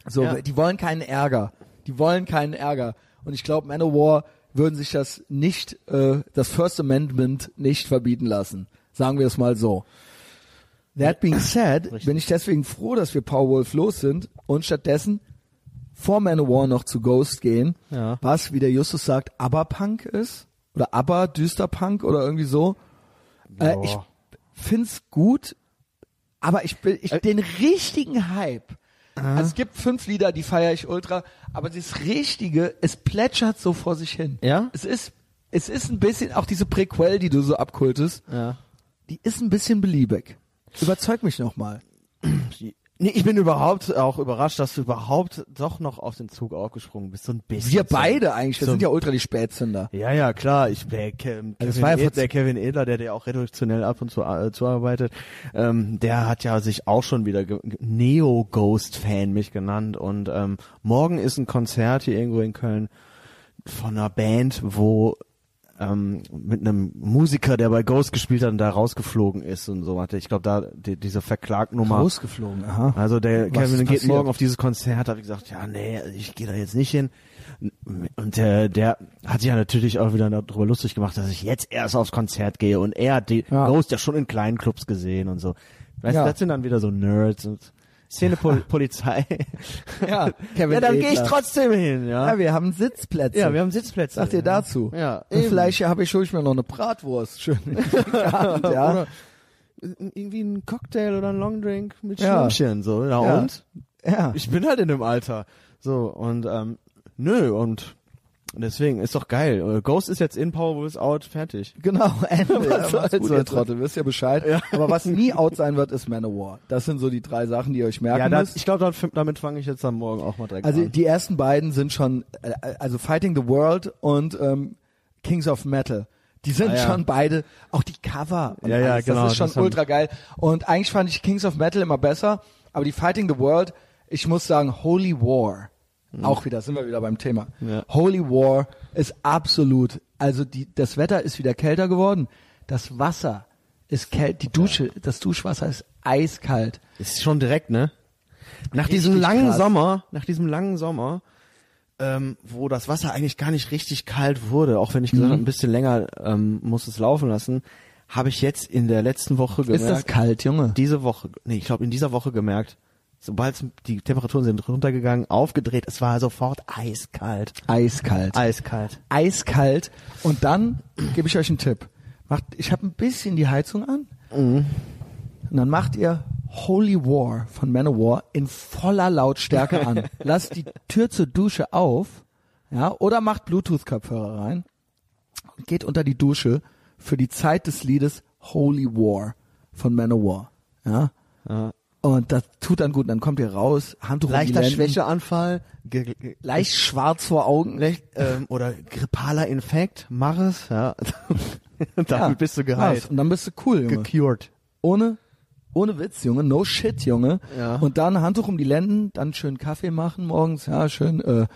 S1: So,
S2: Ja.
S1: die wollen keinen Ärger. Die wollen keinen Ärger. Und ich glaube, Manowar würden sich das nicht, äh, das First Amendment nicht verbieten lassen. Sagen wir es mal so. That being said, bin ich deswegen froh, dass wir Paul Wolf los sind und stattdessen vor Manowar noch zu Ghost gehen,
S2: Ja.
S1: was, wie der Justus sagt, Aberpunk ist oder Aber Düsterpunk oder irgendwie so. Äh, ich find's gut, aber ich bin
S2: Äh.
S1: ich, den richtigen Hype.
S2: Ah.
S1: Also es gibt fünf Lieder, die feiere ich ultra, aber das Richtige, es plätschert so vor sich hin.
S2: Ja?
S1: Es ist, es ist ein bisschen, auch diese Prequel, die du so abkultest,
S2: Ja.
S1: die ist ein bisschen beliebig. Überzeug mich nochmal.
S2: Nee, ich bin überhaupt auch überrascht, dass du überhaupt doch noch auf den Zug aufgesprungen bist. So ein bisschen.
S1: Wir beide eigentlich, wir
S2: so-
S1: sind ja ultra die Spätzünder.
S2: Ja, ja, klar. Ich der, Kevin,
S1: Also es
S2: Kevin
S1: war ja vor-
S2: Ed, der Kevin Edler, der dir auch reduktionell ab und zu äh, zuarbeitet, ähm, der hat ja sich auch schon wieder ge- ge- Neo-Ghost-Fan mich genannt. Und ähm, morgen ist ein Konzert hier irgendwo in Köln von einer Band, wo ähm, mit einem Musiker, der bei Ghost gespielt hat und da rausgeflogen ist und so weiter. Ich glaube, da die, diese Verklagnummer.
S5: Rausgeflogen, aha.
S2: Also der
S5: Was ist
S2: Kevin geht
S5: passiert?
S2: morgen auf dieses Konzert, habe ich gesagt, ja, nee, ich gehe da jetzt nicht hin. Und der, der hat sich ja natürlich auch wieder darüber lustig gemacht, dass ich jetzt erst aufs Konzert gehe und er hat die
S5: Ja.
S2: Ghost ja schon in kleinen Clubs gesehen und so. Weißt
S5: Ja.
S2: du, das sind dann wieder so Nerds und Szenepol Polizei.
S1: Ja,
S5: Kevin
S2: ja, dann gehe ich
S5: Edler.
S2: trotzdem hin, ja.
S1: Ja, wir haben Sitzplätze.
S2: Ja, wir haben Sitzplätze.
S1: Sagt ihr dazu?
S2: Ja,
S1: Und
S2: eben.
S1: vielleicht habe ich, hole ich mir noch eine Bratwurst. Schön. in die Hand, ja.
S2: Oder irgendwie ein Cocktail oder ein Longdrink mit
S1: Ja.
S2: Schirmchen, so. Na
S1: Ja.
S2: und?
S1: ja.
S2: ich bin halt in dem Alter. So, und ähm, nö, und deswegen ist doch geil. Äh, Ghost ist jetzt in Power Wolves out, fertig.
S1: Genau, Ende.
S2: Was
S1: Ja, macht's
S2: soll's
S1: gut, ihr
S2: jetzt?
S1: Trottel, wisst ihr Bescheid. Aber was nie out sein wird, ist Manowar. Das sind so die drei Sachen, die ihr euch merken
S2: Ja, das,
S1: müsst.
S2: ich glaube, damit fange ich jetzt am Morgen auch mal direkt
S1: Also
S2: an.
S1: die ersten beiden sind schon, äh, also Fighting the World und ähm, Kings of Metal. Die sind
S2: Ah, ja.
S1: schon beide, auch die Cover. Und
S2: Ja, ja,
S1: alles,
S2: genau,
S1: Das ist schon
S2: das haben-
S1: ultra geil. Und eigentlich fand ich Kings of Metal immer besser, aber die Fighting the World, ich muss sagen, Holy War. Auch wieder, sind wir wieder beim Thema.
S2: Hm. Ja.
S1: Holy War ist absolut, also die, das Wetter ist wieder kälter geworden. Das Wasser ist kalt, die Dusche, das Duschwasser ist eiskalt.
S2: Ist schon direkt, ne? Nach
S1: Richtig
S2: diesem langen
S1: krass.
S2: Sommer, nach diesem langen Sommer, ähm, wo das Wasser eigentlich gar nicht richtig kalt wurde, auch wenn ich
S1: Mhm.
S2: gesagt habe, ein bisschen länger ähm, muss es laufen lassen, habe ich jetzt in der letzten Woche gemerkt.
S1: Ist das kalt, Junge?
S2: diese Woche, nee, ich glaube in dieser Woche gemerkt, sobald die Temperaturen sind runtergegangen, aufgedreht, es war sofort eiskalt.
S1: eiskalt.
S2: Eiskalt.
S1: eiskalt. Und dann gebe ich euch einen Tipp. Macht, ich habe ein bisschen die Heizung an. Mhm. Und dann macht ihr Holy War von Manowar in voller Lautstärke an. Lasst die Tür zur Dusche auf. Ja, oder macht Bluetooth-Kopfhörer rein. Und geht unter die Dusche für die Zeit des Liedes Holy War von Manowar. Ja. Und das tut dann gut. Dann kommt ihr raus, Handtuch um die
S2: Leichter
S1: Lenden,
S2: Schwächeanfall, ge- ge-
S1: leicht schwarz vor Augen.
S2: leicht, ähm, oder grippaler Infekt, Maris, ja. Damit
S1: Ja,
S2: bist du
S1: krass.
S2: geheilt.
S1: Und dann bist du cool, Junge.
S2: Gecured.
S1: ohne, ohne Witz, Junge, no shit, Junge.
S2: Ja.
S1: Und dann Handtuch um die Lenden, dann schön Kaffee machen morgens, ja, schön äh,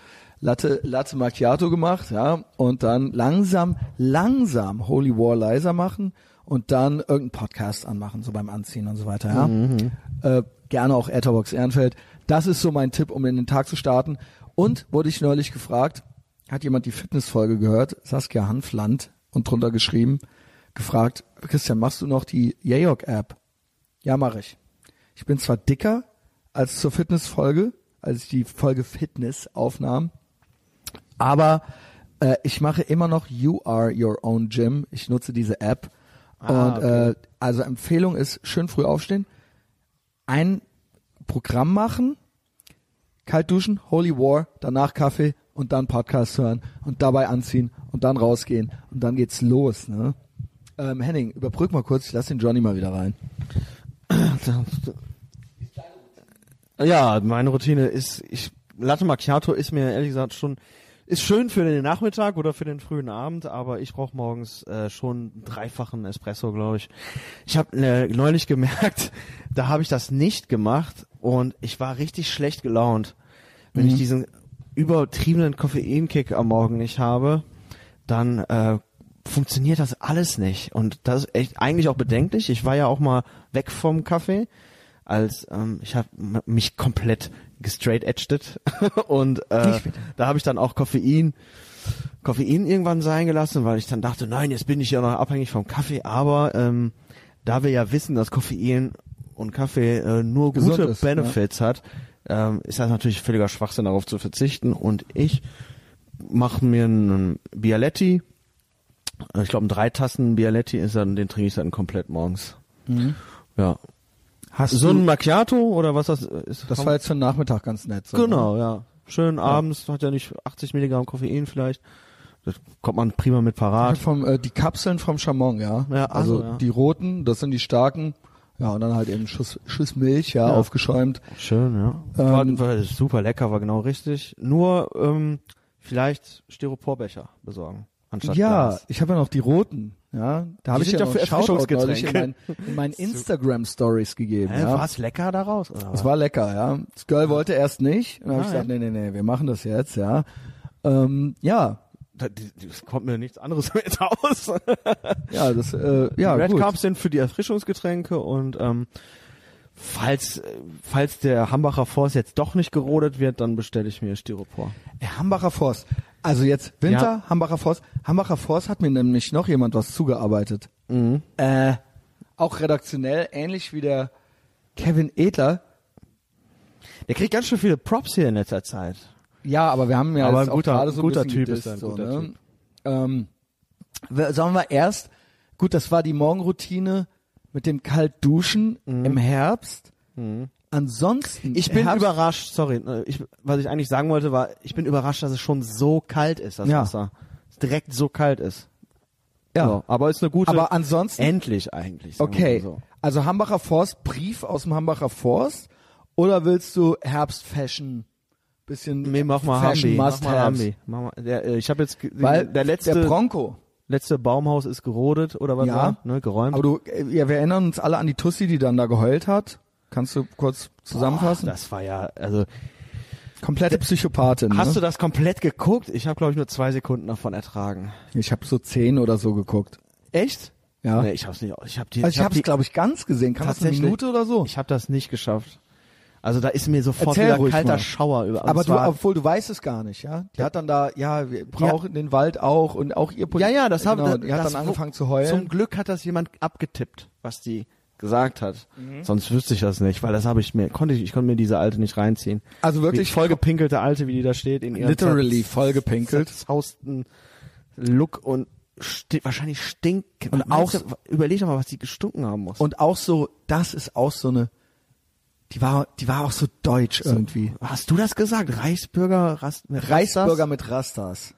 S1: Latte, Latte Macchiato gemacht, ja, und dann langsam, langsam Holy War leiser machen und dann irgendeinen Podcast anmachen, so beim Anziehen und so weiter, ja. Äh, gerne auch Etherbox Ehrenfeld. Das ist so mein Tipp, um in den Tag zu starten. Und wurde ich neulich gefragt, hat jemand die Fitnessfolge gehört, Saskia Hanfland, und drunter geschrieben, gefragt, Christian, machst du noch die Yayok-App? Ja, mache ich. Ich bin zwar dicker als zur Fitnessfolge, als ich die Folge Fitness aufnahm, aber äh, ich mache immer noch You Are Your Own Gym. Ich nutze diese App. und äh, also Empfehlung ist, schön früh aufstehen, ein Programm machen, kalt duschen, Holy War, danach Kaffee und dann Podcast hören und dabei anziehen und dann rausgehen und dann geht's los. Ne? Ähm, Henning, überbrück mal kurz, ich lass den Johnny mal wieder rein.
S2: Ja, meine Routine ist, ich, Latte Macchiato ist mir ehrlich gesagt schon, ist schön für den Nachmittag oder für den frühen Abend, aber ich brauche morgens äh, schon einen dreifachen Espresso, glaube ich. Ich habe äh, neulich gemerkt, da habe ich das nicht gemacht und ich war richtig schlecht gelaunt, wenn ich diesen übertriebenen Koffeinkick am Morgen nicht habe, dann äh, funktioniert das alles nicht. Und das ist echt eigentlich auch bedenklich. Ich war ja auch mal weg vom Kaffee, als ähm, ich habe mich komplett gestraight edged und äh,
S1: Ich bitte.
S2: da habe ich dann auch Koffein Koffein irgendwann sein gelassen, weil ich dann dachte, nein, jetzt bin ich ja noch abhängig vom Kaffee, aber ähm, da wir ja wissen, dass Koffein und Kaffee äh, nur
S1: Gesund
S2: gute
S1: ist,
S2: Benefits hat, ähm, ist das natürlich völliger Schwachsinn, darauf zu verzichten. Und ich mache mir einen Bialetti, äh, ich glaube, drei Tassen Bialetti ist dann, den trinke ich dann komplett morgens. Ja.
S1: Hast
S2: So ein Macchiato oder was das ist?
S1: das war jetzt für den Nachmittag ganz nett. So ne?
S2: Genau, ja. Schön abends, hat ja nicht 80 Milligramm Koffein vielleicht. Das kommt man prima mit
S1: Ne?
S2: parat.
S1: Vom, äh, die Kapseln vom Chamon, ja.
S2: Ja, also,
S1: also
S2: ja.
S1: die roten, das sind die starken. Ja, und dann halt eben Schuss, Schuss Milch, ja, aufgeschäumt.
S2: Schön, ja.
S1: Ähm,
S2: war, war super lecker, war genau richtig. Nur ähm, vielleicht Styroporbecher besorgen anstatt
S1: Ja,
S2: Glas.
S1: ich habe ja noch die roten. Ja, da habe ich
S2: Die sind
S1: ja
S2: ja
S1: noch
S2: für
S1: einen Shoutout neulich in, mein,
S2: Erfrischungsgetränke.
S1: in meinen Instagram Stories gegeben.
S2: Hä,
S1: ja.
S2: war's lecker daraus? Oder
S1: Es
S2: was?
S1: war lecker, ja. Das Girl wollte erst nicht. Und dann habe ich
S2: Nein.
S1: gesagt, nee, nee, nee, wir machen das jetzt, ja. Ähm, ja,
S2: da- die- die- Es kommt mir nichts anderes mehr jetzt aus.
S6: Ja, das, äh, ja,
S2: Red
S6: gut.
S2: Cups sind für die Erfrischungsgetränke und ähm, falls äh, falls der Hambacher Forst jetzt doch nicht gerodet wird, dann bestelle ich mir Styropor.
S1: Der Hambacher Forst. Also jetzt Winter, Hambacher Forst. Hambacher Forst hat mir nämlich noch jemand was zugearbeitet.
S2: Mhm.
S1: Äh, auch redaktionell, ähnlich wie der Kevin Edler.
S2: Der kriegt ganz schön viele Props hier in letzter Zeit.
S1: Ja, aber wir haben ja
S2: Aber
S1: jetzt
S2: ein guter-
S1: auch gerade so ein
S2: guter
S1: bisschen
S2: Typ
S1: gedisst,
S2: ist er, ein
S1: so,
S2: guter
S1: ne?
S2: Typ.
S1: Ähm, wir- sollen wir erst, gut, das war die Morgenroutine mit dem Kaltduschen im Herbst. Ansonsten,
S2: Mhm. Ich bin
S1: Herbst,
S2: überrascht, sorry, äh, ich, was ich eigentlich sagen wollte war, ich bin überrascht, dass es schon so kalt ist, das
S1: Ja.
S2: Wasser. Es direkt so kalt ist.
S1: Ja.
S2: So, aber ist eine gute
S1: aber ansonsten
S2: endlich eigentlich. sagen wir
S1: Okay,
S2: mal so.
S1: also Hambacher Forst, Brief aus dem Hambacher Forst oder willst du Herbstfashion? Bisschen
S2: Nee, mach mal
S1: Fashion
S2: Hambi, mach
S1: Must
S2: mal Hambi. Mach mal, der, äh, ich habe jetzt ge-
S1: Weil
S2: der letzte
S1: der Bronco.
S2: letzte Baumhaus ist gerodet oder was
S1: Ja.
S2: war, ne, geräumt.
S1: Aber du, äh, ja, wir erinnern uns alle an die Tussi, die dann da geheult hat. Kannst du kurz zusammenfassen?
S2: das war ja, also
S1: Komplette Psychopathin.
S2: hast du
S1: ne?
S2: das komplett geguckt? Ich habe glaube ich nur zwei Sekunden davon ertragen.
S1: Ich habe so zehn oder so geguckt.
S2: Echt?
S1: Ja.
S2: Nee, ich hab's nicht. Ich habe die.
S1: also ich
S2: hab
S1: habe es
S2: die-
S1: glaube ich ganz gesehen. Kann das eine
S2: Tatsächlich.
S1: Minute oder so?
S2: Ich habe das nicht geschafft. Also da ist mir sofort
S1: Erzähl
S2: wieder
S1: ruhig
S2: kalter
S1: mal.
S2: Schauer über. und
S1: aber du,
S2: zwar-
S1: obwohl du weißt es gar nicht, ja? Die hat dann da, ja, wir brauchen den Wald auch und auch ihr Poli-
S2: ja, ja, das
S1: genau,
S2: haben.
S1: Die hat
S2: das,
S1: dann angefangen zu
S2: Zum
S1: heulen.
S2: Glück hat das jemand abgetippt, was die gesagt hat. Sonst wüsste ich das nicht, weil das habe ich mir konnte ich, ich konnte mir diese alte nicht reinziehen.
S1: Also
S2: Die
S1: wirklich
S2: vollgepinkelte alte, wie die da steht in ihrem
S1: Literally
S2: zer-
S1: vollgepinkelt.
S2: zerzausten Look und sti wahrscheinlich stinkt.
S1: Und auch-
S2: überleg doch mal, was die gestunken haben muss.
S1: Und auch so, das ist auch so eine, die war, die war auch so deutsch irgendwie.
S2: hast du das gesagt? Reichsbürger, Rast,
S1: Reichsbürger mit Rastas.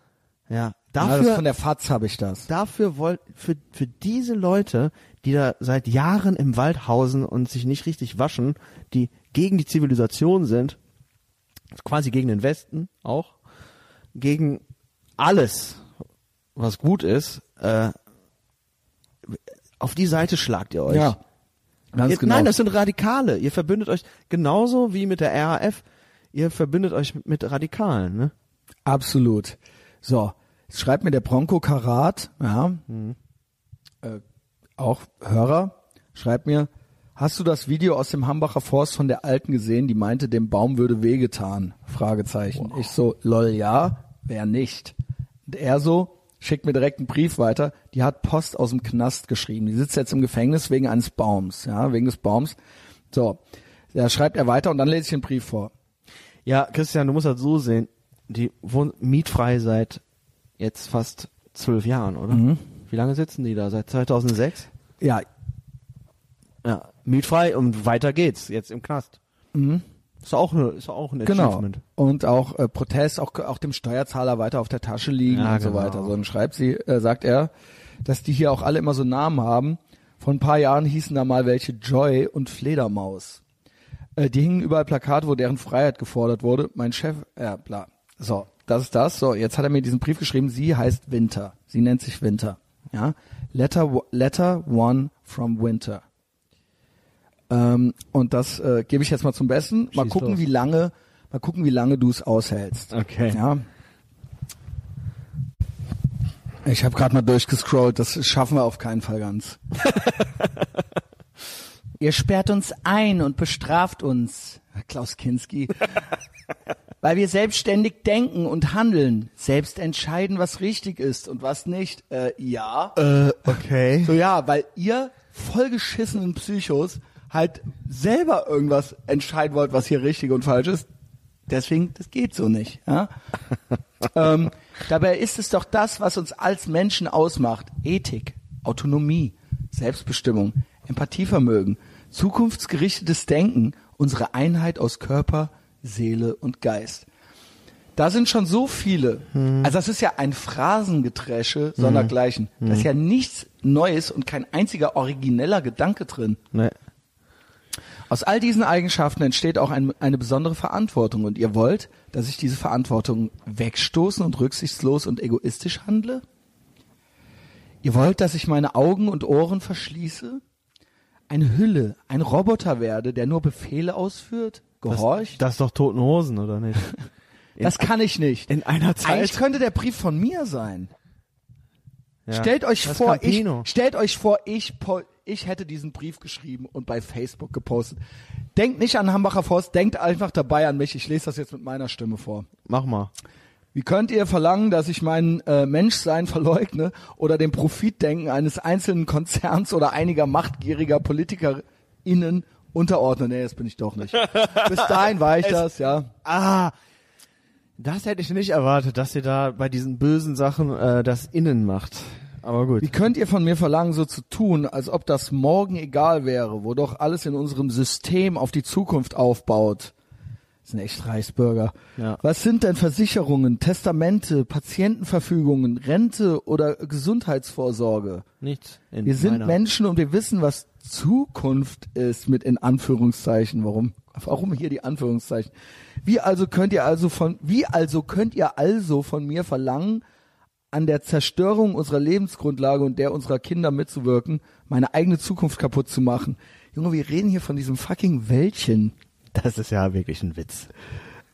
S2: Ja.
S1: Ja,
S2: Dafür
S1: das von der Faz habe ich das.
S2: dafür wollt, für, für diese Leute, die da seit Jahren im Wald hausen und sich nicht richtig waschen, die gegen die Zivilisation sind, quasi gegen den Westen auch, gegen alles, was gut ist, äh, auf die Seite schlagt ihr euch.
S1: Ganz
S2: ihr,
S1: genau.
S2: Nein, das sind Radikale. Ihr verbündet euch genauso wie mit der RAF. Ihr verbündet euch mit Radikalen. Ne?
S1: Absolut. So, jetzt schreibt mir der Bronco Karat, ja, äh, auch Hörer, schreibt mir, hast du das Video aus dem Hambacher Forst von der Alten gesehen, die meinte, dem Baum würde wehgetan? Fragezeichen. Ich so, lol, ja, wer nicht? Und er so, schickt mir direkt einen Brief weiter, die hat Post aus dem Knast geschrieben. Die sitzt jetzt im Gefängnis wegen eines Baums, ja, wegen des Baums. So, da schreibt er weiter und dann lese ich den Brief vor.
S2: Ja, Christian, du musst das so sehen. Die wohnen mietfrei seit jetzt fast zwölf Jahren, oder? Wie lange sitzen die da? Seit 2006?
S1: Ja,
S2: Ja, Mhm. mietfrei und weiter geht's. Jetzt im Knast. Ist auch eine, ist auch ein
S1: Genau.
S2: Achievement.
S1: Und auch äh, Protest, auch, auch dem Steuerzahler weiter auf der Tasche liegen
S2: Ja,
S1: und so
S2: genau.
S1: weiter. So, dann schreibt sie, äh, sagt er, dass die hier auch alle immer so Namen haben. Vor ein paar Jahren hießen da mal welche Joy und Fledermaus. Äh, die hingen überall Plakate, wo deren Freiheit gefordert wurde. Mein Chef, ja, bla. So, das ist das. So, jetzt hat er mir diesen Brief geschrieben. Sie heißt Winter. Sie nennt sich Winter. Ja. Letter, wo- letter one from Winter. Ähm, und das äh, gebe ich jetzt mal zum Besten. Mal
S2: Schieß
S1: gucken,
S2: los.
S1: wie lange, mal gucken, wie lange du es aushältst.
S2: Okay.
S1: Ja. Ich habe gerade mal durchgescrollt, das schaffen wir auf keinen Fall ganz. Ihr sperrt uns ein und bestraft uns, Klaus Kinski, weil wir selbstständig denken und handeln, selbst entscheiden, was richtig ist und was nicht. Äh, ja.
S2: Äh, okay.
S1: So ja, weil ihr vollgeschissenen Psychos halt selber irgendwas entscheiden wollt, was hier richtig und falsch ist. Deswegen, das geht so nicht. Ja? ähm, dabei ist es doch das, was uns als Menschen ausmacht. Ethik, Autonomie, Selbstbestimmung, Empathievermögen, zukunftsgerichtetes Denken, unsere Einheit aus Körper, Seele und Geist. Da sind schon so viele. Also das ist ja ein Phrasengedresche sondergleichen. Da ist ja nichts Neues und kein einziger origineller Gedanke drin.
S2: Nee.
S1: Aus all diesen Eigenschaften entsteht auch ein, eine besondere Verantwortung und ihr wollt, dass ich diese Verantwortung wegstoßen und rücksichtslos und egoistisch handle? Ihr wollt, dass ich meine Augen und Ohren verschließe? Eine Hülle, ein Roboter werde, der nur Befehle ausführt?
S2: Das,
S1: Gehorcht?
S2: das ist doch Toten Hosen, oder nicht?
S1: Das kann ich nicht.
S7: In einer
S1: Eigentlich
S7: Zeit.
S1: könnte der Brief von mir sein.
S2: Ja.
S1: Stellt euch
S2: Das
S1: vor, ich,
S2: Campino.
S1: stellt euch vor, ich, po- ich hätte diesen Brief geschrieben und bei Facebook gepostet. Denkt nicht an Hambacher Forst, denkt einfach dabei an mich. Ich lese das jetzt mit meiner Stimme vor.
S2: Mach mal.
S1: Wie könnt ihr verlangen, dass ich mein äh, Menschsein verleugne oder dem Profitdenken eines einzelnen Konzerns oder einiger machtgieriger PolitikerInnen unterordne? Nee, das bin ich doch nicht. Bis dahin war ich das, ja.
S2: Ah, das hätte ich nicht erwartet, dass ihr da bei diesen bösen Sachen äh, das innen macht. Aber gut.
S1: Wie könnt ihr von mir verlangen, so zu tun, als ob das morgen egal wäre, wo doch alles in unserem System auf die Zukunft aufbaut? Das sind echt Reichsbürger.
S2: Ja.
S1: Was sind denn Versicherungen, Testamente, Patientenverfügungen, Rente oder Gesundheitsvorsorge?
S2: Nichts. In
S1: Wir sind
S2: meiner-
S1: Menschen und wir wissen, was Zukunft ist mit in Anführungszeichen. Warum? Warum hier die Anführungszeichen? Wie also könnt ihr also von wie also könnt ihr also von mir verlangen, an der Zerstörung unserer Lebensgrundlage und der unserer Kinder mitzuwirken, meine eigene Zukunft kaputt zu machen? Junge, wir reden hier von diesem fucking Wäldchen.
S2: Das ist ja wirklich ein Witz.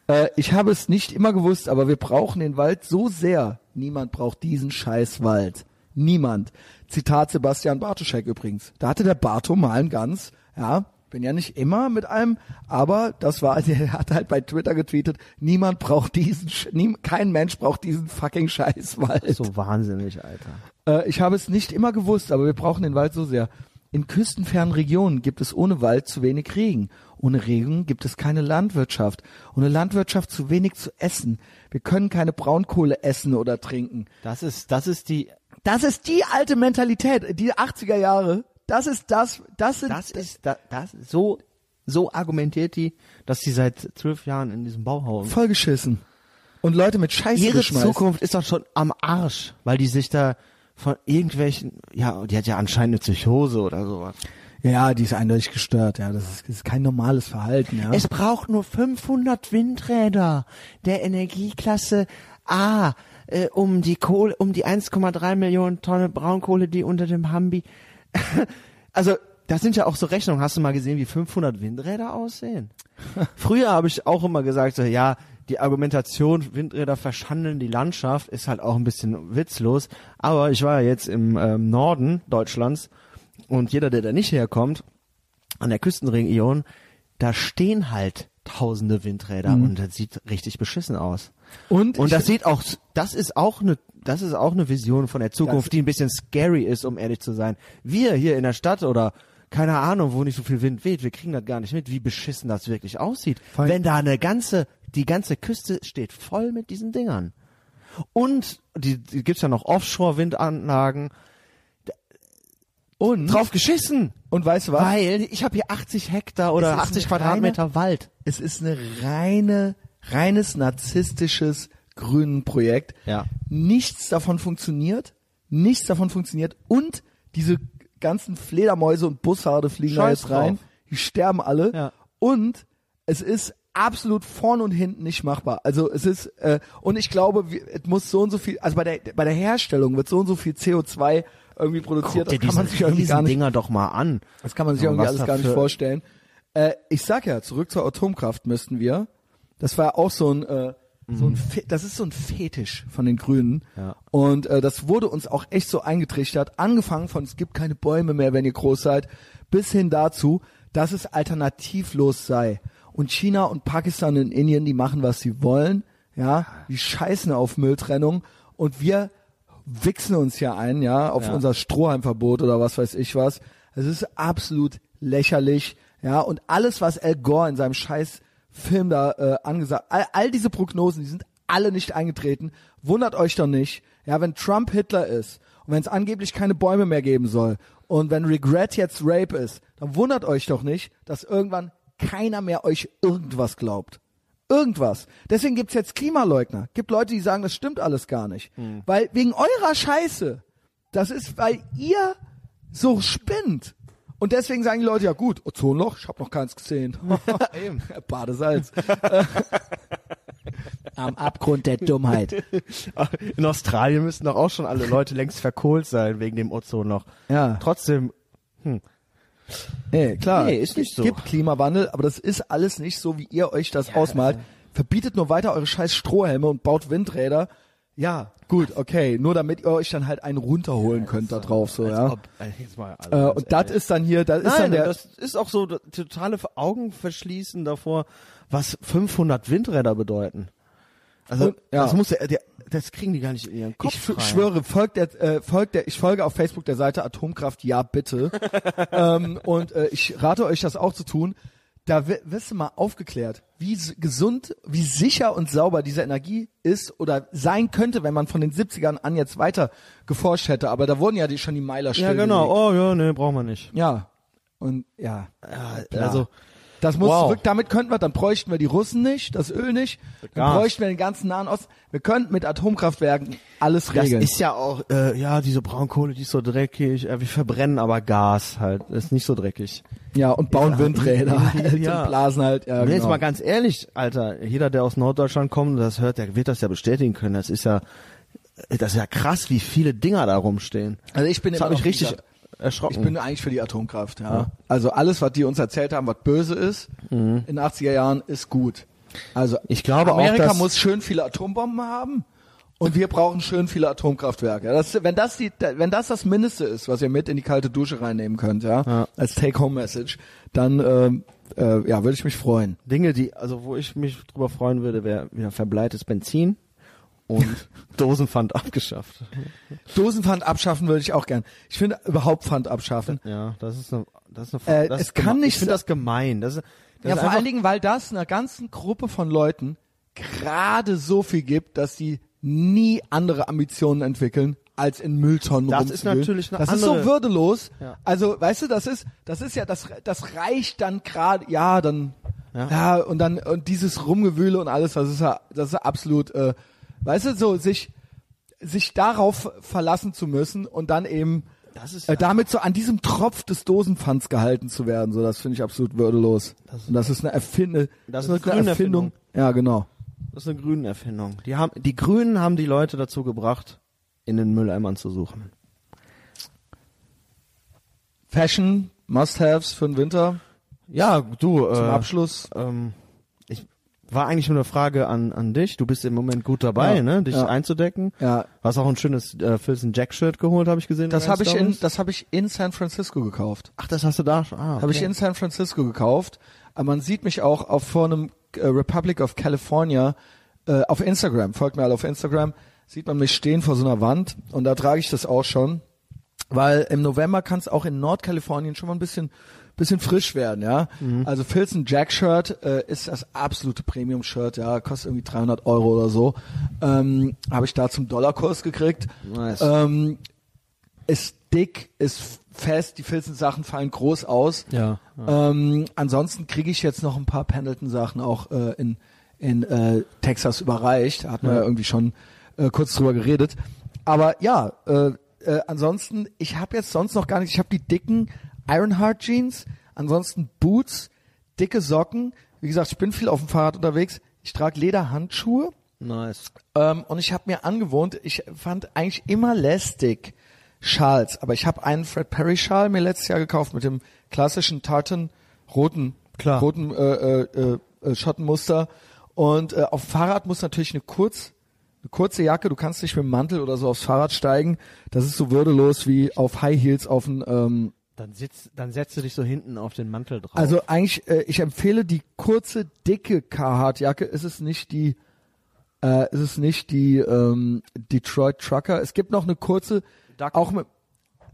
S1: Äh, ich habe es nicht immer gewusst, aber wir brauchen den Wald so sehr. Niemand braucht diesen Scheißwald. Niemand. Zitat Sebastian Bartoschek übrigens. Da hatte der Barto mal ein ganz, ja, bin ja nicht immer mit einem, aber das war, der hat halt bei Twitter getweetet, niemand braucht diesen, Sch- nie, kein Mensch braucht diesen fucking Scheißwald.
S2: So wahnsinnig, Alter.
S1: Äh, ich habe es nicht immer gewusst, aber wir brauchen den Wald so sehr. In küstenfernen Regionen gibt es ohne Wald zu wenig Regen. Ohne Regen gibt es keine Landwirtschaft. Ohne Landwirtschaft zu wenig zu essen. Wir können keine Braunkohle essen oder trinken.
S2: Das ist, das ist die,
S1: Das ist die alte Mentalität, die 80er Jahre. Das ist das, das sind,
S2: das ist, das, das so, so argumentiert die, dass sie seit zwölf Jahren in diesem Bauhaus.
S1: vollgeschissen. Und Leute mit Scheiße
S2: Ihre
S1: geschmeißen.
S2: Zukunft ist doch schon am Arsch, weil die sich da von irgendwelchen, ja, die hat ja anscheinend eine Psychose oder sowas.
S1: Ja, die ist eindeutig gestört. Ja, das ist, das ist kein normales Verhalten. Ja.
S2: Es braucht nur 500 Windräder der Energieklasse A, äh, um die Kohle, um die 1,3 Millionen Tonnen Braunkohle, die unter dem Hambi. also, das sind ja auch so Rechnungen. Hast du mal gesehen, wie 500 Windräder aussehen? Früher habe ich auch immer gesagt, so, ja, die Argumentation, Windräder verschandeln die Landschaft, ist halt auch ein bisschen witzlos. Aber ich war ja jetzt im ähm, Norden Deutschlands und jeder, der da nicht herkommt, an der Küstenregion, da stehen halt tausende Windräder und das sieht richtig beschissen aus.
S1: Und
S2: Und
S1: Mhm. ich-
S2: das sieht auch, das ist auch eine, das ist auch eine Vision von der Zukunft,
S1: Das-
S2: die ein bisschen scary ist, um ehrlich zu sein. Wir hier in der Stadt oder keine Ahnung, wo nicht so viel Wind weht, wir kriegen das gar nicht mit, wie beschissen das wirklich aussieht.
S1: allem-
S2: Wenn da eine ganze, die ganze Küste steht voll mit diesen Dingern. Und die, die gibt's ja noch Offshore-Windanlagen.
S1: Mhm. und,
S2: Drauf geschissen!
S1: und weißt du was?
S2: Weil ich habe hier 80 Hektar
S1: Es
S2: oder
S1: ist
S2: 80
S1: eine reine-
S2: Quadratmeter Wald.
S1: es ist eine reine, reines narzisstisches grünen Projekt.
S2: Ja.
S1: Nichts davon funktioniert, nichts davon funktioniert und diese ganzen Fledermäuse und Bussarde fliegen da
S2: Scheiß
S1: jetzt rein.
S2: drauf.
S1: Die sterben alle.
S2: Ja.
S1: Und es ist absolut vorn und hinten nicht machbar. Also es ist äh, und ich glaube, wir, es muss so und so viel, also bei der bei der Herstellung wird so und so viel CO2 irgendwie produziert.
S2: Guck dir
S1: das kann man sich
S2: diese
S1: irgendwie gar
S2: riesen
S1: nicht
S2: Dinger doch mal an.
S1: das kann man sich irgendwie
S2: was
S1: alles
S2: da
S1: gar nicht
S2: für-
S1: vorstellen. Äh, ich sag ja, zurück zur Atomkraft müssten wir. Das war auch so ein, äh, so ein Fe das ist so ein Fetisch von den Grünen.
S2: Mhm. Ja.
S1: Und äh, das wurde uns auch echt so eingetrichtert. Angefangen von, es gibt keine Bäume mehr, wenn ihr groß seid, bis hin dazu, dass es alternativlos sei. Und China und Pakistan und Indien, die machen, was sie wollen. Ja, die scheißen auf Mülltrennung. Und wir wichsen uns hier ein, ja, auf
S2: Ja.
S1: unser Strohheimverbot oder was weiß ich was. Es ist absolut lächerlich, ja, und alles, was Al Gore in seinem scheiß Film da äh, angesagt, all, all diese Prognosen, die sind alle nicht eingetreten. Wundert euch doch nicht, ja, wenn Trump Hitler ist und wenn es angeblich keine Bäume mehr geben soll und wenn Regret jetzt Rape ist, dann wundert euch doch nicht, dass irgendwann keiner mehr euch irgendwas glaubt. Irgendwas. Deswegen gibt's jetzt Klimaleugner. Gibt Leute, die sagen, das stimmt alles gar nicht. Weil wegen eurer Scheiße, das ist, weil ihr so spinnt. Und deswegen sagen die Leute, ja gut, Ozonloch, ich habe noch keins gesehen. Badesalz. Am Abgrund der Dummheit.
S2: Ah, In Australien müssten doch auch schon alle Leute längst verkohlt sein wegen dem Ozonloch.
S1: Ja.
S2: Trotzdem,
S1: Nee, klar.
S2: Nee, ist nicht so.
S1: Es gibt Klimawandel, aber das ist alles nicht so, wie ihr euch das ausmalt. verbietet nur weiter eure scheiß Strohhelme und baut Windräder. Ja, gut, okay, nur damit ihr euch dann halt einen runterholen könnt da drauf, so, ja.
S2: Ob, äh, jetzt mal, also
S1: Äh,
S2: ganz
S1: und das
S2: ehrlich.
S1: ist dann hier, das ist dann
S2: Nein,
S1: der,
S2: das ist auch so das totale Augen verschließen davor, was 500 Windräder bedeuten. Also
S1: Und- ja.
S2: das muss der, der, das kriegen die gar nicht in ihren Kopf.
S1: ich f-
S2: rein.
S1: schwöre, folgt der, äh, folgt der, ich folge auf Facebook der Seite Atomkraft, ja bitte. ähm, und äh, ich rate euch, das auch zu tun. Da wi- wirst du mal aufgeklärt, wie s- gesund, wie sicher und sauber diese Energie ist oder sein könnte, wenn man von den 70ern an jetzt weiter geforscht hätte. Aber da wurden ja die, schon die Meiler
S2: Ja genau. Oh ja, nee, brauchen wir nicht.
S1: Ja. Und ja.
S2: Ja.
S1: Also das muss
S2: Wow.
S1: zurück, damit könnten wir, dann bräuchten wir die Russen nicht, das Öl nicht, dann
S2: Gas.
S1: bräuchten wir den ganzen Nahen Osten. Wir könnten mit Atomkraftwerken alles
S2: Das
S1: regeln.
S2: ist ja auch, äh, ja, diese Braunkohle, die ist so dreckig. Äh, wir verbrennen aber Gas halt. Ist nicht so dreckig.
S1: Ja, und bauen
S2: Ja,
S1: Windräder
S2: ja.
S1: halt und blasen halt. Ja,
S2: Wenn
S1: genau.
S2: Jetzt mal ganz ehrlich, Alter, jeder, der aus Norddeutschland kommt und das hört, der wird das ja bestätigen können. Das ist ja, äh, das ist ja krass, wie viele Dinger da rumstehen.
S1: also ich bin
S2: Das
S1: immer
S2: hat mich
S1: noch,
S2: richtig
S1: wie gesagt,
S2: erschrocken.
S1: Ich bin eigentlich für die Atomkraft, ja. Also alles, was die uns erzählt haben, was böse ist, in den 80er Jahren, ist gut. Also
S2: Mhm. Ich glaube auch,
S1: Amerika
S2: dass-
S1: muss schön viele Atombomben haben und wir brauchen schön viele Atomkraftwerke. Das, wenn, das die, wenn das das Mindeste ist, was ihr mit in die kalte Dusche reinnehmen könnt, ja, als Take-Home-Message, dann ähm, äh, ja, würde ich mich freuen.
S2: Dinge, die, also wo ich mich drüber freuen würde, wäre wieder verbleites Benzin und Dosenpfand abgeschafft.
S1: Dosenpfand abschaffen würde ich auch gern. Ich finde überhaupt Pfand abschaffen.
S2: Ja, das ist eine, das ist
S1: eine-
S2: eine,
S1: Äh, das es ist geme- kann nicht
S2: ich finde
S1: se-
S2: das gemein. Das, ist- das
S1: ja,
S2: ist
S1: vor
S2: einfach,
S1: allen Dingen, weil das einer ganzen Gruppe von Leuten gerade so viel gibt, dass die nie andere Ambitionen entwickeln, als in Mülltonnen
S2: Das
S1: rumzuwühlen.
S2: ist natürlich eine
S1: Das ist
S2: andere-
S1: so würdelos.
S2: Ja.
S1: Also, weißt du, das ist, das ist ja, das, das reicht dann gerade, ja, dann, ja. und dann, und dieses Rumgewühle und alles, das ist ja, das ist ja absolut, äh, weißt du, so, sich, sich darauf verlassen zu müssen und dann eben,
S2: Das ist
S1: äh,
S2: ja-
S1: damit so an diesem Tropf des Dosenpfands gehalten zu werden, so das finde ich absolut würdelos.
S2: Das ist-
S1: und das ist eine Erfinde,
S2: Das ist eine grüne Erfindung.
S1: Ja, genau.
S2: das ist eine Grünenerfindung. Die haben, die Grünen haben die Leute dazu gebracht, in den Mülleimern zu suchen.
S1: Fashion Must-haves für den Winter
S2: Ja, du,
S1: zum
S2: äh,
S1: Abschluss.
S2: ähm, ich war eigentlich nur eine Frage an, an dich. Du bist im Moment gut dabei,
S1: Ja,
S2: ne? Dich
S1: ja.
S2: einzudecken.
S1: Ja.
S2: Hast auch ein schönes äh, Filzen Jack Shirt geholt, habe ich gesehen.
S1: Das
S2: bei
S1: habe ich in
S2: Stories.
S1: das habe ich in San Francisco gekauft.
S2: Ach, das hast du da schon. Ah, okay.
S1: Habe ich in San Francisco gekauft. Aber man sieht mich auch auf vor einem äh, Republic of California äh, auf Instagram. Folgt mir alle auf Instagram. Sieht man mich stehen vor so einer Wand und da trage ich das auch schon. Weil im November kann es auch in Nordkalifornien schon mal ein bisschen, bisschen frisch werden, ja.
S2: Mhm.
S1: Also Filzen Jack Shirt äh, ist das absolute Premium Shirt, ja, kostet irgendwie 300 Euro oder so. Ähm, Habe ich da zum Dollarkurs gekriegt.
S2: Nice.
S1: Ähm, ist dick, ist fest, die Filzen Sachen fallen groß aus.
S2: Ja.
S1: Ähm, ansonsten kriege ich jetzt noch ein paar Pendleton-Sachen auch äh, in, in äh, Texas überreicht. Da hatten wir ja irgendwie schon äh, kurz drüber geredet. Aber ja, äh, äh, ansonsten, ich habe jetzt sonst noch gar nichts. Ich habe die dicken Ironheart Jeans, ansonsten Boots, dicke Socken. Wie gesagt, ich bin viel auf dem Fahrrad unterwegs. Ich trage Lederhandschuhe.
S2: Nice.
S1: Ähm, und ich habe mir angewohnt, ich fand eigentlich immer lästig Schals, aber ich habe einen Fred Perry Schal mir letztes Jahr gekauft mit dem klassischen tartan roten
S2: Klar.
S1: roten äh, äh, äh, Schottenmuster und äh, auf Fahrrad muss natürlich eine kurz eine kurze Jacke, du kannst nicht mit dem Mantel oder so aufs Fahrrad steigen, das ist so würdelos wie auf High Heels auf ein ähm,
S2: Dann sitz, dann setzt du dich so hinten auf den Mantel drauf.
S1: also eigentlich, äh, ich empfehle die kurze, dicke Carhartt-Jacke. Es ist nicht die, äh, es ist nicht die ähm, Detroit Trucker. Es gibt noch eine kurze,
S2: Duck.
S1: auch mit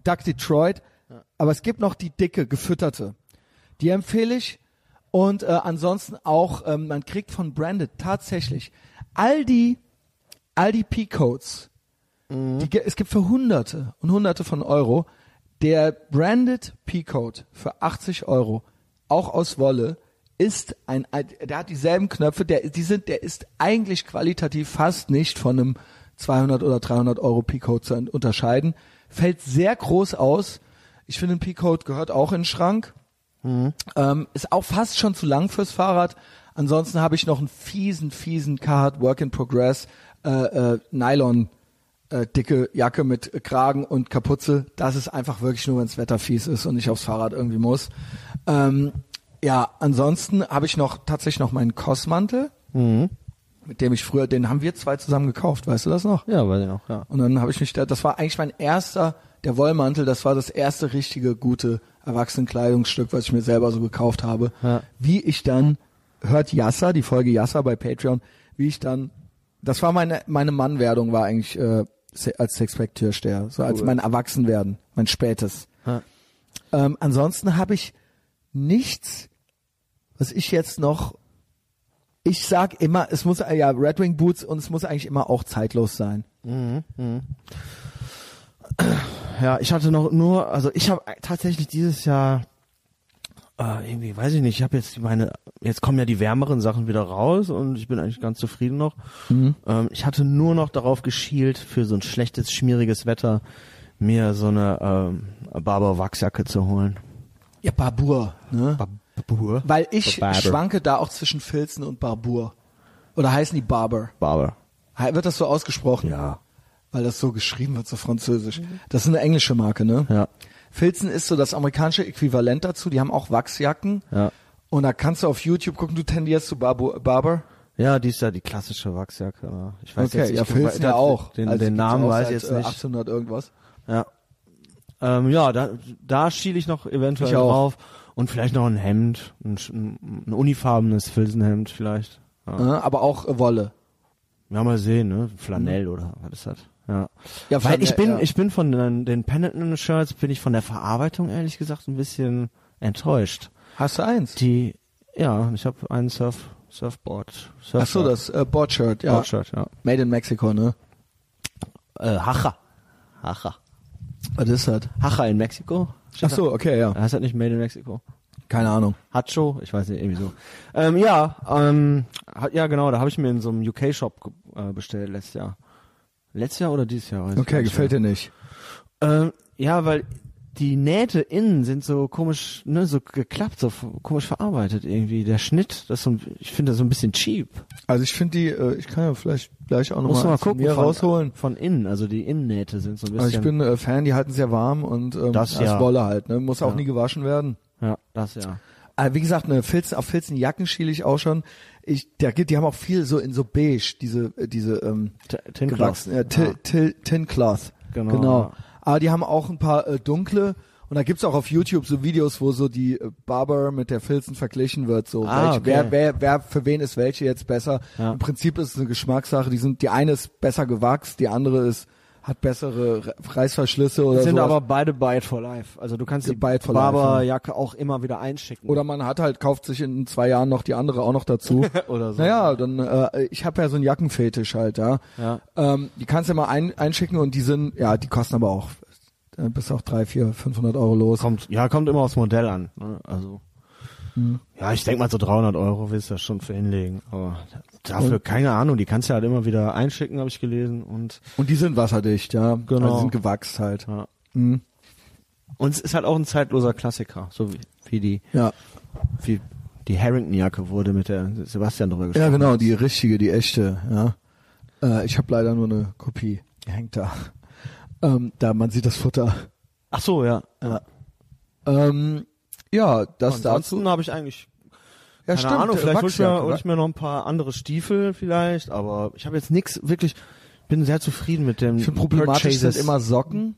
S1: Duck Detroit, aber es gibt noch die dicke, gefütterte. Die empfehle ich. Und äh, ansonsten auch, ähm, man kriegt von Branded tatsächlich all die, all die P-Codes, die, ge- es gibt für Hunderte und Hunderte von Euro der branded P-Code für 80 Euro, auch aus Wolle, ist ein, ein- der hat dieselben Knöpfe, der, die sind, der ist eigentlich qualitativ fast nicht von einem 200 oder 300 Euro P-Code zu un- unterscheiden, fällt sehr groß aus. Ich finde, ein P-Code gehört auch in den Schrank. Ähm, ist auch fast schon zu lang fürs Fahrrad. Ansonsten habe ich noch einen fiesen, fiesen Carhartt Work in Progress äh, äh, Nylon äh, dicke Jacke mit Kragen und Kapuze. Das ist einfach wirklich nur, wenn das Wetter fies ist und ich aufs Fahrrad irgendwie muss. Ähm, ja, ansonsten habe ich noch tatsächlich noch meinen Kossmantel
S2: Mhm.
S1: mit dem ich früher, den haben wir zwei zusammen gekauft, weißt du das noch?
S2: Ja, weiß ich noch, ja.
S1: Und dann habe ich mich da, das war eigentlich mein erster, der Wollmantel, das war das erste richtige gute Erwachsenenkleidungsstück, was ich mir selber so gekauft habe.
S2: Ja.
S1: Wie ich dann, hört Yasser, die Folge Yasser bei Patreon, wie ich dann, das war meine, meine Mannwerdung war eigentlich äh, se- als Sexpack-Türsteher, so als mein Erwachsenwerden, mein spätes.
S2: Ja.
S1: Ähm, ansonsten habe ich nichts, was ich jetzt noch ich sag immer, es muss äh, ja Red Wing Boots und es muss eigentlich immer auch zeitlos sein.
S2: Ja, ich hatte noch nur, also ich habe tatsächlich dieses Jahr äh, irgendwie, weiß ich nicht, ich habe jetzt meine, jetzt kommen ja die wärmeren Sachen wieder raus und ich bin eigentlich ganz zufrieden noch.
S1: Mhm.
S2: Ähm, ich hatte nur noch darauf geschielt, für so ein schlechtes, schmieriges Wetter mir so eine ähm, Barber-Wachsjacke zu holen.
S1: Ja, Barbur, ne?
S2: Barber?
S1: Weil ich
S2: Barber.
S1: schwanke da auch zwischen Filzen und Barbur. Oder heißen die Barber?
S2: Barber.
S1: He- Wird das so ausgesprochen?
S2: Ja.
S1: Weil das so geschrieben wird, so französisch. Das ist eine englische Marke, ne?
S2: Ja.
S1: Filzen ist so das amerikanische Äquivalent dazu. Die haben auch Wachsjacken.
S2: Ja.
S1: Und da kannst du auf YouTube gucken, du tendierst zu Barbu- Barber.
S2: Ja, die ist ja die klassische Wachsjacke. ne? Ich weiß
S1: okay,
S2: jetzt, nicht,
S1: ja,
S2: ich-
S1: Filzen ja auch.
S2: Den,
S1: Also
S2: den
S1: gibt's
S2: Namen
S1: auch
S2: weiß
S1: seit,
S2: ich jetzt
S1: äh,
S2: nicht.
S1: 1800 irgendwas.
S2: Ja. Ähm, ja, da, da schiele ich noch eventuell
S1: Ich auch.
S2: drauf. Und vielleicht noch ein Hemd, ein, sch- ein, ein unifarbenes Filzenhemd vielleicht. Ja.
S1: Ne? Aber auch äh, Wolle.
S2: ja, mal sehen, ne? Flanell oder was ist das? Ja.
S1: Ja,
S2: Weil
S1: Flanell,
S2: ich bin,
S1: ja.
S2: ich bin von den, den Pendleton-Shirts, bin ich von der Verarbeitung ehrlich gesagt ein bisschen enttäuscht.
S1: Hast du eins?
S2: Die, ja, ich habe ein Surf, Surfboard. Surfboard
S1: Ach so, das äh, Boardshirt, ja.
S2: Boardshirt, ja.
S1: Made in Mexico, ne?
S2: Äh, Hacha. Hacha.
S1: Was ist das?
S2: Hacha in Mexiko?
S1: Ach so, okay, ja.
S2: Heißt das nicht Made in Mexico?
S1: Keine Ahnung.
S2: Hacho, ich weiß nicht, irgendwie so. Ähm, ja, ähm, ha- ja genau, da habe ich mir in so einem UK-Shop ge- äh, bestellt letztes Jahr. Letztes Jahr oder dieses Jahr? Weiß ich gar
S1: Okay,
S2: nicht
S1: gefällt dir nicht.
S2: mehr. Ähm, ja, weil die Nähte innen sind so komisch, ne, so geklappt, so f- komisch verarbeitet irgendwie. Der Schnitt, das ist so, ein- ich finde das so ein bisschen cheap.
S1: Also ich finde die, äh, ich kann ja vielleicht gleich auch
S2: Muss
S1: nochmal
S2: man mal
S1: mal
S2: gucken,
S1: mir
S2: von,
S1: rausholen.
S2: von innen, also die Innennähte sind so ein bisschen.
S1: Also ich bin äh, Fan, die halten sehr warm und ähm,
S2: Das ja.
S1: Wolle halt, ne? Muss auch nie gewaschen werden.
S2: ja, das ja.
S1: Aber wie gesagt, ne, Filzen, auf Filzenjacken schiele ich auch schon. Ich, der, die haben auch viel so in so beige, diese, äh, diese, ähm,
S2: T- Tin Cloth.
S1: gewachsen, äh,
S2: Ja.
S1: Tin, Tin, Tin Cloth.
S2: Genau, ja.
S1: Aber die haben auch ein paar äh, dunkle und da gibt's auch auf YouTube so Videos, wo so die äh, Barber mit der Filzen verglichen wird. So,
S2: Ah,
S1: welch,
S2: okay.
S1: wer, wer, wer für wen ist welche jetzt besser?
S2: Ja.
S1: Im Prinzip ist es eine Geschmackssache. Die sind, die eine ist besser gewachst, die andere ist hat bessere Re- Reißverschlüsse oder
S2: sind
S1: sowas.
S2: aber beide Bite for Life. Also du kannst die
S1: Bite for Life,
S2: Barberjacke auch immer wieder einschicken.
S1: oder man hat halt kauft sich in zwei Jahren noch die andere auch noch dazu.
S2: oder so.
S1: Naja, dann äh, ich habe ja so einen Jackenfetisch halt, ja.
S2: Ja.
S1: Ähm, die kannst du mal ein, einschicken und die sind, ja, die kosten aber auch äh, bis auch drei, vier, 500 Euro los.
S2: Kommt, ja, kommt immer aufs Modell an. Ne? Also,
S1: Mhm.
S2: ja, ich denke mal so 300 Euro willst du das schon für hinlegen. Aber dafür, keine Ahnung, die kannst du halt immer wieder einschicken, habe ich gelesen. Und,
S1: Und die sind wasserdicht, ja.
S2: Genau.
S1: Also die sind gewachst halt.
S2: ja.
S1: Mhm.
S2: und es ist halt auch ein zeitloser Klassiker, so wie, wie die,
S1: Ja.
S2: wie die Harrington-Jacke wurde mit der Sebastian drüber gesprochen.
S1: ja, genau, die richtige, die echte, ja. Äh, ich habe leider nur eine Kopie. Die hängt da. Ähm, da, man sieht das Futter.
S2: Ach so, ja.
S1: Ja, ähm, ja das dazu.
S2: Ansonsten habe ich eigentlich
S1: Ja,
S2: Keine Ahnung,
S1: äh,
S2: vielleicht hol ich, mir,
S1: Wachsjacke,
S2: hol ich mir noch ein paar andere Stiefel vielleicht, aber ich habe jetzt nix wirklich, bin sehr zufrieden mit dem
S1: Ich finde problematisch sind
S2: Purchases.
S1: immer Socken,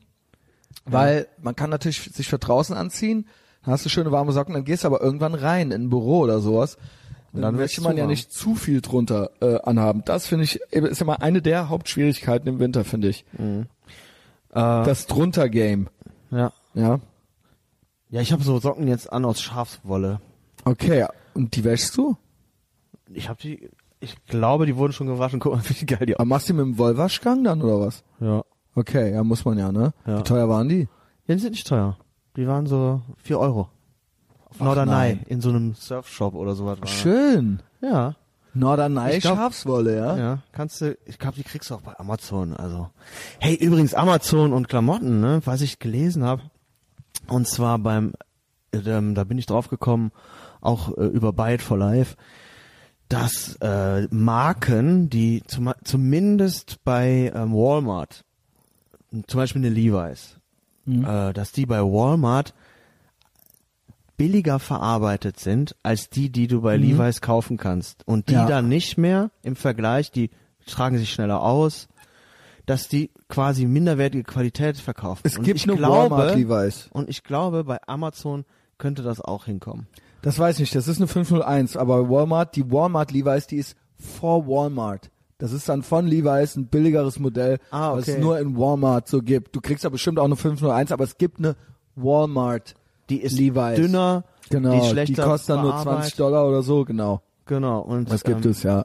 S1: weil man kann natürlich sich für draußen anziehen, dann hast du schöne warme Socken, dann gehst du aber irgendwann rein in ein Büro oder sowas. Dann,
S2: dann wird's
S1: möchte
S2: zu
S1: man ja
S2: warm.
S1: nicht zu viel drunter äh, anhaben. Das finde ich, ist immer eine der Hauptschwierigkeiten im Winter, finde ich.
S2: äh,
S1: Das drunter Game.
S2: ja.
S1: Ja.
S2: ja, ich habe so Socken jetzt an aus Schafswolle.
S1: Okay. Und die wäschst du?
S2: Ich habe die, ich glaube, die wurden schon gewaschen. Guck mal, wie geil die
S1: Aber machst du die mit dem Wollwaschgang dann oder was?
S2: Ja.
S1: Okay, ja, muss man ja, ne?
S2: Ja.
S1: Wie teuer waren die?
S2: ja, die sind nicht teuer. Die waren so vier Euro. Auf
S1: Ach
S2: Norderney,
S1: nein.
S2: in so einem Surfshop oder sowas. war
S1: Schön.
S2: das. Ja,
S1: Norderney
S2: Ich glaub-
S1: Schafswolle, ja?
S2: Ja, kannst du, ich glaube, die kriegst du auch bei Amazon. Also, hey, übrigens Amazon und Klamotten, ne, was ich gelesen habe. Und zwar beim, äh, ähm, da bin ich drauf gekommen, auch äh, über Byte for Life, dass äh, Marken, die zum, zumindest bei ähm, Walmart, zum Beispiel eine Levi's, äh, dass die bei Walmart
S3: billiger verarbeitet sind als die, die du bei Levi's kaufen kannst. Und die
S1: Ja.
S3: dann nicht mehr im Vergleich, die tragen sich schneller aus, dass die quasi minderwertige Qualität verkaufen.
S1: Es
S3: und
S1: gibt
S3: ich
S1: nur
S3: glaube,
S1: Walmart Levi's.
S3: Und ich glaube, bei Amazon könnte das auch hinkommen.
S1: Das weiß ich nicht, das ist eine 501, aber Walmart, die Walmart Levi's, die ist vor Walmart. Das ist dann von Levi's ein billigeres Modell,
S3: Ah,
S1: was es
S3: okay.
S1: nur in Walmart so gibt. Du kriegst ja bestimmt auch eine 501, aber es gibt eine Walmart
S3: Die ist
S1: Levi's.
S3: dünner,
S1: Genau,
S3: die ist
S1: die
S3: schlechter
S1: kostet dann nur 20
S3: verarbeitet.
S1: Dollar oder so, genau.
S3: Genau. Und
S1: Das gibt
S3: ähm,
S1: es, ja.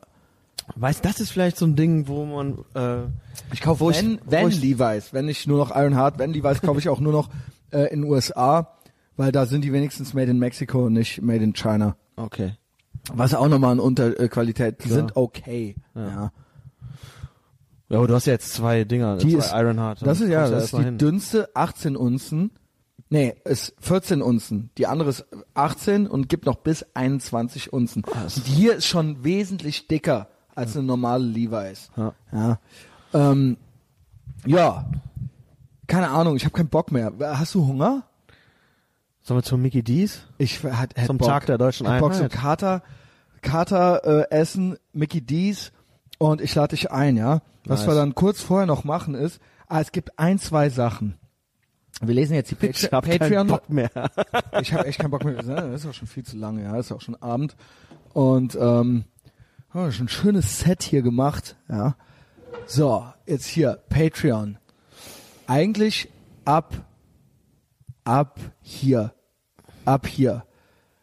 S3: Weißt, das ist vielleicht so ein Ding, wo man äh,
S1: Ich kaufe wenn,
S3: ich-
S1: wenn
S3: wo ich-
S1: Levi's, wenn ich nur noch Ironheart, wenn Levi's kaufe ich auch nur noch äh, in USA, weil da sind die wenigstens made in Mexico und nicht made in China.
S3: okay.
S1: Was auch nochmal eine Unterqualität. Äh, Qualität. die
S3: Klar.
S1: sind okay. Ja.
S3: Ja, aber du hast ja jetzt zwei Dinger,
S1: Die
S3: zwei
S1: ist-
S3: Ironheart.
S1: Das ist ja,
S3: Kommst
S1: das ist
S3: erst mal
S1: die
S3: hin.
S1: dünnste 18 Unzen. Nee, ist 14 Unzen. Die andere ist 18 und gibt noch bis 21 Unzen.
S3: Ah,
S1: Und die hier ist schon wesentlich dicker als eine normale Levi's.
S3: Ja.
S1: Ja. Ähm, ja. Keine Ahnung, ich habe keinen Bock mehr. Hast du Hunger?
S3: Sollen wir zu Mickey D's?
S1: Ich hat,
S3: Zum
S1: Bock.
S3: Tag der deutschen
S1: Hätt Bock zum
S3: Einheit.
S1: Kater, Kater äh, essen, Mickey D's und ich lade dich ein, ja. Was
S3: Nice.
S1: wir dann kurz vorher noch machen ist, ah, es gibt ein, zwei Sachen. Wir lesen jetzt die Patre
S3: hab keinen
S1: Patreon.
S3: Bock mehr.
S1: Ich habe echt keinen Bock mehr. Das ist auch schon viel zu lange, ja. Das ist auch schon Abend. Und ähm, haben wir schon ein schönes Set hier gemacht, ja. So, jetzt hier Patreon. Eigentlich ab, ab hier, ab hier.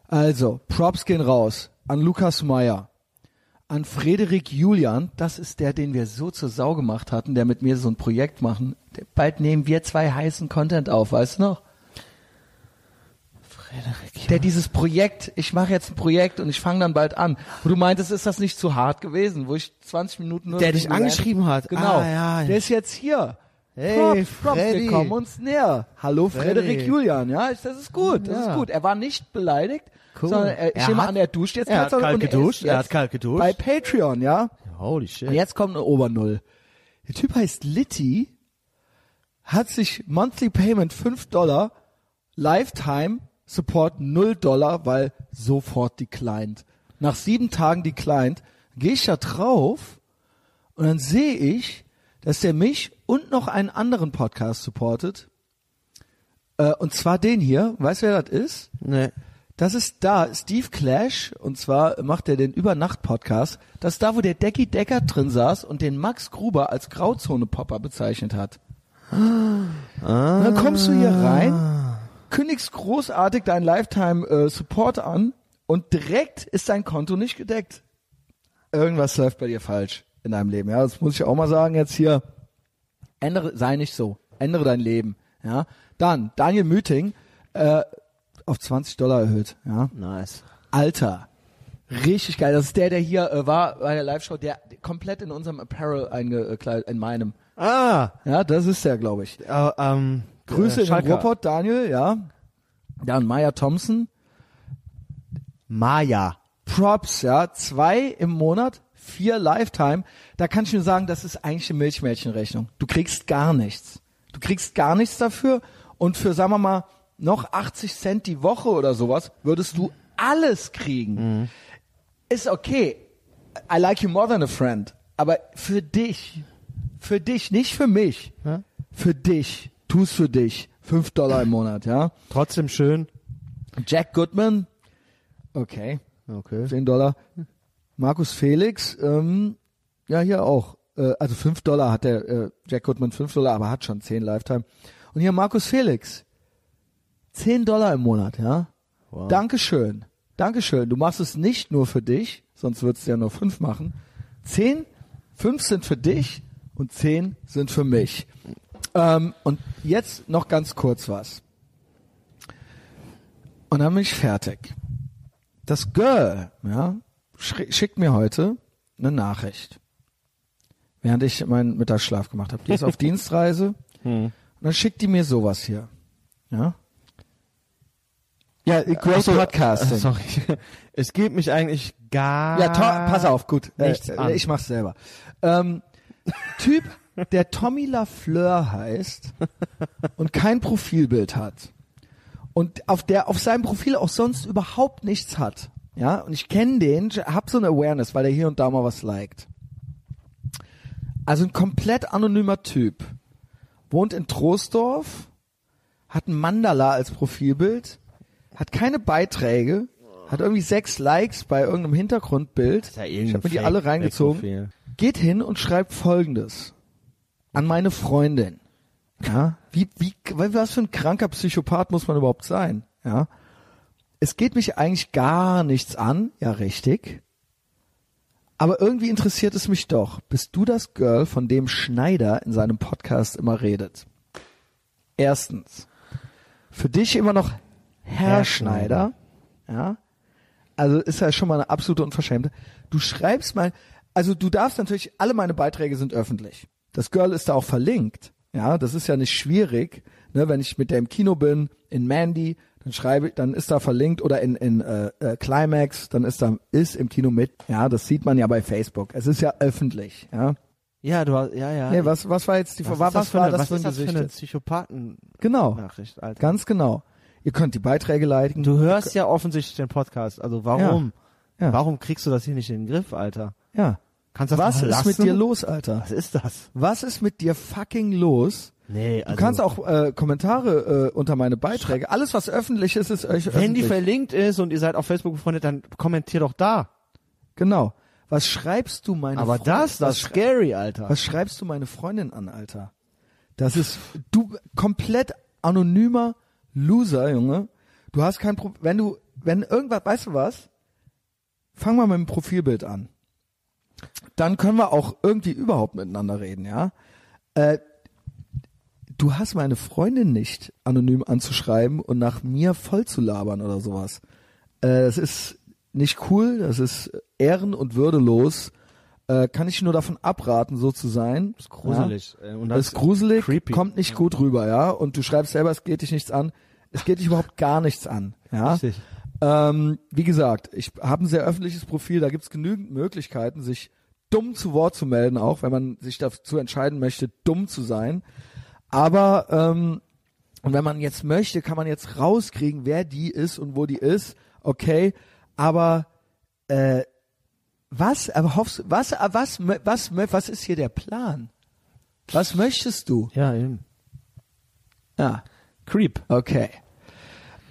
S1: Also Props gehen raus an Lukas Meyer, an Frederik Julian. Das ist der, den wir so zur Sau gemacht hatten, der mit mir so ein Projekt machen. Bald nehmen wir zwei heißen Content auf, weißt du noch? der dieses Projekt, ich mache jetzt ein Projekt und ich fange dann bald an. Wo du meintest, ist das nicht zu hart gewesen, wo ich 20 Minuten nur
S3: Der
S1: mit
S3: dich
S1: ihm gerannt-
S3: angeschrieben hat.
S1: Genau.
S3: Ah, ja.
S1: Der ist jetzt hier.
S3: Hey,
S1: Props, Props,
S3: Freddy.
S1: wir kommen uns näher. Hallo Frederik
S3: Freddy.
S1: Julian, ja, ich- das ist gut, das
S3: Ja.
S1: ist gut. Er war nicht beleidigt,
S3: Cool.
S1: sondern er, ich
S3: Er
S1: nehme
S3: hat-
S1: an, er duscht jetzt
S3: er
S1: gerade,
S3: hat
S1: sondern-
S3: kalt
S1: und
S3: geduscht,
S1: ist
S3: er hat
S1: jetzt
S3: kalt geduscht.
S1: Bei Patreon, ja.
S3: Holy
S1: Und
S3: shit.
S1: jetzt kommt eine Obernull. Der Typ heißt Litty, hat sich Monthly Payment 5 Dollar, Lifetime Support 0 Dollar, weil sofort declined. Nach sieben Tagen declined, gehe ich da drauf und dann sehe ich, dass der mich und noch einen anderen Podcast supportet. Äh, und zwar den hier. Weißt du, wer das ist?
S3: Nee.
S1: Das ist da, Steve Clash, und zwar macht er den Übernacht-Podcast. Das ist da, wo der Decky Decker drin saß und den Max Gruber als Grauzone-Popper bezeichnet hat. Und dann kommst du hier rein, kündigst großartig deinen Lifetime-Support äh, an und direkt ist dein Konto nicht gedeckt. Irgendwas läuft bei dir falsch in deinem Leben. Ja, das muss ich auch mal sagen jetzt hier ändere, sei nicht so, ändere dein Leben, ja. Dann, Daniel Müting, äh, auf 20 Dollar erhöht, ja.
S3: Nice.
S1: Alter, richtig geil, das ist der, der hier äh, war bei der Live-Show, der komplett in unserem Apparel eingekleidet, in meinem,
S3: Ah,
S1: ja, das ist der, glaube ich.
S3: äh, ähm, äh,
S1: Grüße in den
S3: Schalker.
S1: Ruhrpott, Daniel, ja. Dann Maya Thompson,
S3: Maya.
S1: Props, ja, zwei im Monat, vier Lifetime. Da kann ich nur sagen, das ist eigentlich eine Milchmädchenrechnung. Du kriegst gar nichts. Du kriegst gar nichts dafür und für, sagen wir mal, noch 80 Cent die Woche oder sowas würdest du alles
S3: Mhm.
S1: kriegen. Ist okay. I like you more than a friend. Aber für dich, für dich, nicht für mich, für dich, tu es für dich. Fünf Dollar im Monat, ja.
S3: Trotzdem schön.
S1: Jack Goodman, okay.
S3: Okay.
S1: 10 Dollar. Markus Felix, ähm, ja, hier auch. Äh, also 5 Dollar hat der äh, Jack Goodman 5 Dollar, aber hat schon 10 Lifetime. Und hier Markus Felix. 10 Dollar im Monat, ja. Dankeschön. Dankeschön. Du machst es nicht nur für dich, sonst würdest du ja nur 5 machen. 10, 5 sind für dich und 10 sind für mich. Ähm, und jetzt noch ganz kurz was. Und dann bin ich fertig das Girl, ja, schri- schickt mir heute eine Nachricht. Während ich meinen Mittagsschlaf gemacht habe. Die ist auf Dienstreise.
S3: Hm.
S1: Und dann schickt die mir sowas hier. Ja. Ja, great
S3: Ach so,
S1: podcasting.
S3: äh, Sorry. Es geht mich eigentlich gar.
S1: Ja, to- pass auf, gut. Äh,
S3: Ah. Nichts an.
S1: äh, ich mach's selber. Ähm, typ, der Tommy Lafleur heißt und kein Profilbild hat. und auf der auf seinem Profil auch sonst überhaupt nichts hat. Ja, und ich kenne den, hab so eine Awareness, weil er hier und da mal was liked. Also ein komplett anonymer Typ. Wohnt in Troisdorf, hat ein Mandala als Profilbild, hat keine Beiträge, hat irgendwie sechs Likes bei irgendeinem Hintergrundbild.
S3: ja
S1: ich
S3: irgendein
S1: habe mir die
S3: Fake-
S1: alle reingezogen.
S3: Fake-Profil.
S1: Geht hin und schreibt folgendes an meine Freundin. Ja, wie, wie, was für ein kranker Psychopath muss man überhaupt sein? Ja, es geht mich eigentlich gar nichts an, ja richtig. Aber irgendwie interessiert es mich doch. Bist du das Girl, von dem Schneider in seinem Podcast immer redet? Erstens, für dich immer noch Herr,
S3: Herr
S1: Schneider. Ja. Also ist ja schon mal eine absolute Unverschämte. Du schreibst mal, also du darfst natürlich, alle meine Beiträge sind öffentlich. Das Girl ist da auch verlinkt. Ja, das ist ja nicht schwierig. Ne, wenn ich mit der im Kino bin, in Mandy, dann schreibe ich, dann ist da verlinkt oder in, in äh, äh, Climax, dann ist da ist im Kino mit. Ja, das sieht man ja bei Facebook. Es ist ja öffentlich. Ja.
S2: Ja, du hast, ja, ja.
S1: Nee, was, was war jetzt die
S2: was,
S1: war,
S2: ist das für
S1: war
S2: eine,
S1: das
S2: was
S1: für ein
S2: ist das für
S1: Gesicht
S2: eine
S1: jetzt?
S2: Psychopathen-Nachricht,
S1: Genau.
S2: Alter?
S1: Ganz genau. Ihr könnt die Beiträge leiten.
S2: Du hörst ja offensichtlich den Podcast. Also warum?
S1: Ja.
S2: Warum kriegst du das hier nicht in den Griff, Alter?
S1: Ja.
S2: Kannst du das
S1: Was
S2: mal
S1: ist
S2: lassen?
S1: mit dir los, Alter?
S2: Was ist das?
S1: Was ist mit dir fucking los?
S2: Nee,
S1: Du kannst auch äh, Kommentare äh, unter meine Beiträge. Alles, was öffentlich ist, ist euch
S2: Wenn die
S1: öffentlich.
S2: verlinkt ist und ihr seid auf Facebook befreundet, dann kommentier doch da.
S1: Genau. Was schreibst du meine
S2: Aber
S1: Freundin?
S2: das, das
S1: was,
S2: ist
S1: schrei-
S2: scary, Alter.
S1: was schreibst du meine Freundin an, Alter? Das ist du komplett anonymer Loser, Junge. Du hast kein Problem. Wenn du, wenn irgendwas, weißt du was? Fang mal mit dem Profilbild an. Dann können wir auch irgendwie überhaupt miteinander reden, ja? Äh, du hast meine Freundin nicht anonym anzuschreiben und nach mir voll zu labern oder sowas. Äh, das ist nicht cool, das ist ehren- und würdelos. Äh, kann ich nur davon abraten, so zu sein.
S2: Das ist gruselig. Äh, Und
S1: Das ist gruselig,
S2: creepy.
S1: kommt nicht gut rüber, ja. Und du schreibst selber, es geht dich nichts an. Es geht dich überhaupt gar nichts an, ja.
S2: Richtig.
S1: Ähm, wie gesagt, ich habe ein sehr öffentliches Profil, da gibt's genügend Möglichkeiten, sich dumm zu Wort zu melden, auch wenn man sich dazu entscheiden möchte, dumm zu sein. Aber ähm, und wenn man jetzt möchte, kann man jetzt rauskriegen, wer die ist und wo die ist. Okay, aber äh, was? Aber hoffst was? ah, Was? mö- Was? mö- Was ist hier der Plan? Was möchtest du?
S2: ja, eben.
S1: Ja.
S2: Creep.
S1: Okay.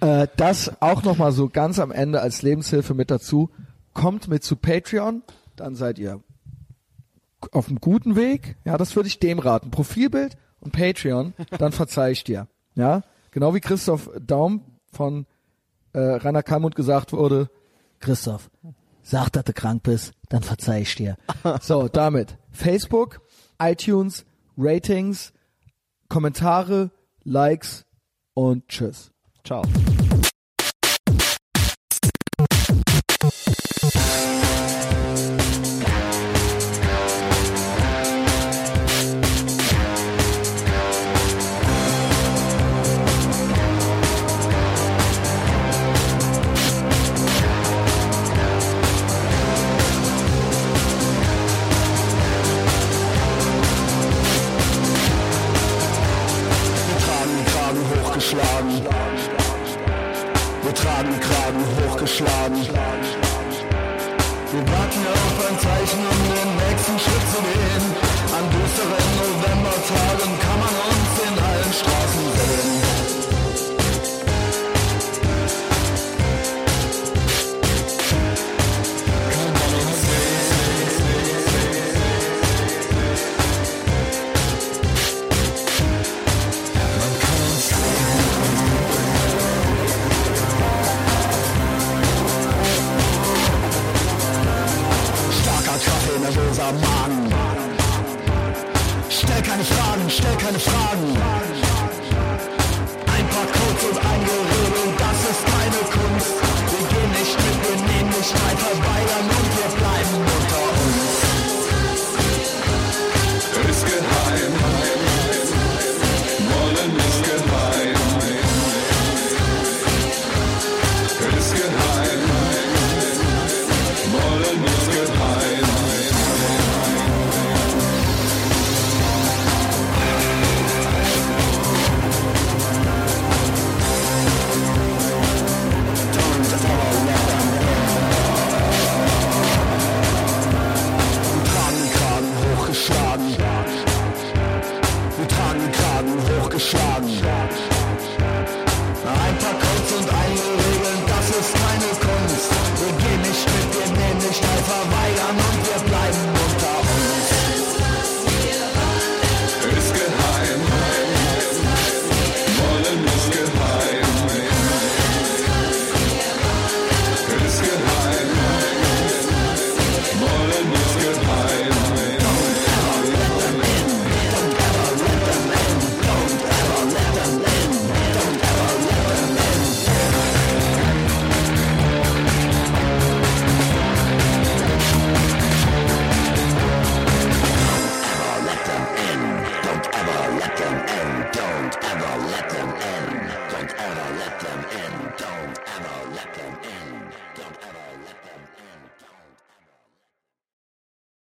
S1: Äh, das auch nochmal so ganz am Ende als Lebenshilfe mit dazu. Kommt mit zu Patreon, dann seid ihr auf einem guten Weg. Ja, das würde ich dem raten. Profilbild und Patreon, dann verzeih ich dir. Ja, genau wie Christoph Daum von äh, Rainer Kallmund gesagt wurde. Christoph, sag, dass du krank bist, dann verzeih ich dir. So, damit Facebook, iTunes, Ratings, Kommentare, Likes und tschüss.
S2: Ciao.
S8: Wir tragen den Kragen hochgeschlagen. Wir tragen den Kragen hochgeschlagen. Wir warten auf ein Zeichen, um den nächsten Schritt zu gehen. An düsteren Novembertagen kann man uns in allen Straßen sehen. Kann man uns Starker Kaffee, nervöser Magen. Stell keine Fragen, stell keine Fragen.